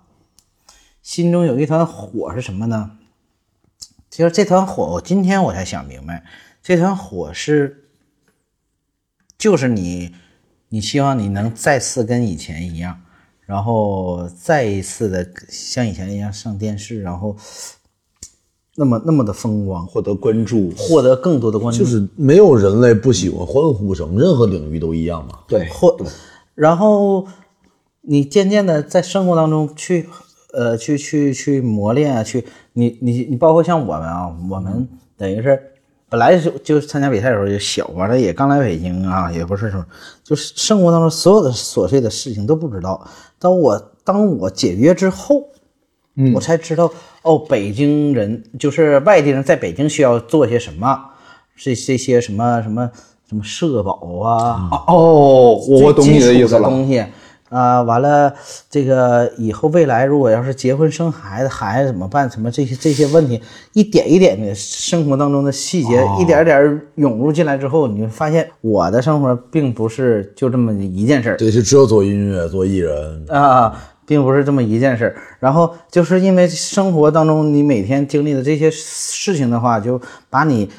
Speaker 2: 心中有一团火是什么呢？其实这团火，我今天我才想明白，这团火是，就是你，你希望你能再次跟以前一样，然后再一次的像以前一样上电视，然后那么那么的风光，
Speaker 4: 获得关注，
Speaker 2: 获得更多的关注，
Speaker 3: 就是没有人类不喜欢欢呼声，任何领域都一样嘛。
Speaker 4: 对，
Speaker 2: 或，然后你渐渐的在生活当中去，呃，去去去磨练啊，去你你你包括像我们啊，我们等于是本来就就参加比赛的时候也小，完了也刚来北京啊，也不是说就是生活当中所有的琐碎的事情都不知道。当我当我解约之后，
Speaker 4: 嗯
Speaker 2: 我才知道哦，北京人就是外地人在北京需要做些什么，这这些什么什么什么社保啊，
Speaker 4: 哦，我我懂你的意思
Speaker 2: 最基础
Speaker 4: 了。
Speaker 2: 东西啊、完了，这个以后未来如果要是结婚生孩子，孩子怎么办？什么这些这些问题，一点一点的生活当中的细节，
Speaker 4: 哦
Speaker 2: 一点点儿涌入进来之后，你会发现我的生活并不是就这么一件事儿。
Speaker 3: 对，就只有做音乐、做艺人，
Speaker 2: 啊，并不是这么一件事儿。然后就是因为生活当中你每天经历的这些事情的话，就把你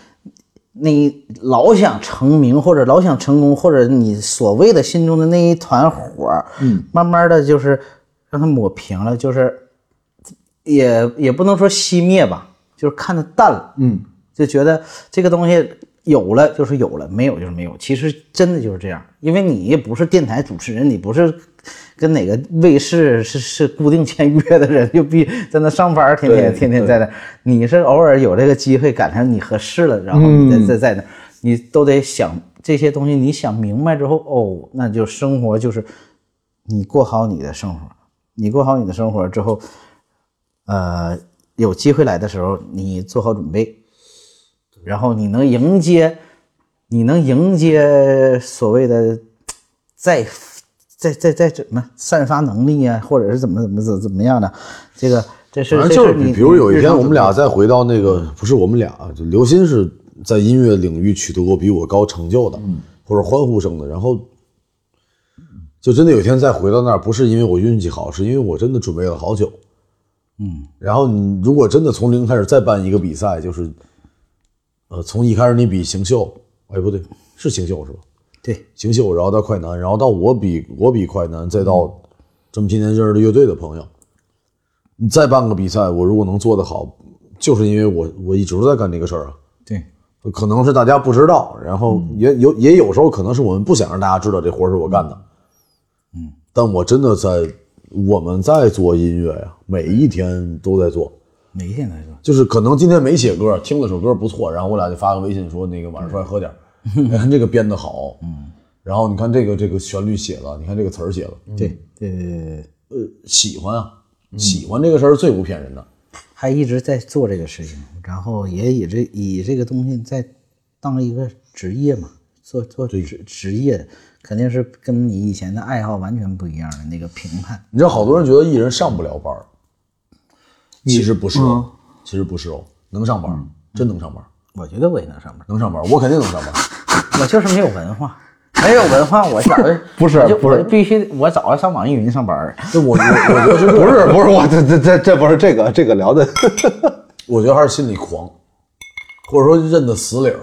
Speaker 2: 你老想成名或者老想成功，或者你所谓的心中的那一团火，嗯，慢慢的就是让它抹平了，就是也也不能说熄灭吧，就是看得淡了，嗯，就觉得这个东西有了就是有了，没有就是没有。其实真的就是这样，因为你也不是电台主持人，你不是跟哪个卫视是是固定签约的人，就必在那上班，天天天天在那，你是偶尔有这个机会赶上你合适了，然后你再再在那，你都得想这些东西，你想明白之后，哦，那就生活就是你过好你的生活，你过好你的生活之后。呃，有机会来的时候，你做好准备，然后你能迎接，你能迎接所谓的再再再再怎么散发能力啊，或者是怎么怎么怎么怎么样的，这个这是
Speaker 3: 反
Speaker 2: 这
Speaker 3: 正就是
Speaker 2: 你
Speaker 3: 比比如有一
Speaker 2: 日常
Speaker 3: 天我们俩
Speaker 2: 准备
Speaker 3: 再回到那个，不是我们俩啊，就刘鑫是在音乐领域取得过比我高成就的，
Speaker 2: 嗯
Speaker 3: 或者欢呼声的，然后就真的有一天再回到那儿，不是因为我运气好，是因为我真的准备了好久。嗯，然后你如果真的从零开始再办一个比赛，就是，呃，从一开始你比邢秀，哎不对，是邢秀是吧？
Speaker 2: 对
Speaker 3: 邢秀，然后到快男，然后到我比我比快男，再到这么些年认识的乐队的朋友，你再办个比赛，我如果能做得好，就是因为我我一直都在干这个事儿啊。
Speaker 2: 对
Speaker 3: 可能是大家不知道，然后也有也有时候可能是我们不想让大家知道这活儿是我干的，嗯，但我真的在我们在做音乐呀，每一天都在做，
Speaker 2: 每一天来说，
Speaker 3: 就是可能今天没写歌，听了首歌不错，然后我俩就发个微信说那个晚上出来喝点儿，你看这个编得好，嗯，然后你看这个这个旋律写了，你看这个词儿写了，
Speaker 2: 对对对对对，
Speaker 3: 喜欢啊，喜欢这个事儿是最不骗人的，
Speaker 2: 还一直在做这个事情，然后也以这以这个东西在当一个职业嘛，做做职职业的，肯定是跟你以前的爱好完全不一样的那个评判。
Speaker 3: 你知道好多人觉得艺人上不了班儿，其实不是哦，其实不是哦，能上班儿，真能上班儿，
Speaker 2: 我觉得我也能上班，
Speaker 3: 能上班儿，我肯定能上班儿。
Speaker 2: 我就是没有文化，没有文化，我早就
Speaker 4: 不是
Speaker 2: 我就
Speaker 4: 不是
Speaker 2: 我就必须得我早上上网易云上班儿。
Speaker 3: 就我我我 觉得就是，
Speaker 4: 不是不是，我这这这这不是这个这个聊的，
Speaker 3: 我觉得还是心里狂，或者说认得死理儿。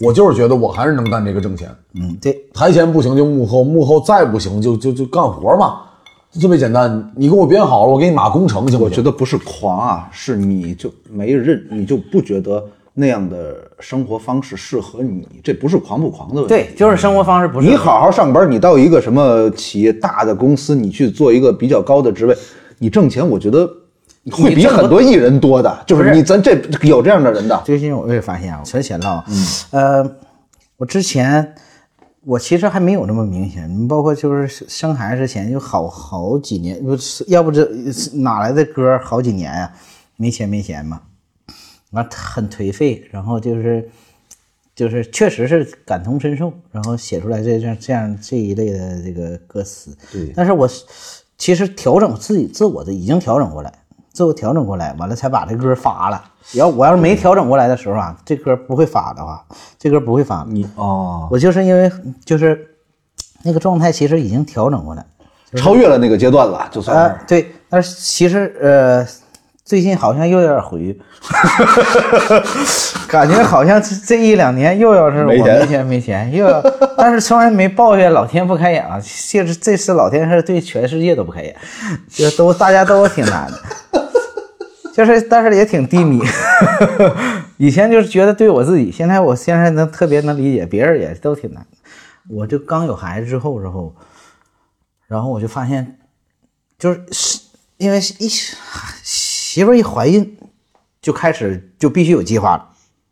Speaker 3: 我就是觉得我还是能干这个挣钱，
Speaker 2: 嗯，对，
Speaker 3: 台前不行就幕后，幕后再不行就就就干活嘛，就特别简单。你给我编好了，我给你码工程行不
Speaker 4: 我觉
Speaker 3: 行？
Speaker 4: 得不是狂啊，是你就没认，你就不觉得那样的生活方式适合你，这不是狂不狂的问题。
Speaker 2: 对，就是生活方式不是
Speaker 4: 你好好上班，你到一个什么企业大的公司，你去做一个比较高的职位，你挣钱，我觉得会
Speaker 2: 你
Speaker 4: 比
Speaker 2: 挣不
Speaker 4: 很多艺人多的。就是你咱这有这样的人的，
Speaker 2: 最近我也发现啊，纯闲唠。嗯，呃，我之前我其实还没有那么明显，你包括就是生孩子之前就好好几年，不是要不这哪来的歌好几年啊呀、没钱没钱嘛，完很颓废，然后就是就是确实是感同身受，然后写出来这这样这样这一类的这个歌词。对，但是我是其实调整自己自我的已经调整过来，自我调整过来，完了才把这歌发了。要我要是没调整过来的时候啊，这歌不会发的话，这歌不会发的。
Speaker 4: 你哦，
Speaker 2: 我就是因为就是那个状态，其实已经调整过来。
Speaker 4: 超越了那个阶段了，就算
Speaker 2: 呃
Speaker 4: 是，
Speaker 2: 对，但是其实呃，最近好像又有点回， 感觉好像这这一两年又要是我
Speaker 4: 没
Speaker 2: 没
Speaker 4: 钱
Speaker 2: 钱没钱，又要， 但是从来没抱怨老天不开眼啊，这是这次老天是对全世界都不开眼，就都大家都挺难的。 就是，但是也挺低迷。 以前就是觉得对我自己，现在我现在能特别能理解，别人也都挺难的。我就刚有孩子之后，然后，然后我就发现，就是是因为一媳妇儿一怀孕，就开始就必须有计划了。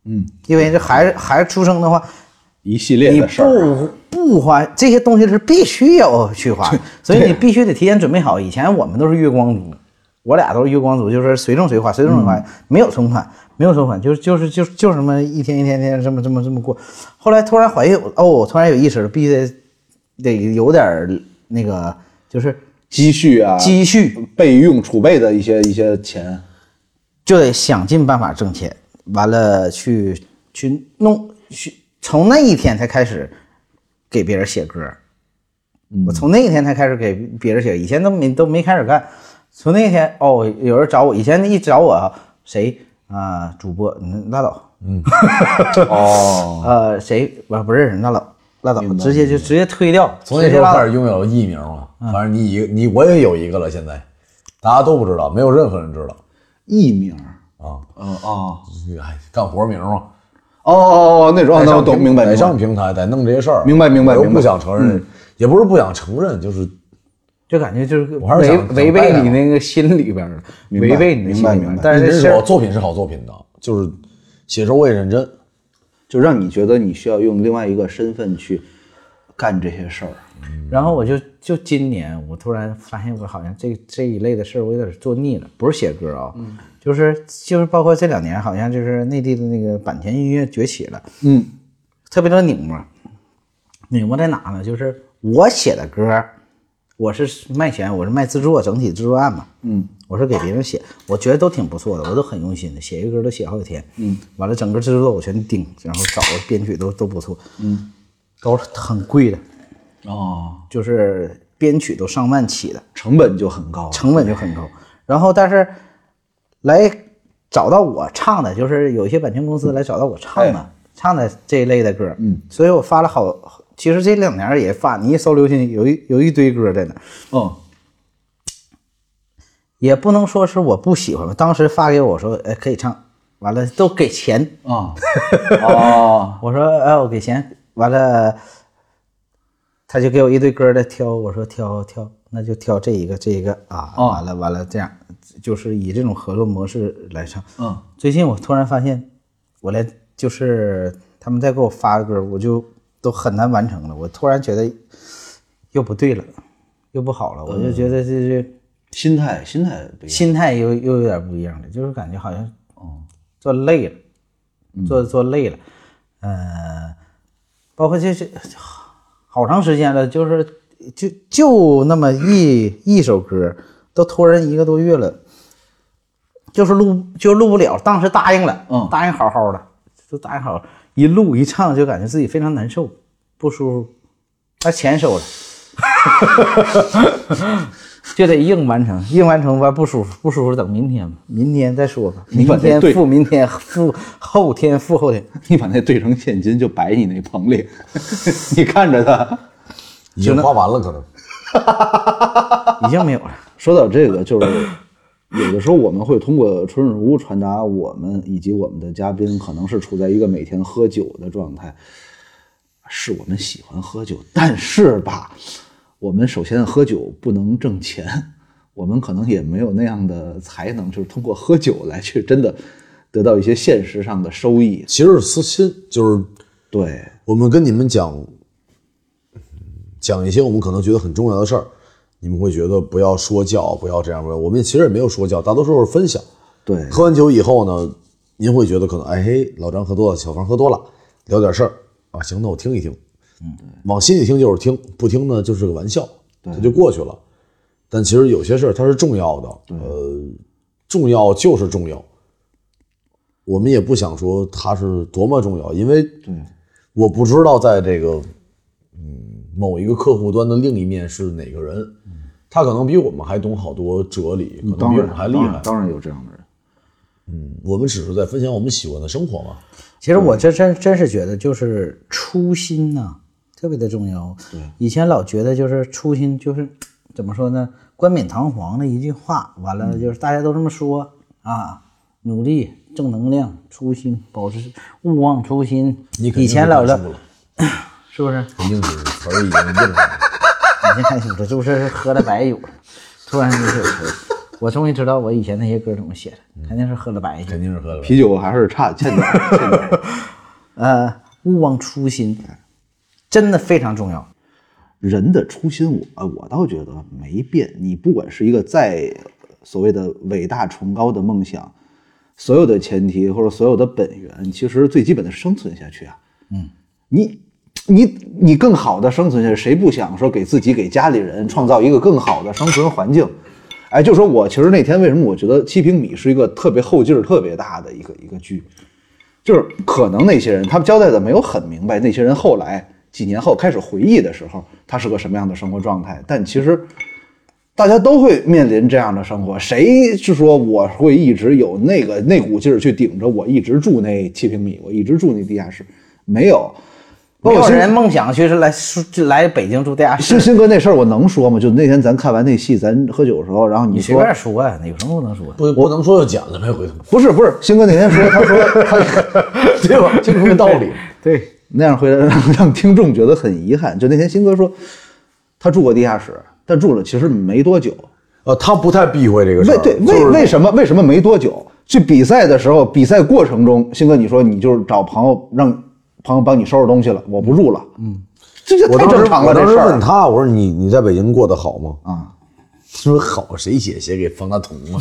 Speaker 2: 嗯，因为这孩子孩子出生的话，
Speaker 4: 一系列
Speaker 2: 你
Speaker 4: 的事儿。
Speaker 2: 不不花这些东西是必须要去花的，所以你必须得提前准备好。以前我们都是月光族，我俩都是月光族，就是随种谁花随种谁花，没有存款，没有存款，就是就是就是就是什么一天一天天这么这么这么过。后来突然怀孕，哦，我突然有意识了，必须得得有点儿那个，就是
Speaker 4: 积蓄啊，
Speaker 2: 积蓄，
Speaker 4: 备用储备的一些一些钱，
Speaker 2: 就得想尽办法挣钱，完了去去弄去，从那一天才开始给别人写歌。我从那一天才开始给别人写，以前都没都没开始干。从那天哦，有人找我，以前一找我谁啊、主播嗯拉倒，
Speaker 4: 哦，
Speaker 2: 呃谁我不认识拉倒拉倒，直接就直接推掉，
Speaker 3: 从那
Speaker 2: 直接
Speaker 3: 时候
Speaker 2: 拉倒
Speaker 3: 开始拥有了艺名了，
Speaker 4: 嗯
Speaker 3: 反正你一你我也有一个了，现在大家都不知道，没有任何人知道
Speaker 4: 艺名儿，
Speaker 3: 啊。
Speaker 4: 嗯哦
Speaker 3: 哎，干活名嘛，
Speaker 4: 哦哦哦，那种，
Speaker 3: 得
Speaker 4: 那我
Speaker 3: 上
Speaker 4: 懂，
Speaker 3: 平
Speaker 4: 明白，
Speaker 3: 得
Speaker 4: 明白
Speaker 3: 上平台，得弄这些事儿。
Speaker 4: 明白明白
Speaker 3: 我又
Speaker 4: 明白嗯
Speaker 3: 不想承认，也不是不想承认，就是
Speaker 2: 就感觉就是
Speaker 3: 我还是
Speaker 2: 违
Speaker 3: 想
Speaker 2: 违背
Speaker 3: 想
Speaker 2: 你
Speaker 3: 办法
Speaker 2: 那个心里边儿了，
Speaker 4: 白
Speaker 2: 违背你的
Speaker 4: 明
Speaker 2: 心
Speaker 4: 白
Speaker 2: 里
Speaker 4: 明
Speaker 2: 边儿
Speaker 4: 白。
Speaker 2: 但是
Speaker 3: 一
Speaker 2: 这
Speaker 3: 直
Speaker 2: 事
Speaker 3: 说
Speaker 2: 儿
Speaker 3: 作品是好作品的，就是写时候我也认真。
Speaker 4: 就让你觉得你需要用另外一个身份去干这些事儿。
Speaker 2: 然后我就就今年，我突然发现我好像这这一类的事儿，我有点做腻了，不是写歌啊、就是就是包括这两年，好像就是内地的那个版权音乐崛起了，
Speaker 4: 嗯，
Speaker 2: 特别的拧巴。拧巴在哪呢？就是我写的歌，我是卖钱，我是卖制作，整体制作案嘛。嗯，我是给别人写，我觉得都挺不错的，我都很用心的，写一个歌都写好几天。嗯，完了整个制作我全盯，然后找的编曲都都不错。嗯，都是很贵的。
Speaker 4: 哦，
Speaker 2: 就是编曲都上万起的，
Speaker 4: 成本就很高。
Speaker 2: 成本就很高。然后但是来找到我唱的，就是有一些版权公司来找到我唱的，唱的这一类的歌，嗯，所以我发了好，其实这两年也发，你一搜流行有一有一堆歌在那儿，
Speaker 4: 嗯，
Speaker 2: 也不能说是我不喜欢吧，当时发给我说，哎，可以唱，完了都给钱，
Speaker 4: 啊， 哦，
Speaker 2: 我说哎，我给钱，完了，他就给我一堆歌儿的挑，我说挑挑，那就挑这一个这一个啊，完了完了，这样就是以这种合作模式来唱。
Speaker 4: 嗯，
Speaker 2: 最近我突然发现，我连就是他们在给我发的歌儿，我就都很难完成了。我突然觉得又不对了，又不好了，我就觉得这这。
Speaker 4: 心态心态不一样。
Speaker 2: 心态又又有点不一样了，就是感觉好像做累了，做做累了，呃，包括这这好长时间了，就是就就那么一一首歌，都拖人一个多月了，就是录就录不了，当时答应了，
Speaker 4: 嗯
Speaker 2: 答应好好的，就答应好，一录一唱就感觉自己非常难受，不舒服，把钱收了。 就得硬完成，硬完成完不舒服，不舒服等明天吧，明天再说吧，明
Speaker 4: 把这
Speaker 2: 天
Speaker 4: 对
Speaker 2: 付，明天付，后天付后天。
Speaker 4: 你把那兑成现金就摆你那棚里， 你看着它。
Speaker 3: 已经花完了，可能
Speaker 2: 已经没有了。
Speaker 4: 说到这个，就是有的时候我们会通过春日屋传达我们以及我们的嘉宾可能是处在一个每天喝酒的状态，是我们喜欢喝酒，但是吧，我们首先喝酒不能挣钱，我们可能也没有那样的才能，就是通过喝酒来去真的得到一些现实上的收益。
Speaker 3: 其实是私心，就是
Speaker 4: 对，
Speaker 3: 我们跟你们讲讲一些我们可能觉得很重要的事儿，你们会觉得不要说教，不要这样，不要。我们其实也没有说教，大多数是分享。
Speaker 4: 对，
Speaker 3: 喝完酒以后呢，您会觉得可能哎嘿，老张喝多了，小芳喝多了，聊点事儿啊，行，那我听一听，嗯，往心里听就是听，不听呢就是个玩笑，它就过去了。但其实有些事儿它是重要的，呃，重要就是重要。我们也不想说它是多么重要，因为我不知道在这个嗯某一个客户端的另一面是哪个人，他可能比我们还懂好多哲理，可能
Speaker 4: 当
Speaker 3: 比我
Speaker 4: 然
Speaker 3: 们还厉害。
Speaker 4: 当然有这样的人。
Speaker 3: 我们只是在分享我们喜欢的生活嘛。
Speaker 2: 其实我这真真是觉得，就是初心呐、特别的重要。对，以前老觉得就是初心，就是怎么说呢，冠冕堂皇的一句话，完
Speaker 3: 嗯
Speaker 2: 了就是大家都这么说啊，努力、正能量、初心，保持勿忘初心。
Speaker 3: 你肯定
Speaker 2: 以前老
Speaker 3: 是看书了
Speaker 2: 是不是？
Speaker 3: 肯定是词儿已经硬上了。
Speaker 2: 你先看清楚，这不是喝了白 酒了，突然就有词儿。我终于知道我以前那些歌怎么写的，
Speaker 3: 嗯
Speaker 2: 肯定是喝了白酒。
Speaker 3: 肯定 是喝了吧。
Speaker 4: 啤酒还是差欠点儿，欠点儿。
Speaker 2: 呃，勿忘初心，真的非常重要。
Speaker 4: 人的初心我，啊我倒觉得没变。你不管是一个再所谓的伟大崇高的梦想，所有的前提或者所有的本源，其实最基本的是生存下去啊。嗯，你你你更好的生存下去，谁不想说给自己给家里人创造一个更好的生存环境？哎，就说我其实那天为什么我觉得《七平米》是一个特别后劲儿特别大的一个一个剧，就是可能那些人他们交代的没有很明白，那些人后来几年后开始回忆的时候，他是个什么样的生活状态，但其实。大家都会面临这样的生活，谁是说我会一直有那个那股劲儿去顶着？我一直住那七平米，我一直住那地下室，没有。包
Speaker 2: 没
Speaker 4: 括
Speaker 2: 有
Speaker 4: 现
Speaker 2: 人梦想就是来就来北京住地下室
Speaker 4: 是，新哥那事儿我能说吗？就那天咱看完那戏，咱喝酒的时候，然后你
Speaker 2: 你随
Speaker 4: 说
Speaker 2: 便说呀、有什么不能说？
Speaker 3: 不，不能说就剪了呗，回 头
Speaker 4: 不是不是，新哥那天说他说 他
Speaker 3: 对吧？这个道理。
Speaker 2: 对，
Speaker 4: 那样会让 让听众觉得很遗憾。就那天新哥说他住过地下室，但住了其实没多久。
Speaker 3: 呃，他不太避讳这个事
Speaker 4: 为
Speaker 3: 儿。
Speaker 4: 对
Speaker 3: 就
Speaker 4: 为
Speaker 3: 是
Speaker 4: 为什么为什么没多久？去比赛的时候，比赛过程中，新哥你说你就是找朋友让朋友帮你收拾东西了，我不住了，嗯，这就
Speaker 3: 我
Speaker 4: 太
Speaker 3: 当时
Speaker 4: 正常了
Speaker 3: 我
Speaker 4: 这
Speaker 3: 当时
Speaker 4: 事儿
Speaker 3: 问。他，我说你你在北京过得好吗？
Speaker 4: 啊
Speaker 3: 他说好，谁写写给方大同啊？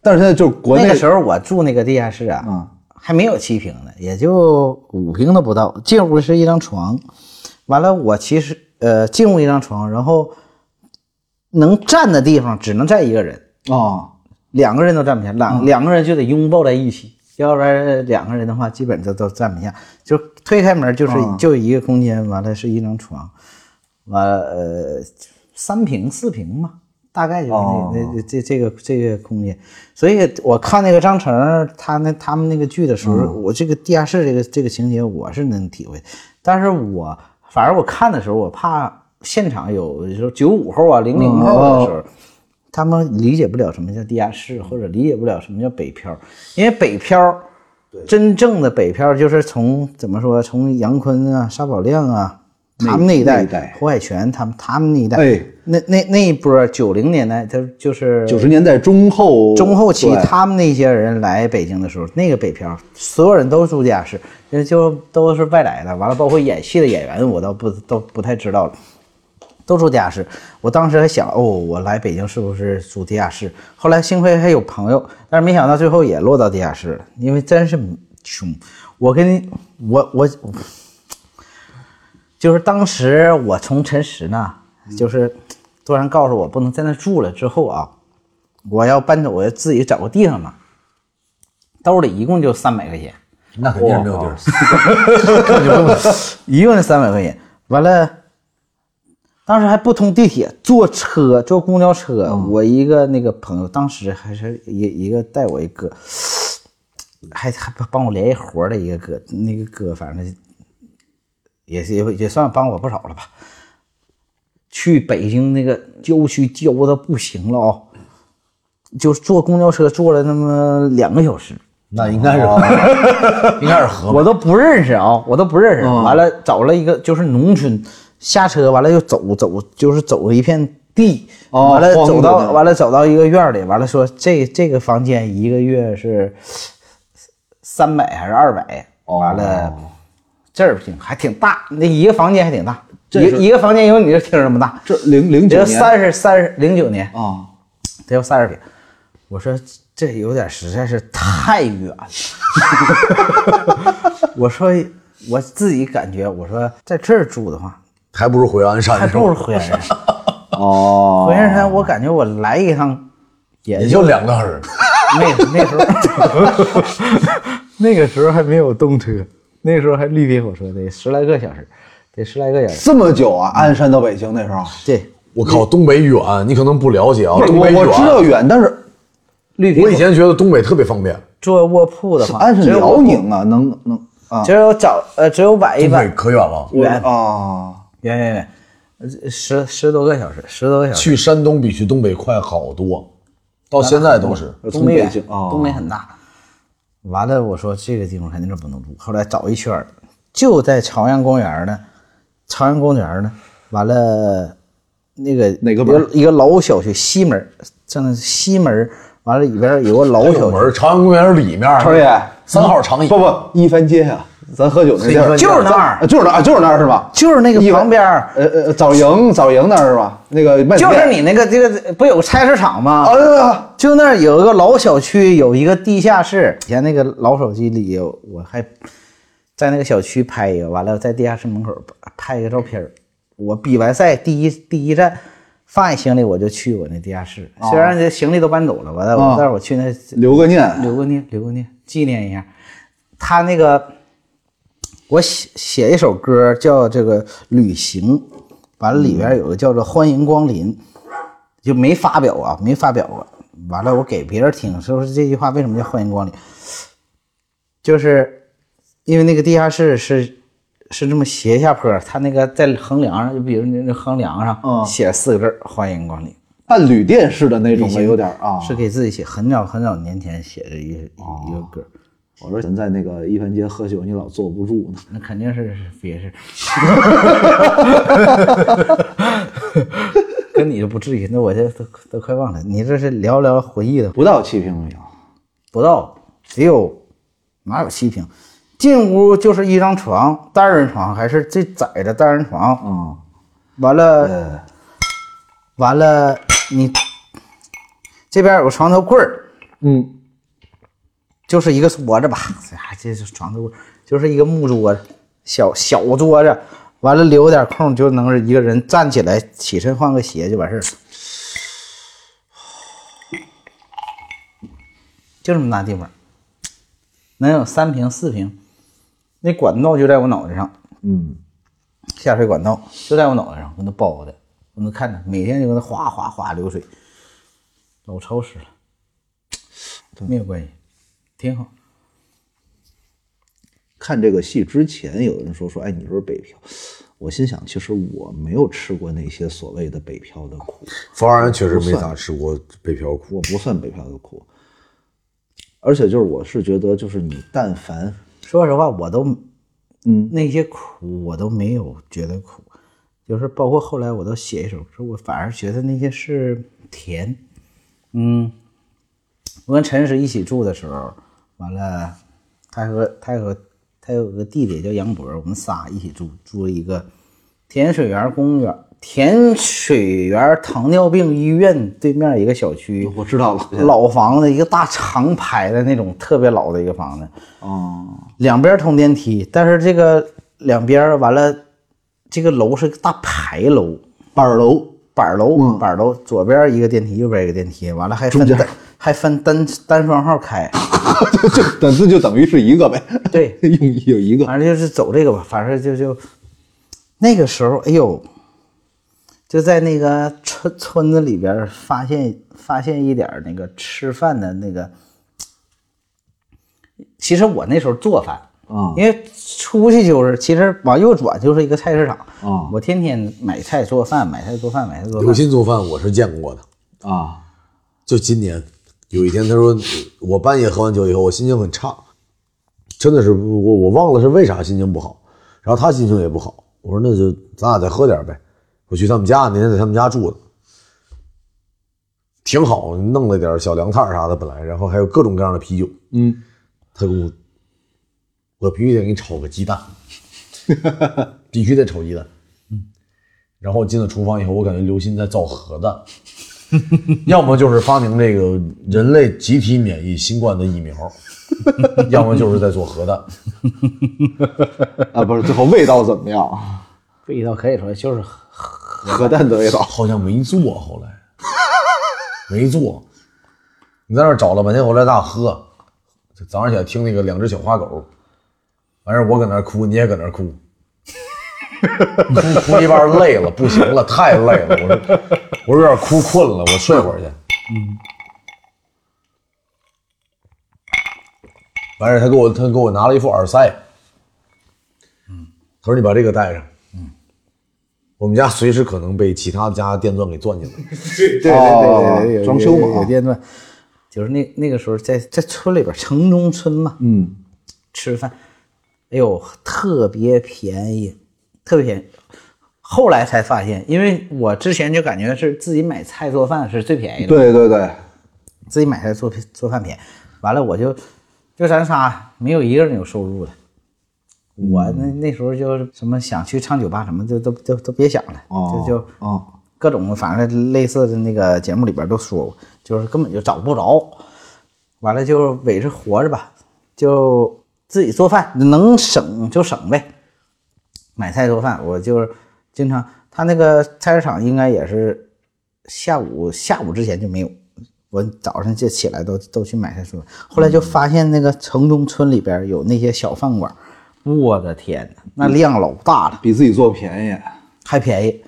Speaker 4: 但是现在就是国
Speaker 2: 那
Speaker 4: 内
Speaker 2: 个时候我住那个地下室啊，
Speaker 4: 嗯
Speaker 2: 还没有七平呢，也就五平都不到。进屋是一张床，完了我其实呃进屋一张床，然后能站的地方只能站一个人，
Speaker 4: 啊，
Speaker 2: 两个人都站不下，两、两个人就得拥抱在一起，要不然两个人的话基本都都站不下。就推开门就是、就一个空间，完了是一张床，完了呃三平四平嘛，大概就是那、那这这个这个空间。所以我看那个张成儿他那他们那个剧的时候，我这个地下室这个这个情节我是能体会，但是我反正我看的时候我怕。现场有就是九五后啊、零零后的时候，他们理解不了什么叫地下室，或者理解不了什么叫北漂，因为北漂，真正的北漂就是从怎么说，从杨坤啊、沙宝亮啊，他们那一
Speaker 4: 那
Speaker 2: 代，
Speaker 4: 一代
Speaker 2: 胡海泉他们他们那一代，
Speaker 4: 哎
Speaker 2: 那那那一波九零年代，他就是
Speaker 4: 九十年代中后
Speaker 2: 中后期
Speaker 4: 对
Speaker 2: 他们那些人来北京的时候，那个北漂，所有人都住地下室，就就都是外来的。完了，包括演戏的演员，我倒不都不太知道了，都住地下室。我当时还想，哦，我来北京是不是住地下室？后来幸亏还有朋友，但是没想到最后也落到地下室了，因为真是穷。我跟你，我我就是当时我从陈实呢，就是突然告诉我不能在那住了之后啊，我要搬走，我要自己找个地方嘛。兜里一共就三百块钱，
Speaker 3: 那肯定是没有地儿。
Speaker 2: 一共就三百块钱。完了，当时还不通地铁，坐车坐公交车。我一个那个朋友，当时还是一一个带我一哥，还还帮我联系活儿的一个哥，那个哥反正也是也也算帮我不少了吧。去北京那个郊区郊的不行了啊、就坐公交车坐了那么两个小时，
Speaker 3: 那应该是，
Speaker 4: 哦
Speaker 3: 应该是河吧。
Speaker 2: 我都不认识啊，我都不认识。
Speaker 4: 嗯
Speaker 2: 完了找了一个就是农村，下车完了又走走，就是走一片地，
Speaker 4: 哦
Speaker 2: 完了
Speaker 4: 荒
Speaker 2: 走
Speaker 4: 的那
Speaker 2: 到
Speaker 4: 种
Speaker 2: 完了走到一个院儿里，完了说这这个房间一个月是三百还是二百？
Speaker 4: 哦
Speaker 2: 完了这儿挺还挺大，那一个房间还挺大，
Speaker 4: 这是
Speaker 2: 一一个房间有你这厅这么大，
Speaker 4: 这零
Speaker 2: 得
Speaker 4: 零九
Speaker 2: 有
Speaker 4: 年
Speaker 2: 三十三十零九年
Speaker 4: 啊，
Speaker 2: 得有三十平。我说这有点实在是太远了。 我说我自己感觉，我说在这儿住的话，
Speaker 3: 还不如回鞍山
Speaker 2: 还
Speaker 3: 呢，是
Speaker 2: 不如
Speaker 3: 吧？
Speaker 2: 回鞍山。
Speaker 4: 哦，
Speaker 2: 回鞍山，我感觉我来一趟也
Speaker 3: 也就两个小时，
Speaker 2: 那那时候， 那个时候还没有动车，那时候还绿皮火车，得十来个小时，得十来个小时。
Speaker 4: 这么久啊，鞍山到北京那时候，
Speaker 2: 对，
Speaker 3: 我靠，东北远，你可能不了解啊，东
Speaker 4: 我
Speaker 3: 北
Speaker 4: 我知道
Speaker 3: 远。
Speaker 4: 远，但是
Speaker 2: 绿皮
Speaker 3: 我以
Speaker 2: 火
Speaker 3: 前觉得东北特别方便，
Speaker 2: 坐卧铺的话，
Speaker 4: 鞍山
Speaker 2: 只有
Speaker 4: 辽宁啊，能能啊
Speaker 2: 只有早呃只有晚一
Speaker 3: 东北
Speaker 2: 晚，
Speaker 3: 可远了。
Speaker 4: 嗯
Speaker 2: 远
Speaker 4: 啊，
Speaker 2: 远远远，呃十十多个小时，十多个小时。
Speaker 3: 去山东比去东北快好多，到现在都是。
Speaker 2: 东呃北
Speaker 4: 从北
Speaker 2: 远
Speaker 4: 京，啊
Speaker 2: 东北很大。完了，我说这个地方肯定是不能住。后来找一圈儿，就在朝阳公园呢，朝阳公园呢，完了那个
Speaker 4: 哪个
Speaker 2: 有
Speaker 4: 门儿
Speaker 2: 一个老小区西门儿，正西门儿，完了里边儿有个老
Speaker 3: 还
Speaker 2: 小
Speaker 3: 有
Speaker 2: 区
Speaker 3: 门，儿，朝阳公园里面，
Speaker 4: 超爷
Speaker 3: 三号长椅
Speaker 4: 不不一番街啊，咱喝酒那地儿
Speaker 3: 黑番街
Speaker 2: 就是那儿
Speaker 4: 啊，就是那儿啊，就是那儿是吧？
Speaker 2: 就是那个
Speaker 4: 一番
Speaker 2: 旁边儿，
Speaker 4: 呃呃，枣营枣营那儿是吧？那个卖酒
Speaker 2: 就是
Speaker 4: 店
Speaker 2: 你那个这个不有个菜市场吗？
Speaker 4: 啊啊啊
Speaker 2: 就那儿有一个老小区，有一个地下室。以前那个老手机里，我还在那个小区拍一个，完了在地下室门口拍一个照片儿。我比完赛第一 第一站，放下行李我就去我那地下室，虽然这行李都搬走了，完了我
Speaker 4: 哦
Speaker 2: 但是我去那
Speaker 4: 留个念，
Speaker 2: 留个念留个念纪念一下。他那个我写写一首歌叫这个《旅行》，完了里
Speaker 4: 嗯
Speaker 2: 边有个叫做《欢迎光临》，就没发表啊，没发表过。完了，我给别人听，说是这句话为什么叫欢迎光临，就是因为那个地下室是是这么斜下坡，他那个在横梁上，就比如那那横梁上
Speaker 4: 嗯
Speaker 2: 写四个字儿“欢迎光临”，
Speaker 4: 办旅店式的那种的，有点儿啊。哦
Speaker 2: 是给自己写，很早很早年前写的一一个歌。
Speaker 4: 我说咱在那个一番街喝酒，你老坐不住呢。
Speaker 2: 那肯定是是别是， 跟你就不至于。那我这都都快忘了，你这是聊聊回忆的，
Speaker 4: 不到七平米啊，
Speaker 2: 不到只有哪有七平？进屋就是一张床，单人床还是最窄的单人床。
Speaker 4: 嗯，
Speaker 2: 完了，完了，你这边有个床头柜儿，
Speaker 4: 嗯，
Speaker 2: 就是一个桌子吧，哎呀，这是床头柜，就是一个木桌子，小小桌子，完了留点空就能是一个人站起来，起身换个鞋就完事儿了，就这么大地方，能有三平四平，那管道就在我脑袋上，
Speaker 4: 嗯，
Speaker 2: 下水管道就在我脑袋上，跟那包的，我能看着，每天就跟那哗哗哗流水，老潮湿了，没有关系，挺好。
Speaker 4: 看这个戏之前，有人说说，哎，你说北漂，我心想，其实我没有吃过那些所谓的北漂的苦，
Speaker 3: 方安确实没咋吃过北漂苦，
Speaker 4: 我不算北漂的苦。而且就是，我是觉得，就是你但 凡
Speaker 2: 说实话，我都，
Speaker 4: 嗯，
Speaker 2: 那些苦我都没有觉得苦，就是包括后来我都写一首歌，我反而觉得那些是甜。嗯，我跟陈实一起住的时候，完了，他和他和他有个弟弟叫杨博，我们仨一起住，住了一个甜水园公园、甜水园糖尿病医院对面一个小区。
Speaker 4: 我知道了，
Speaker 2: 老房子，一个大长排的那种特别老的一个房子，
Speaker 4: 哦，
Speaker 2: 两边通电梯，但是这个两边儿完了，这个楼是个大牌楼，
Speaker 4: 板楼，嗯
Speaker 2: 板楼，板楼，左边一个电梯，右边一个电梯，完了还分单还分单单双号 开，
Speaker 4: 就就等这就等于是一个 呗，
Speaker 2: 对，
Speaker 4: 有有一个，
Speaker 2: 反正就是走这个吧，反正就就那个时候，哎呦，就在那个村村子里边儿发现发现一点儿那个吃饭的那个，其实我那时候做饭。
Speaker 4: 啊
Speaker 2: 因为出去就是，其实往右转就是一个菜市场
Speaker 4: 啊
Speaker 2: 我天天买菜做饭，买菜做饭，买菜做
Speaker 3: 刘
Speaker 2: 饭。
Speaker 3: 鑫做饭我是见过的。
Speaker 4: 啊，
Speaker 3: 就今年有一天，他说我半夜喝完酒以后，我心情很差，真的是我我忘了是为啥心情不好，然后他心情也不好。我说那就咱俩再喝点呗。我去他们家，那天在他们家住的，挺好，弄了点小凉菜啥的，本来，然后还有各种各样的啤酒。
Speaker 4: 嗯，
Speaker 3: 他跟我，我必须得给你炒个鸡蛋，必须得炒鸡蛋。然后我进了厨房以后，我感觉刘鑫在造核弹，要么就是发明这个人类集体免疫新冠的疫苗， 要么就是在做核弹。
Speaker 4: 啊，不是，最后味道怎么样？
Speaker 2: 味道可以说就是
Speaker 4: 核弹的味道。
Speaker 3: 好像没做，后来没做。你在那儿找了半天，回来大喝。早上起来听那个两只小花狗，完事儿我搁那儿哭，你也搁那儿哭，哭哭一半儿累了，不行了，太累了。我说我说有点哭困了，我睡会儿去。完事儿他给我他给我拿了一副耳塞，他说你把这个戴上。我们家随时可能被其他家电钻给钻进来。
Speaker 2: 对
Speaker 4: 对
Speaker 2: 对对对，
Speaker 4: 装修嘛
Speaker 2: 有
Speaker 4: 啊，
Speaker 2: 阶段，就是那那个时候在在村里边，城中村嘛，
Speaker 4: 嗯，
Speaker 2: 吃饭，哎呦，特别便宜，特别便宜。后来才发现，因为我之前就感觉是自己买菜做饭是最便宜的，
Speaker 4: 对对对，
Speaker 2: 自己买菜做做饭便宜。完了，我就就咱仨没有一个人有收入的。我那那时候就是什么想去唱酒吧什么就都都都别想了，
Speaker 4: 哦，
Speaker 2: 就就
Speaker 4: 哦，
Speaker 2: 各种反正类似的那个节目里边都说过，就是根本就找不着。完了就委着活着吧，就自己做饭，能省就省呗。买菜做饭，我就是经常，他那个菜市场应该也是下午下午之前就没有，我早上就起来都都去买菜做饭。后来就发现那个城中村里边有那些小饭馆，我的天呐，那量老大了，
Speaker 4: 比自己做便宜。
Speaker 2: 还便宜。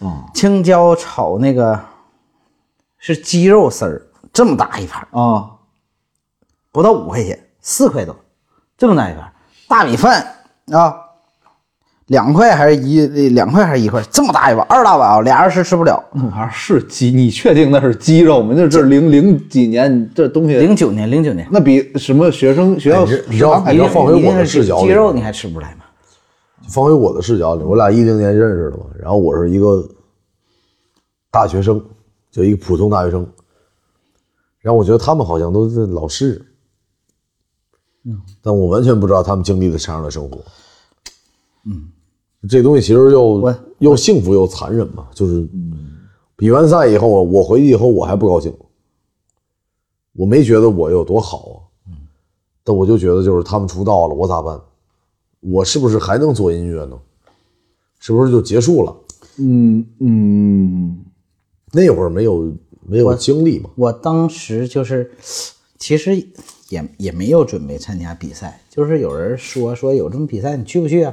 Speaker 3: 嗯
Speaker 4: 哦
Speaker 2: 青椒炒那个是鸡肉丝儿，这么大一盘儿，
Speaker 4: 啊，
Speaker 2: 不到五块钱，四块多，这么大一盘儿。大米饭啊，两块还是一两块还是一块，这么大一碗，二大碗啊，俩人吃吃不了。
Speaker 4: 那玩意儿嗯是鸡？你确定那是鸡肉吗？那这零零几年，这东西
Speaker 2: 零九年，零九年，
Speaker 4: 那比什么学生学校
Speaker 3: 你这你知道，你知道放回
Speaker 2: 一定
Speaker 3: 我的
Speaker 2: 是
Speaker 3: 视角里，
Speaker 2: 鸡肉你还吃不出来吗？
Speaker 3: 放回我的视角里，我俩一零年认识的嘛，然后我是一个大学生，就一个普通大学生，然后我觉得他们好像都是老师，但我完全不知道他们经历了啥样的生活。嗯，这东西其实又
Speaker 2: 我
Speaker 3: 又幸福又残忍嘛，就是比完赛以后，啊我我回去以后我还不高兴，我没觉得我有多好啊，但我就觉得就是他们出道了，我咋办？我是不是还能做音乐呢？是不是就结束了？
Speaker 4: 嗯嗯，
Speaker 3: 那会儿没有没有经历嘛，
Speaker 2: 我当时就是，其实也也没有准备参加比赛，就是有人说说有这么比赛，你去不去啊？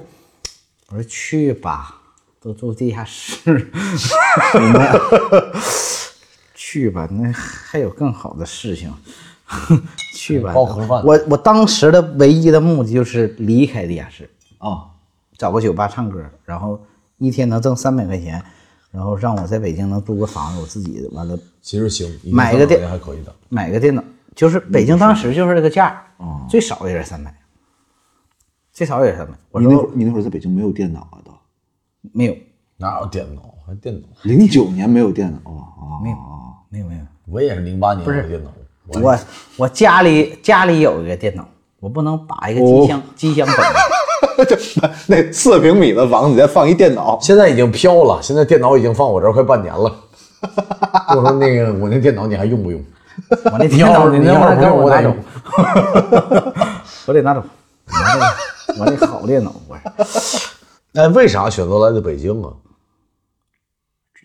Speaker 2: 我说去吧，都住地下室， 去吧，那还有更好的事情，去吧。
Speaker 3: 包盒饭
Speaker 2: 我我当时的唯一的目的就是离开地下室，
Speaker 4: 啊，
Speaker 2: 找个酒吧唱歌，然后一天能挣三百块钱，然后让我在北京能租个房子，我自己完了
Speaker 3: 其实行，
Speaker 2: 买个
Speaker 3: 电
Speaker 2: 电
Speaker 3: 还可以的。
Speaker 2: 买个电脑，就是北京当时就是这个价，
Speaker 3: 嗯
Speaker 2: 最少也是三百，最少也是三百。我
Speaker 4: 你那会
Speaker 2: 说
Speaker 4: 儿你那会儿在北京没有电脑啊都。
Speaker 2: 没有，
Speaker 3: 哪有电脑？还电脑？
Speaker 4: 零九年没有电脑啊，没有啊，
Speaker 2: 没有，没有。
Speaker 3: 我也是零八年有电脑，我
Speaker 2: 我我家里家里有一个电脑，我不能把一个机
Speaker 3: 哦
Speaker 2: 箱、机箱整了。
Speaker 4: 那四平米的房子里再放一电脑，
Speaker 3: 现在已经飘了，现在电脑已经放我这儿快半年了。 我说那个我那电脑你还用不用？
Speaker 2: 我那
Speaker 3: 你
Speaker 2: 电脑
Speaker 3: 要是
Speaker 2: 你
Speaker 3: 你
Speaker 2: 能
Speaker 3: 要
Speaker 2: 不能
Speaker 3: 是不
Speaker 2: 给
Speaker 3: 用，
Speaker 2: 我拿
Speaker 3: 得
Speaker 2: 走
Speaker 3: 用？。
Speaker 2: 我得拿走。我那个我那好电脑，我
Speaker 3: 哎，为啥选择来的北京啊？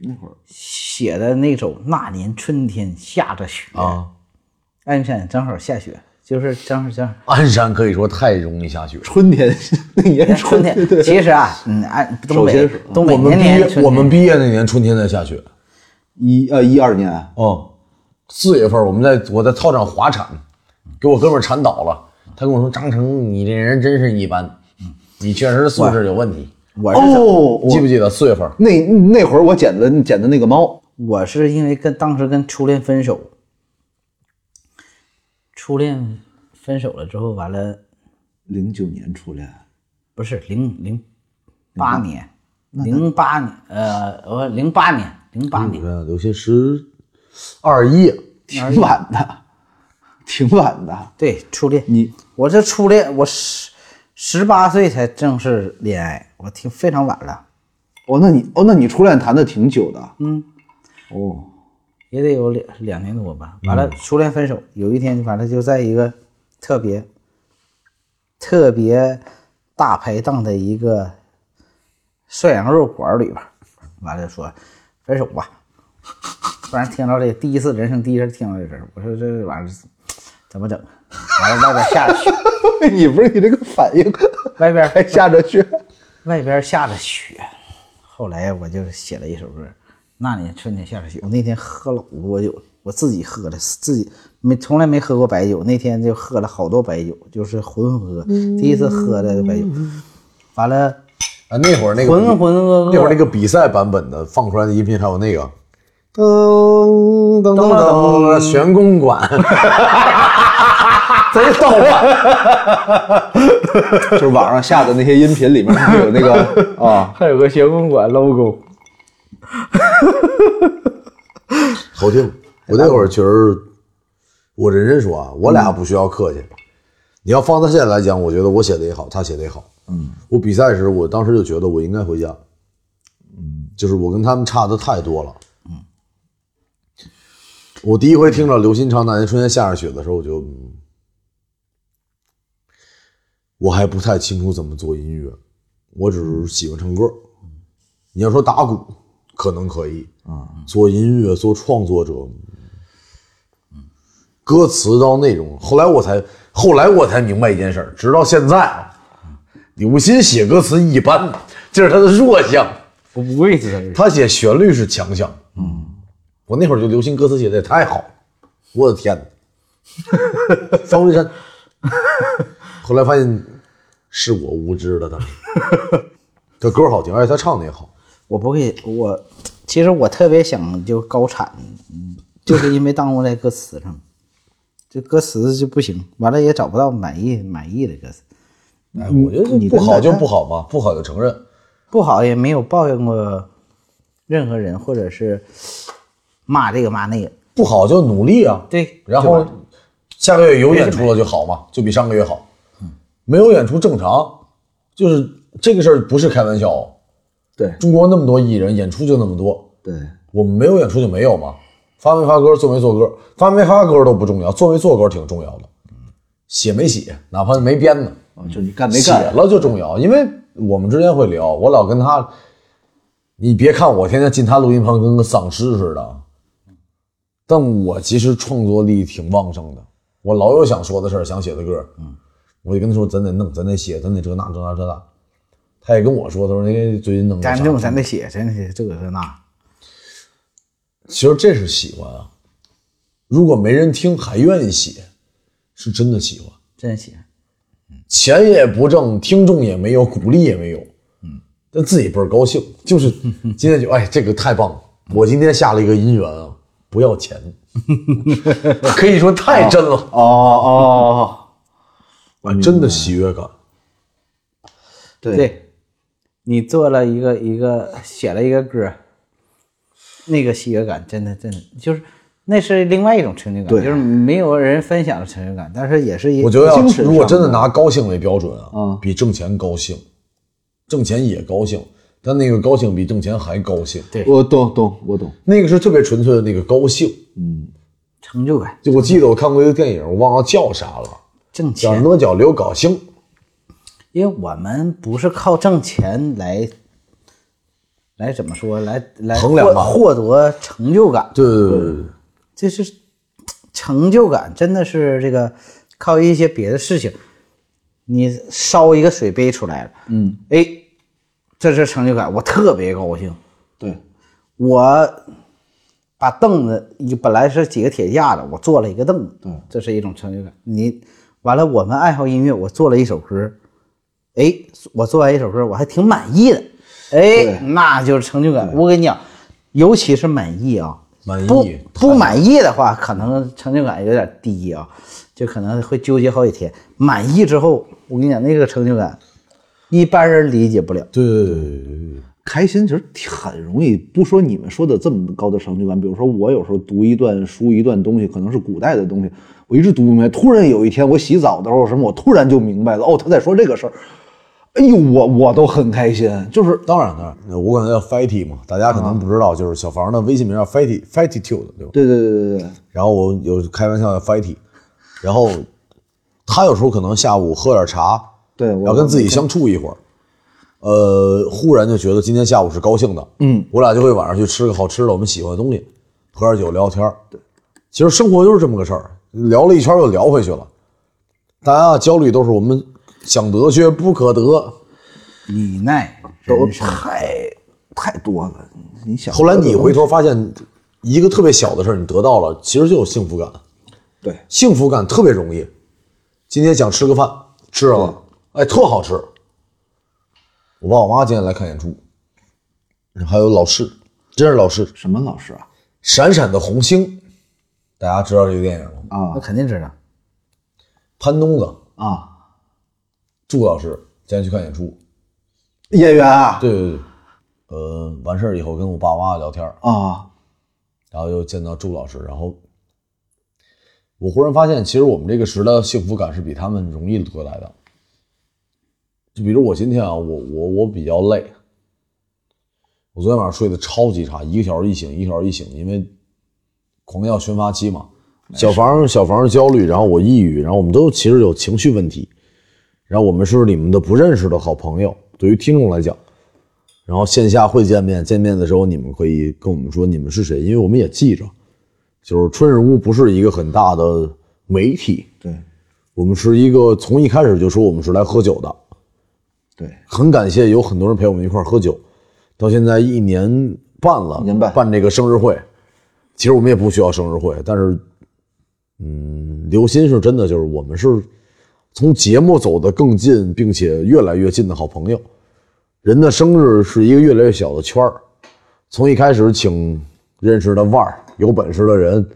Speaker 4: 那会儿
Speaker 2: 写的那首《那年春天下着雪》，
Speaker 3: 啊，
Speaker 2: 鞍山正好下雪，就是正好正好。
Speaker 3: 鞍山可以说太容易下雪了。
Speaker 4: 春天 那
Speaker 3: 哎
Speaker 4: 年
Speaker 2: 春
Speaker 4: 天，
Speaker 2: 天，其实啊，嗯，按东
Speaker 4: 首
Speaker 2: 北
Speaker 4: 先是
Speaker 2: 东北
Speaker 3: 我们
Speaker 2: 年
Speaker 3: 毕
Speaker 2: 年
Speaker 3: 业
Speaker 2: 春
Speaker 3: 我们
Speaker 2: 天
Speaker 3: 毕业那年春天在下雪，
Speaker 4: 一呃一二年，
Speaker 3: 嗯，四月份我们在我在操场滑铲，给我哥们儿铲倒了。他跟我说：“张成，你这人真是一般，你确实素质有问题。
Speaker 2: 我是怎么
Speaker 4: 哦，”
Speaker 3: 记
Speaker 4: 我
Speaker 3: 不记得四月份？
Speaker 4: 那那会儿我捡的捡的那个猫，
Speaker 2: 我是因为跟当时跟初恋分手，初恋分手了之后，完了
Speaker 4: 零九年初恋，
Speaker 2: 不是零零八年，零八年呃我零八年零八年
Speaker 3: 看，嗯有些十二一，
Speaker 4: 挺晚的，挺晚的。
Speaker 2: 对初恋，
Speaker 4: 你
Speaker 2: 我这初恋我十十八岁才正式恋爱，我挺非常晚了。
Speaker 4: 哦，那你哦，那你初恋谈的挺久的，嗯，哦，
Speaker 2: 也得有两两年多吧。完了，初恋分手，有一天反正就在一个特别特别大排档的一个涮羊肉馆里边儿，完了就说分手吧。 突然听到这第一次人生第一次听到这声儿，我说这玩意儿怎么整？啊完了外边下雪，
Speaker 4: 你不是你这个反应
Speaker 2: 外边
Speaker 4: 还下着雪，
Speaker 2: 外边下着雪，后来我就写了一首歌，《那年春天下着雪》。我那天喝老多酒了，我自己喝的，自己没从来没喝过白酒，那天就喝了好多白酒，就是浑浑噩，噩，第一次喝的白酒。完了，
Speaker 3: 啊，那会儿那个
Speaker 2: 浑浑噩噩
Speaker 3: 那会儿那个比赛版本的放出来的音频还有那个，噔噔噔噔，玄公馆，
Speaker 2: 真逗啊！
Speaker 4: 就是网上下的那些音频里面有那个啊，
Speaker 2: 还有个玄公馆 logo，
Speaker 3: 好听。我那会儿觉得，我认真说啊，我俩不需要客气。你要放到现在来讲，我觉得我写的也好，他写的也好。嗯，我比赛时，我当时就觉得我应该回家。嗯，就是我跟他们差的太多了。嗯，我第一回听到刘新昌《那年春天下着雪》的时候，我就，嗯我还不太清楚怎么做音乐，我只是喜欢唱歌。你要说打鼓，可能可以啊，做音乐、做创作者，歌词到内容。后来我才，后来我才明白一件事儿，直到现在啊，刘鑫写歌词一般，这是他的弱项，
Speaker 2: 我不会这个。
Speaker 3: 他写旋律是强项。嗯，我那会儿就刘鑫歌词写的也太好，我的天哪， 方文山。后来发现是我无知了，当时他歌好听，而且他唱的也好。
Speaker 2: 我不会，我其实我特别想就高产，嗯就是因为耽误在歌词上，这歌词就不行，完了也找不到满意满意的歌词，
Speaker 3: 哎，我觉得不好就不好嘛，不好就承认。
Speaker 2: 不好也没有抱怨过任何人，或者是骂这个骂那个，
Speaker 3: 不好就努力啊。
Speaker 2: 对
Speaker 3: 然后下个月有演出了就好嘛，就比上个月好。没有演出正常，就是这个事儿不是开玩笑哦。
Speaker 4: 对
Speaker 3: 中国那么多艺人，演出就那么多，
Speaker 4: 对，
Speaker 3: 我们没有演出就没有嘛。发没发歌，做没做歌，发没发歌都不重要，做没做歌挺重要的。写没写，哪怕没编呢，
Speaker 4: 哦就你干没
Speaker 3: 写
Speaker 4: 干，
Speaker 3: 了就重要，因为我们之间会聊，我老跟他，你别看我天天进他录音棚跟个丧尸似的，但我其实创作力挺旺盛的，我老有想说的事儿，想写的歌，嗯，我就跟他说咱得弄，咱得写，咱得这那这那这那，他也跟我说，他说那个最近弄个啥
Speaker 2: 咱弄咱得写，咱得写这个这那，
Speaker 3: 其实这是喜欢啊，如果没人听还愿意写，是真的喜欢。
Speaker 2: 真写。
Speaker 3: 钱也不挣，听众也没有，鼓励也没有，嗯，但自己倍儿高兴，就是今天就哎，这个太棒了！我今天下了一个姻缘啊，不要钱，可以说太真了，
Speaker 4: 哦哦，
Speaker 3: 啊，真的喜悦感。
Speaker 4: 对
Speaker 2: 对，你做了一个一个写了一个歌，那个喜悦感真的真的就是那是另外一种成就感，
Speaker 4: 对
Speaker 2: 就是没有人分享的成就感，但是也是一
Speaker 3: 我觉得要
Speaker 4: 精神上的
Speaker 3: 如果真的拿高兴为标准啊
Speaker 4: 嗯，
Speaker 3: 比挣钱高兴，挣钱也高兴，但那个高兴比挣钱还高兴，
Speaker 2: 对
Speaker 4: 我懂懂我懂，
Speaker 3: 那个是特别纯粹的那个高兴。
Speaker 2: 成就感，
Speaker 3: 就我记得我看过一个电影，我忘了叫啥了，
Speaker 2: 挣
Speaker 3: 叫
Speaker 2: 钱，
Speaker 3: 哪叫刘高兴。
Speaker 2: 因为我们不是靠挣钱来来怎么说来来
Speaker 3: 衡量
Speaker 2: 获
Speaker 3: 吧
Speaker 2: 获得成就感，
Speaker 3: 对对对对对。
Speaker 2: 这是成就感，真的是这个靠一些别的事情，你烧一个水杯出来了，嗯，哎，这是成就感，我特别高兴。
Speaker 4: 对，
Speaker 2: 我把凳子，一本来是几个铁架子，我做了一个凳子，对，这是一种成就感。你完了，我们爱好音乐，我做了一首歌，哎，我做完一首歌，我还挺满意的，哎，那就是成就感。我跟你讲，尤其是满意啊，
Speaker 3: 满意
Speaker 2: 不不满意的话，可能成就感有点低啊，就可能会纠结好几天。满意之后，我跟你讲，那个成就感，一般人理解不了。
Speaker 3: 对对对对对对，
Speaker 4: 开心其实挺很容易，不说你们说的这么高的成就感，比如说我有时候读一段书一段东西，可能是古代的东西，我一直读不明白，突然有一天我洗澡的时候什么，我突然就明白了，哦，他在说这个事儿，哎呦，我我都很开心，就是
Speaker 3: 当然当然，我管它叫 Fatty 嘛，大家可能不知道，就是小房的微信名叫 Fatty Fattytude，对吧？
Speaker 4: 对对对对对，
Speaker 3: 然后我有开玩笑叫 Fatty，然后他有时候可能下午喝点茶，
Speaker 4: 对我
Speaker 3: 然后跟自己相处一会儿，呃，忽然就觉得今天下午是高兴的，嗯，我俩就会晚上去吃个好吃的，我们喜欢的东西，喝点酒聊聊天儿。其实生活就是这么个事儿，聊了一圈又聊回去了。大家的焦虑都是我们想得却不可得。
Speaker 2: 你奈
Speaker 4: 都
Speaker 2: 人生，
Speaker 4: 太太多了。你想，
Speaker 3: 后来你回头发现，一个特别小的事儿你得到了，其实就有幸福感。
Speaker 4: 对，
Speaker 3: 幸福感特别容易。今天想吃个饭，吃上了，哎，特好吃。我爸我妈今天来看演出，还有老师，真是老师，《
Speaker 4: 什么老师啊？
Speaker 3: 闪闪的红星》，大家知道这个电影吗？
Speaker 2: 那肯定知道。
Speaker 3: 潘东子，
Speaker 4: 啊，
Speaker 3: 祝老师今天去看演出，
Speaker 4: 演员啊
Speaker 3: 对对对，呃，完事儿以后跟我爸妈聊天儿，
Speaker 4: 啊，
Speaker 3: 然后又见到朱老师，然后我忽然发现，其实我们这个时代的幸福感是比他们容易得来的。就比如我今天啊，我我我比较累，我昨天晚上睡得超级差，一个小时一醒，一个小时一醒，因为狂药宣发期嘛，小房小房焦虑，然后我抑郁，然后我们都其实有情绪问题，然后我们是你们的不认识的好朋友，对于听众来讲。然后线下会见面，见面的时候你们可以跟我们说你们是谁，因为我们也记着，就是春日屋不是一个很大的媒体，
Speaker 4: 对
Speaker 3: 我们是一个从一开始就说我们是来喝酒的，
Speaker 4: 对，
Speaker 3: 很感谢有很多人陪我们一块儿喝酒，到现在一年半了，
Speaker 4: 一年半
Speaker 3: 办这个生日会，其实我们也不需要生日会，但是，嗯，刘鑫是真的，就是我们是从节目走得更近，并且越来越近的好朋友。人的生日是一个越来越小的圈儿，从一开始请认识的腕儿、有本事的人，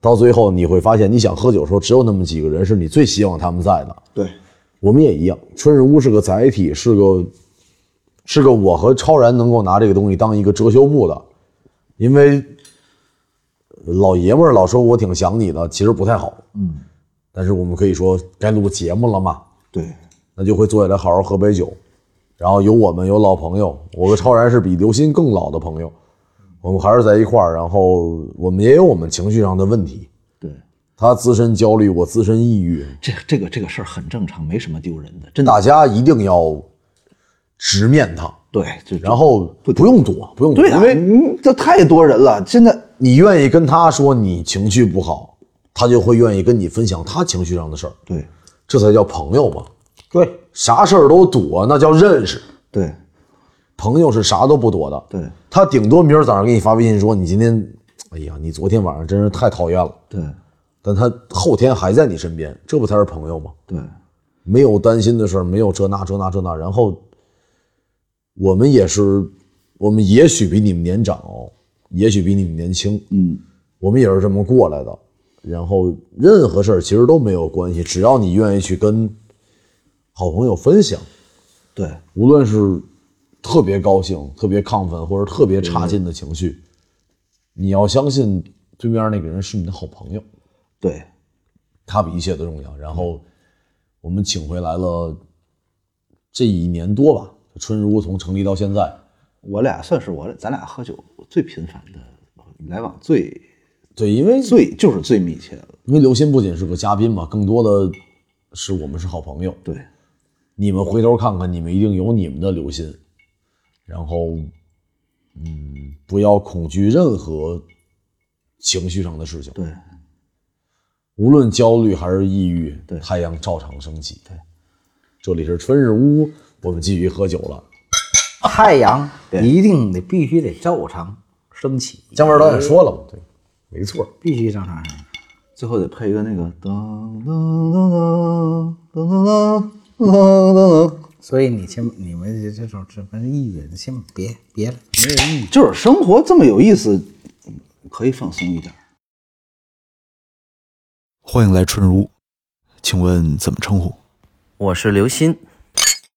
Speaker 3: 到最后你会发现，你想喝酒的时候，只有那么几个人是你最希望他们在的。
Speaker 4: 对，
Speaker 3: 我们也一样，春日屋是个载体，是个是个我和超然能够拿这个东西当一个遮羞布的，因为老爷们儿老说我挺想你的，其实不太好，嗯，但是我们可以说该录节目了嘛，
Speaker 4: 对，
Speaker 3: 那就会坐下来好好喝杯酒，然后有我们有老朋友，我和超然是比刘鑫更老的朋友，我们还是在一块儿，然后我们也有我们情绪上的问题，
Speaker 4: 对，
Speaker 3: 他自身焦虑，我自身抑郁，
Speaker 4: 这这个这个事儿很正常，没什么丢人的，真的。
Speaker 3: 大家一定要直面它，
Speaker 4: 对，就
Speaker 3: 然后不用躲，不用躲，
Speaker 4: 对啊，
Speaker 3: 因为
Speaker 4: 嗯这太多人了，现在
Speaker 3: 你愿意跟他说你情绪不好，他就会愿意跟你分享他情绪上的事儿，
Speaker 4: 对
Speaker 3: 这才叫朋友嘛。对，啥事儿都躲，那叫认识。
Speaker 4: 对
Speaker 3: 朋友是啥都不躲的，
Speaker 4: 对
Speaker 3: 他顶多明儿早上给你发微信说你今天，哎呀，你昨天晚上真是太讨厌了，
Speaker 4: 对
Speaker 3: 但他后天还在你身边，这不才是朋友吗？
Speaker 4: 对
Speaker 3: 没有担心的事儿，没有这那这那这那。然后我们也是，我们也许比你们年长哦，也许比你们年轻，嗯，我们也是这么过来的。然后任何事儿其实都没有关系，只要你愿意去跟好朋友分享，
Speaker 4: 对
Speaker 3: 无论是特别高兴、特别亢奋，或者特别差劲的情绪，你要相信对面那个人是你的好朋友。
Speaker 4: 对，
Speaker 3: 它比一切都重要。然后我们请回来了这一年多吧，春日屋从成立到现在，
Speaker 4: 我俩算是我咱俩喝酒最频繁的，来往最
Speaker 3: 对，因为
Speaker 4: 最就是最密切了，
Speaker 3: 因为刘鑫不仅是个嘉宾嘛，更多的是我们是好朋友。
Speaker 4: 对
Speaker 3: 你们回头看看，你们一定有你们的刘鑫。然后，嗯，不要恐惧任何情绪上的事情，
Speaker 4: 对
Speaker 3: 无论焦虑还是抑郁，
Speaker 4: 对
Speaker 3: 太阳照常升起。对，这里是春日屋，我们继续喝酒了。
Speaker 2: 太阳一定得必须得照常升起，
Speaker 3: 姜文导演说了嘛，对，没错。
Speaker 2: 必须照常升起。
Speaker 4: 最后得配一个那个噔噔噔噔噔噔噔噔噔
Speaker 2: 所以你先，你们这这种这分抑郁，你先别别了，没有意义。
Speaker 4: 噔，就是生活这么有意思，可以放松一点。
Speaker 5: 欢迎来春如，请问怎么称呼？
Speaker 6: 我是刘鑫，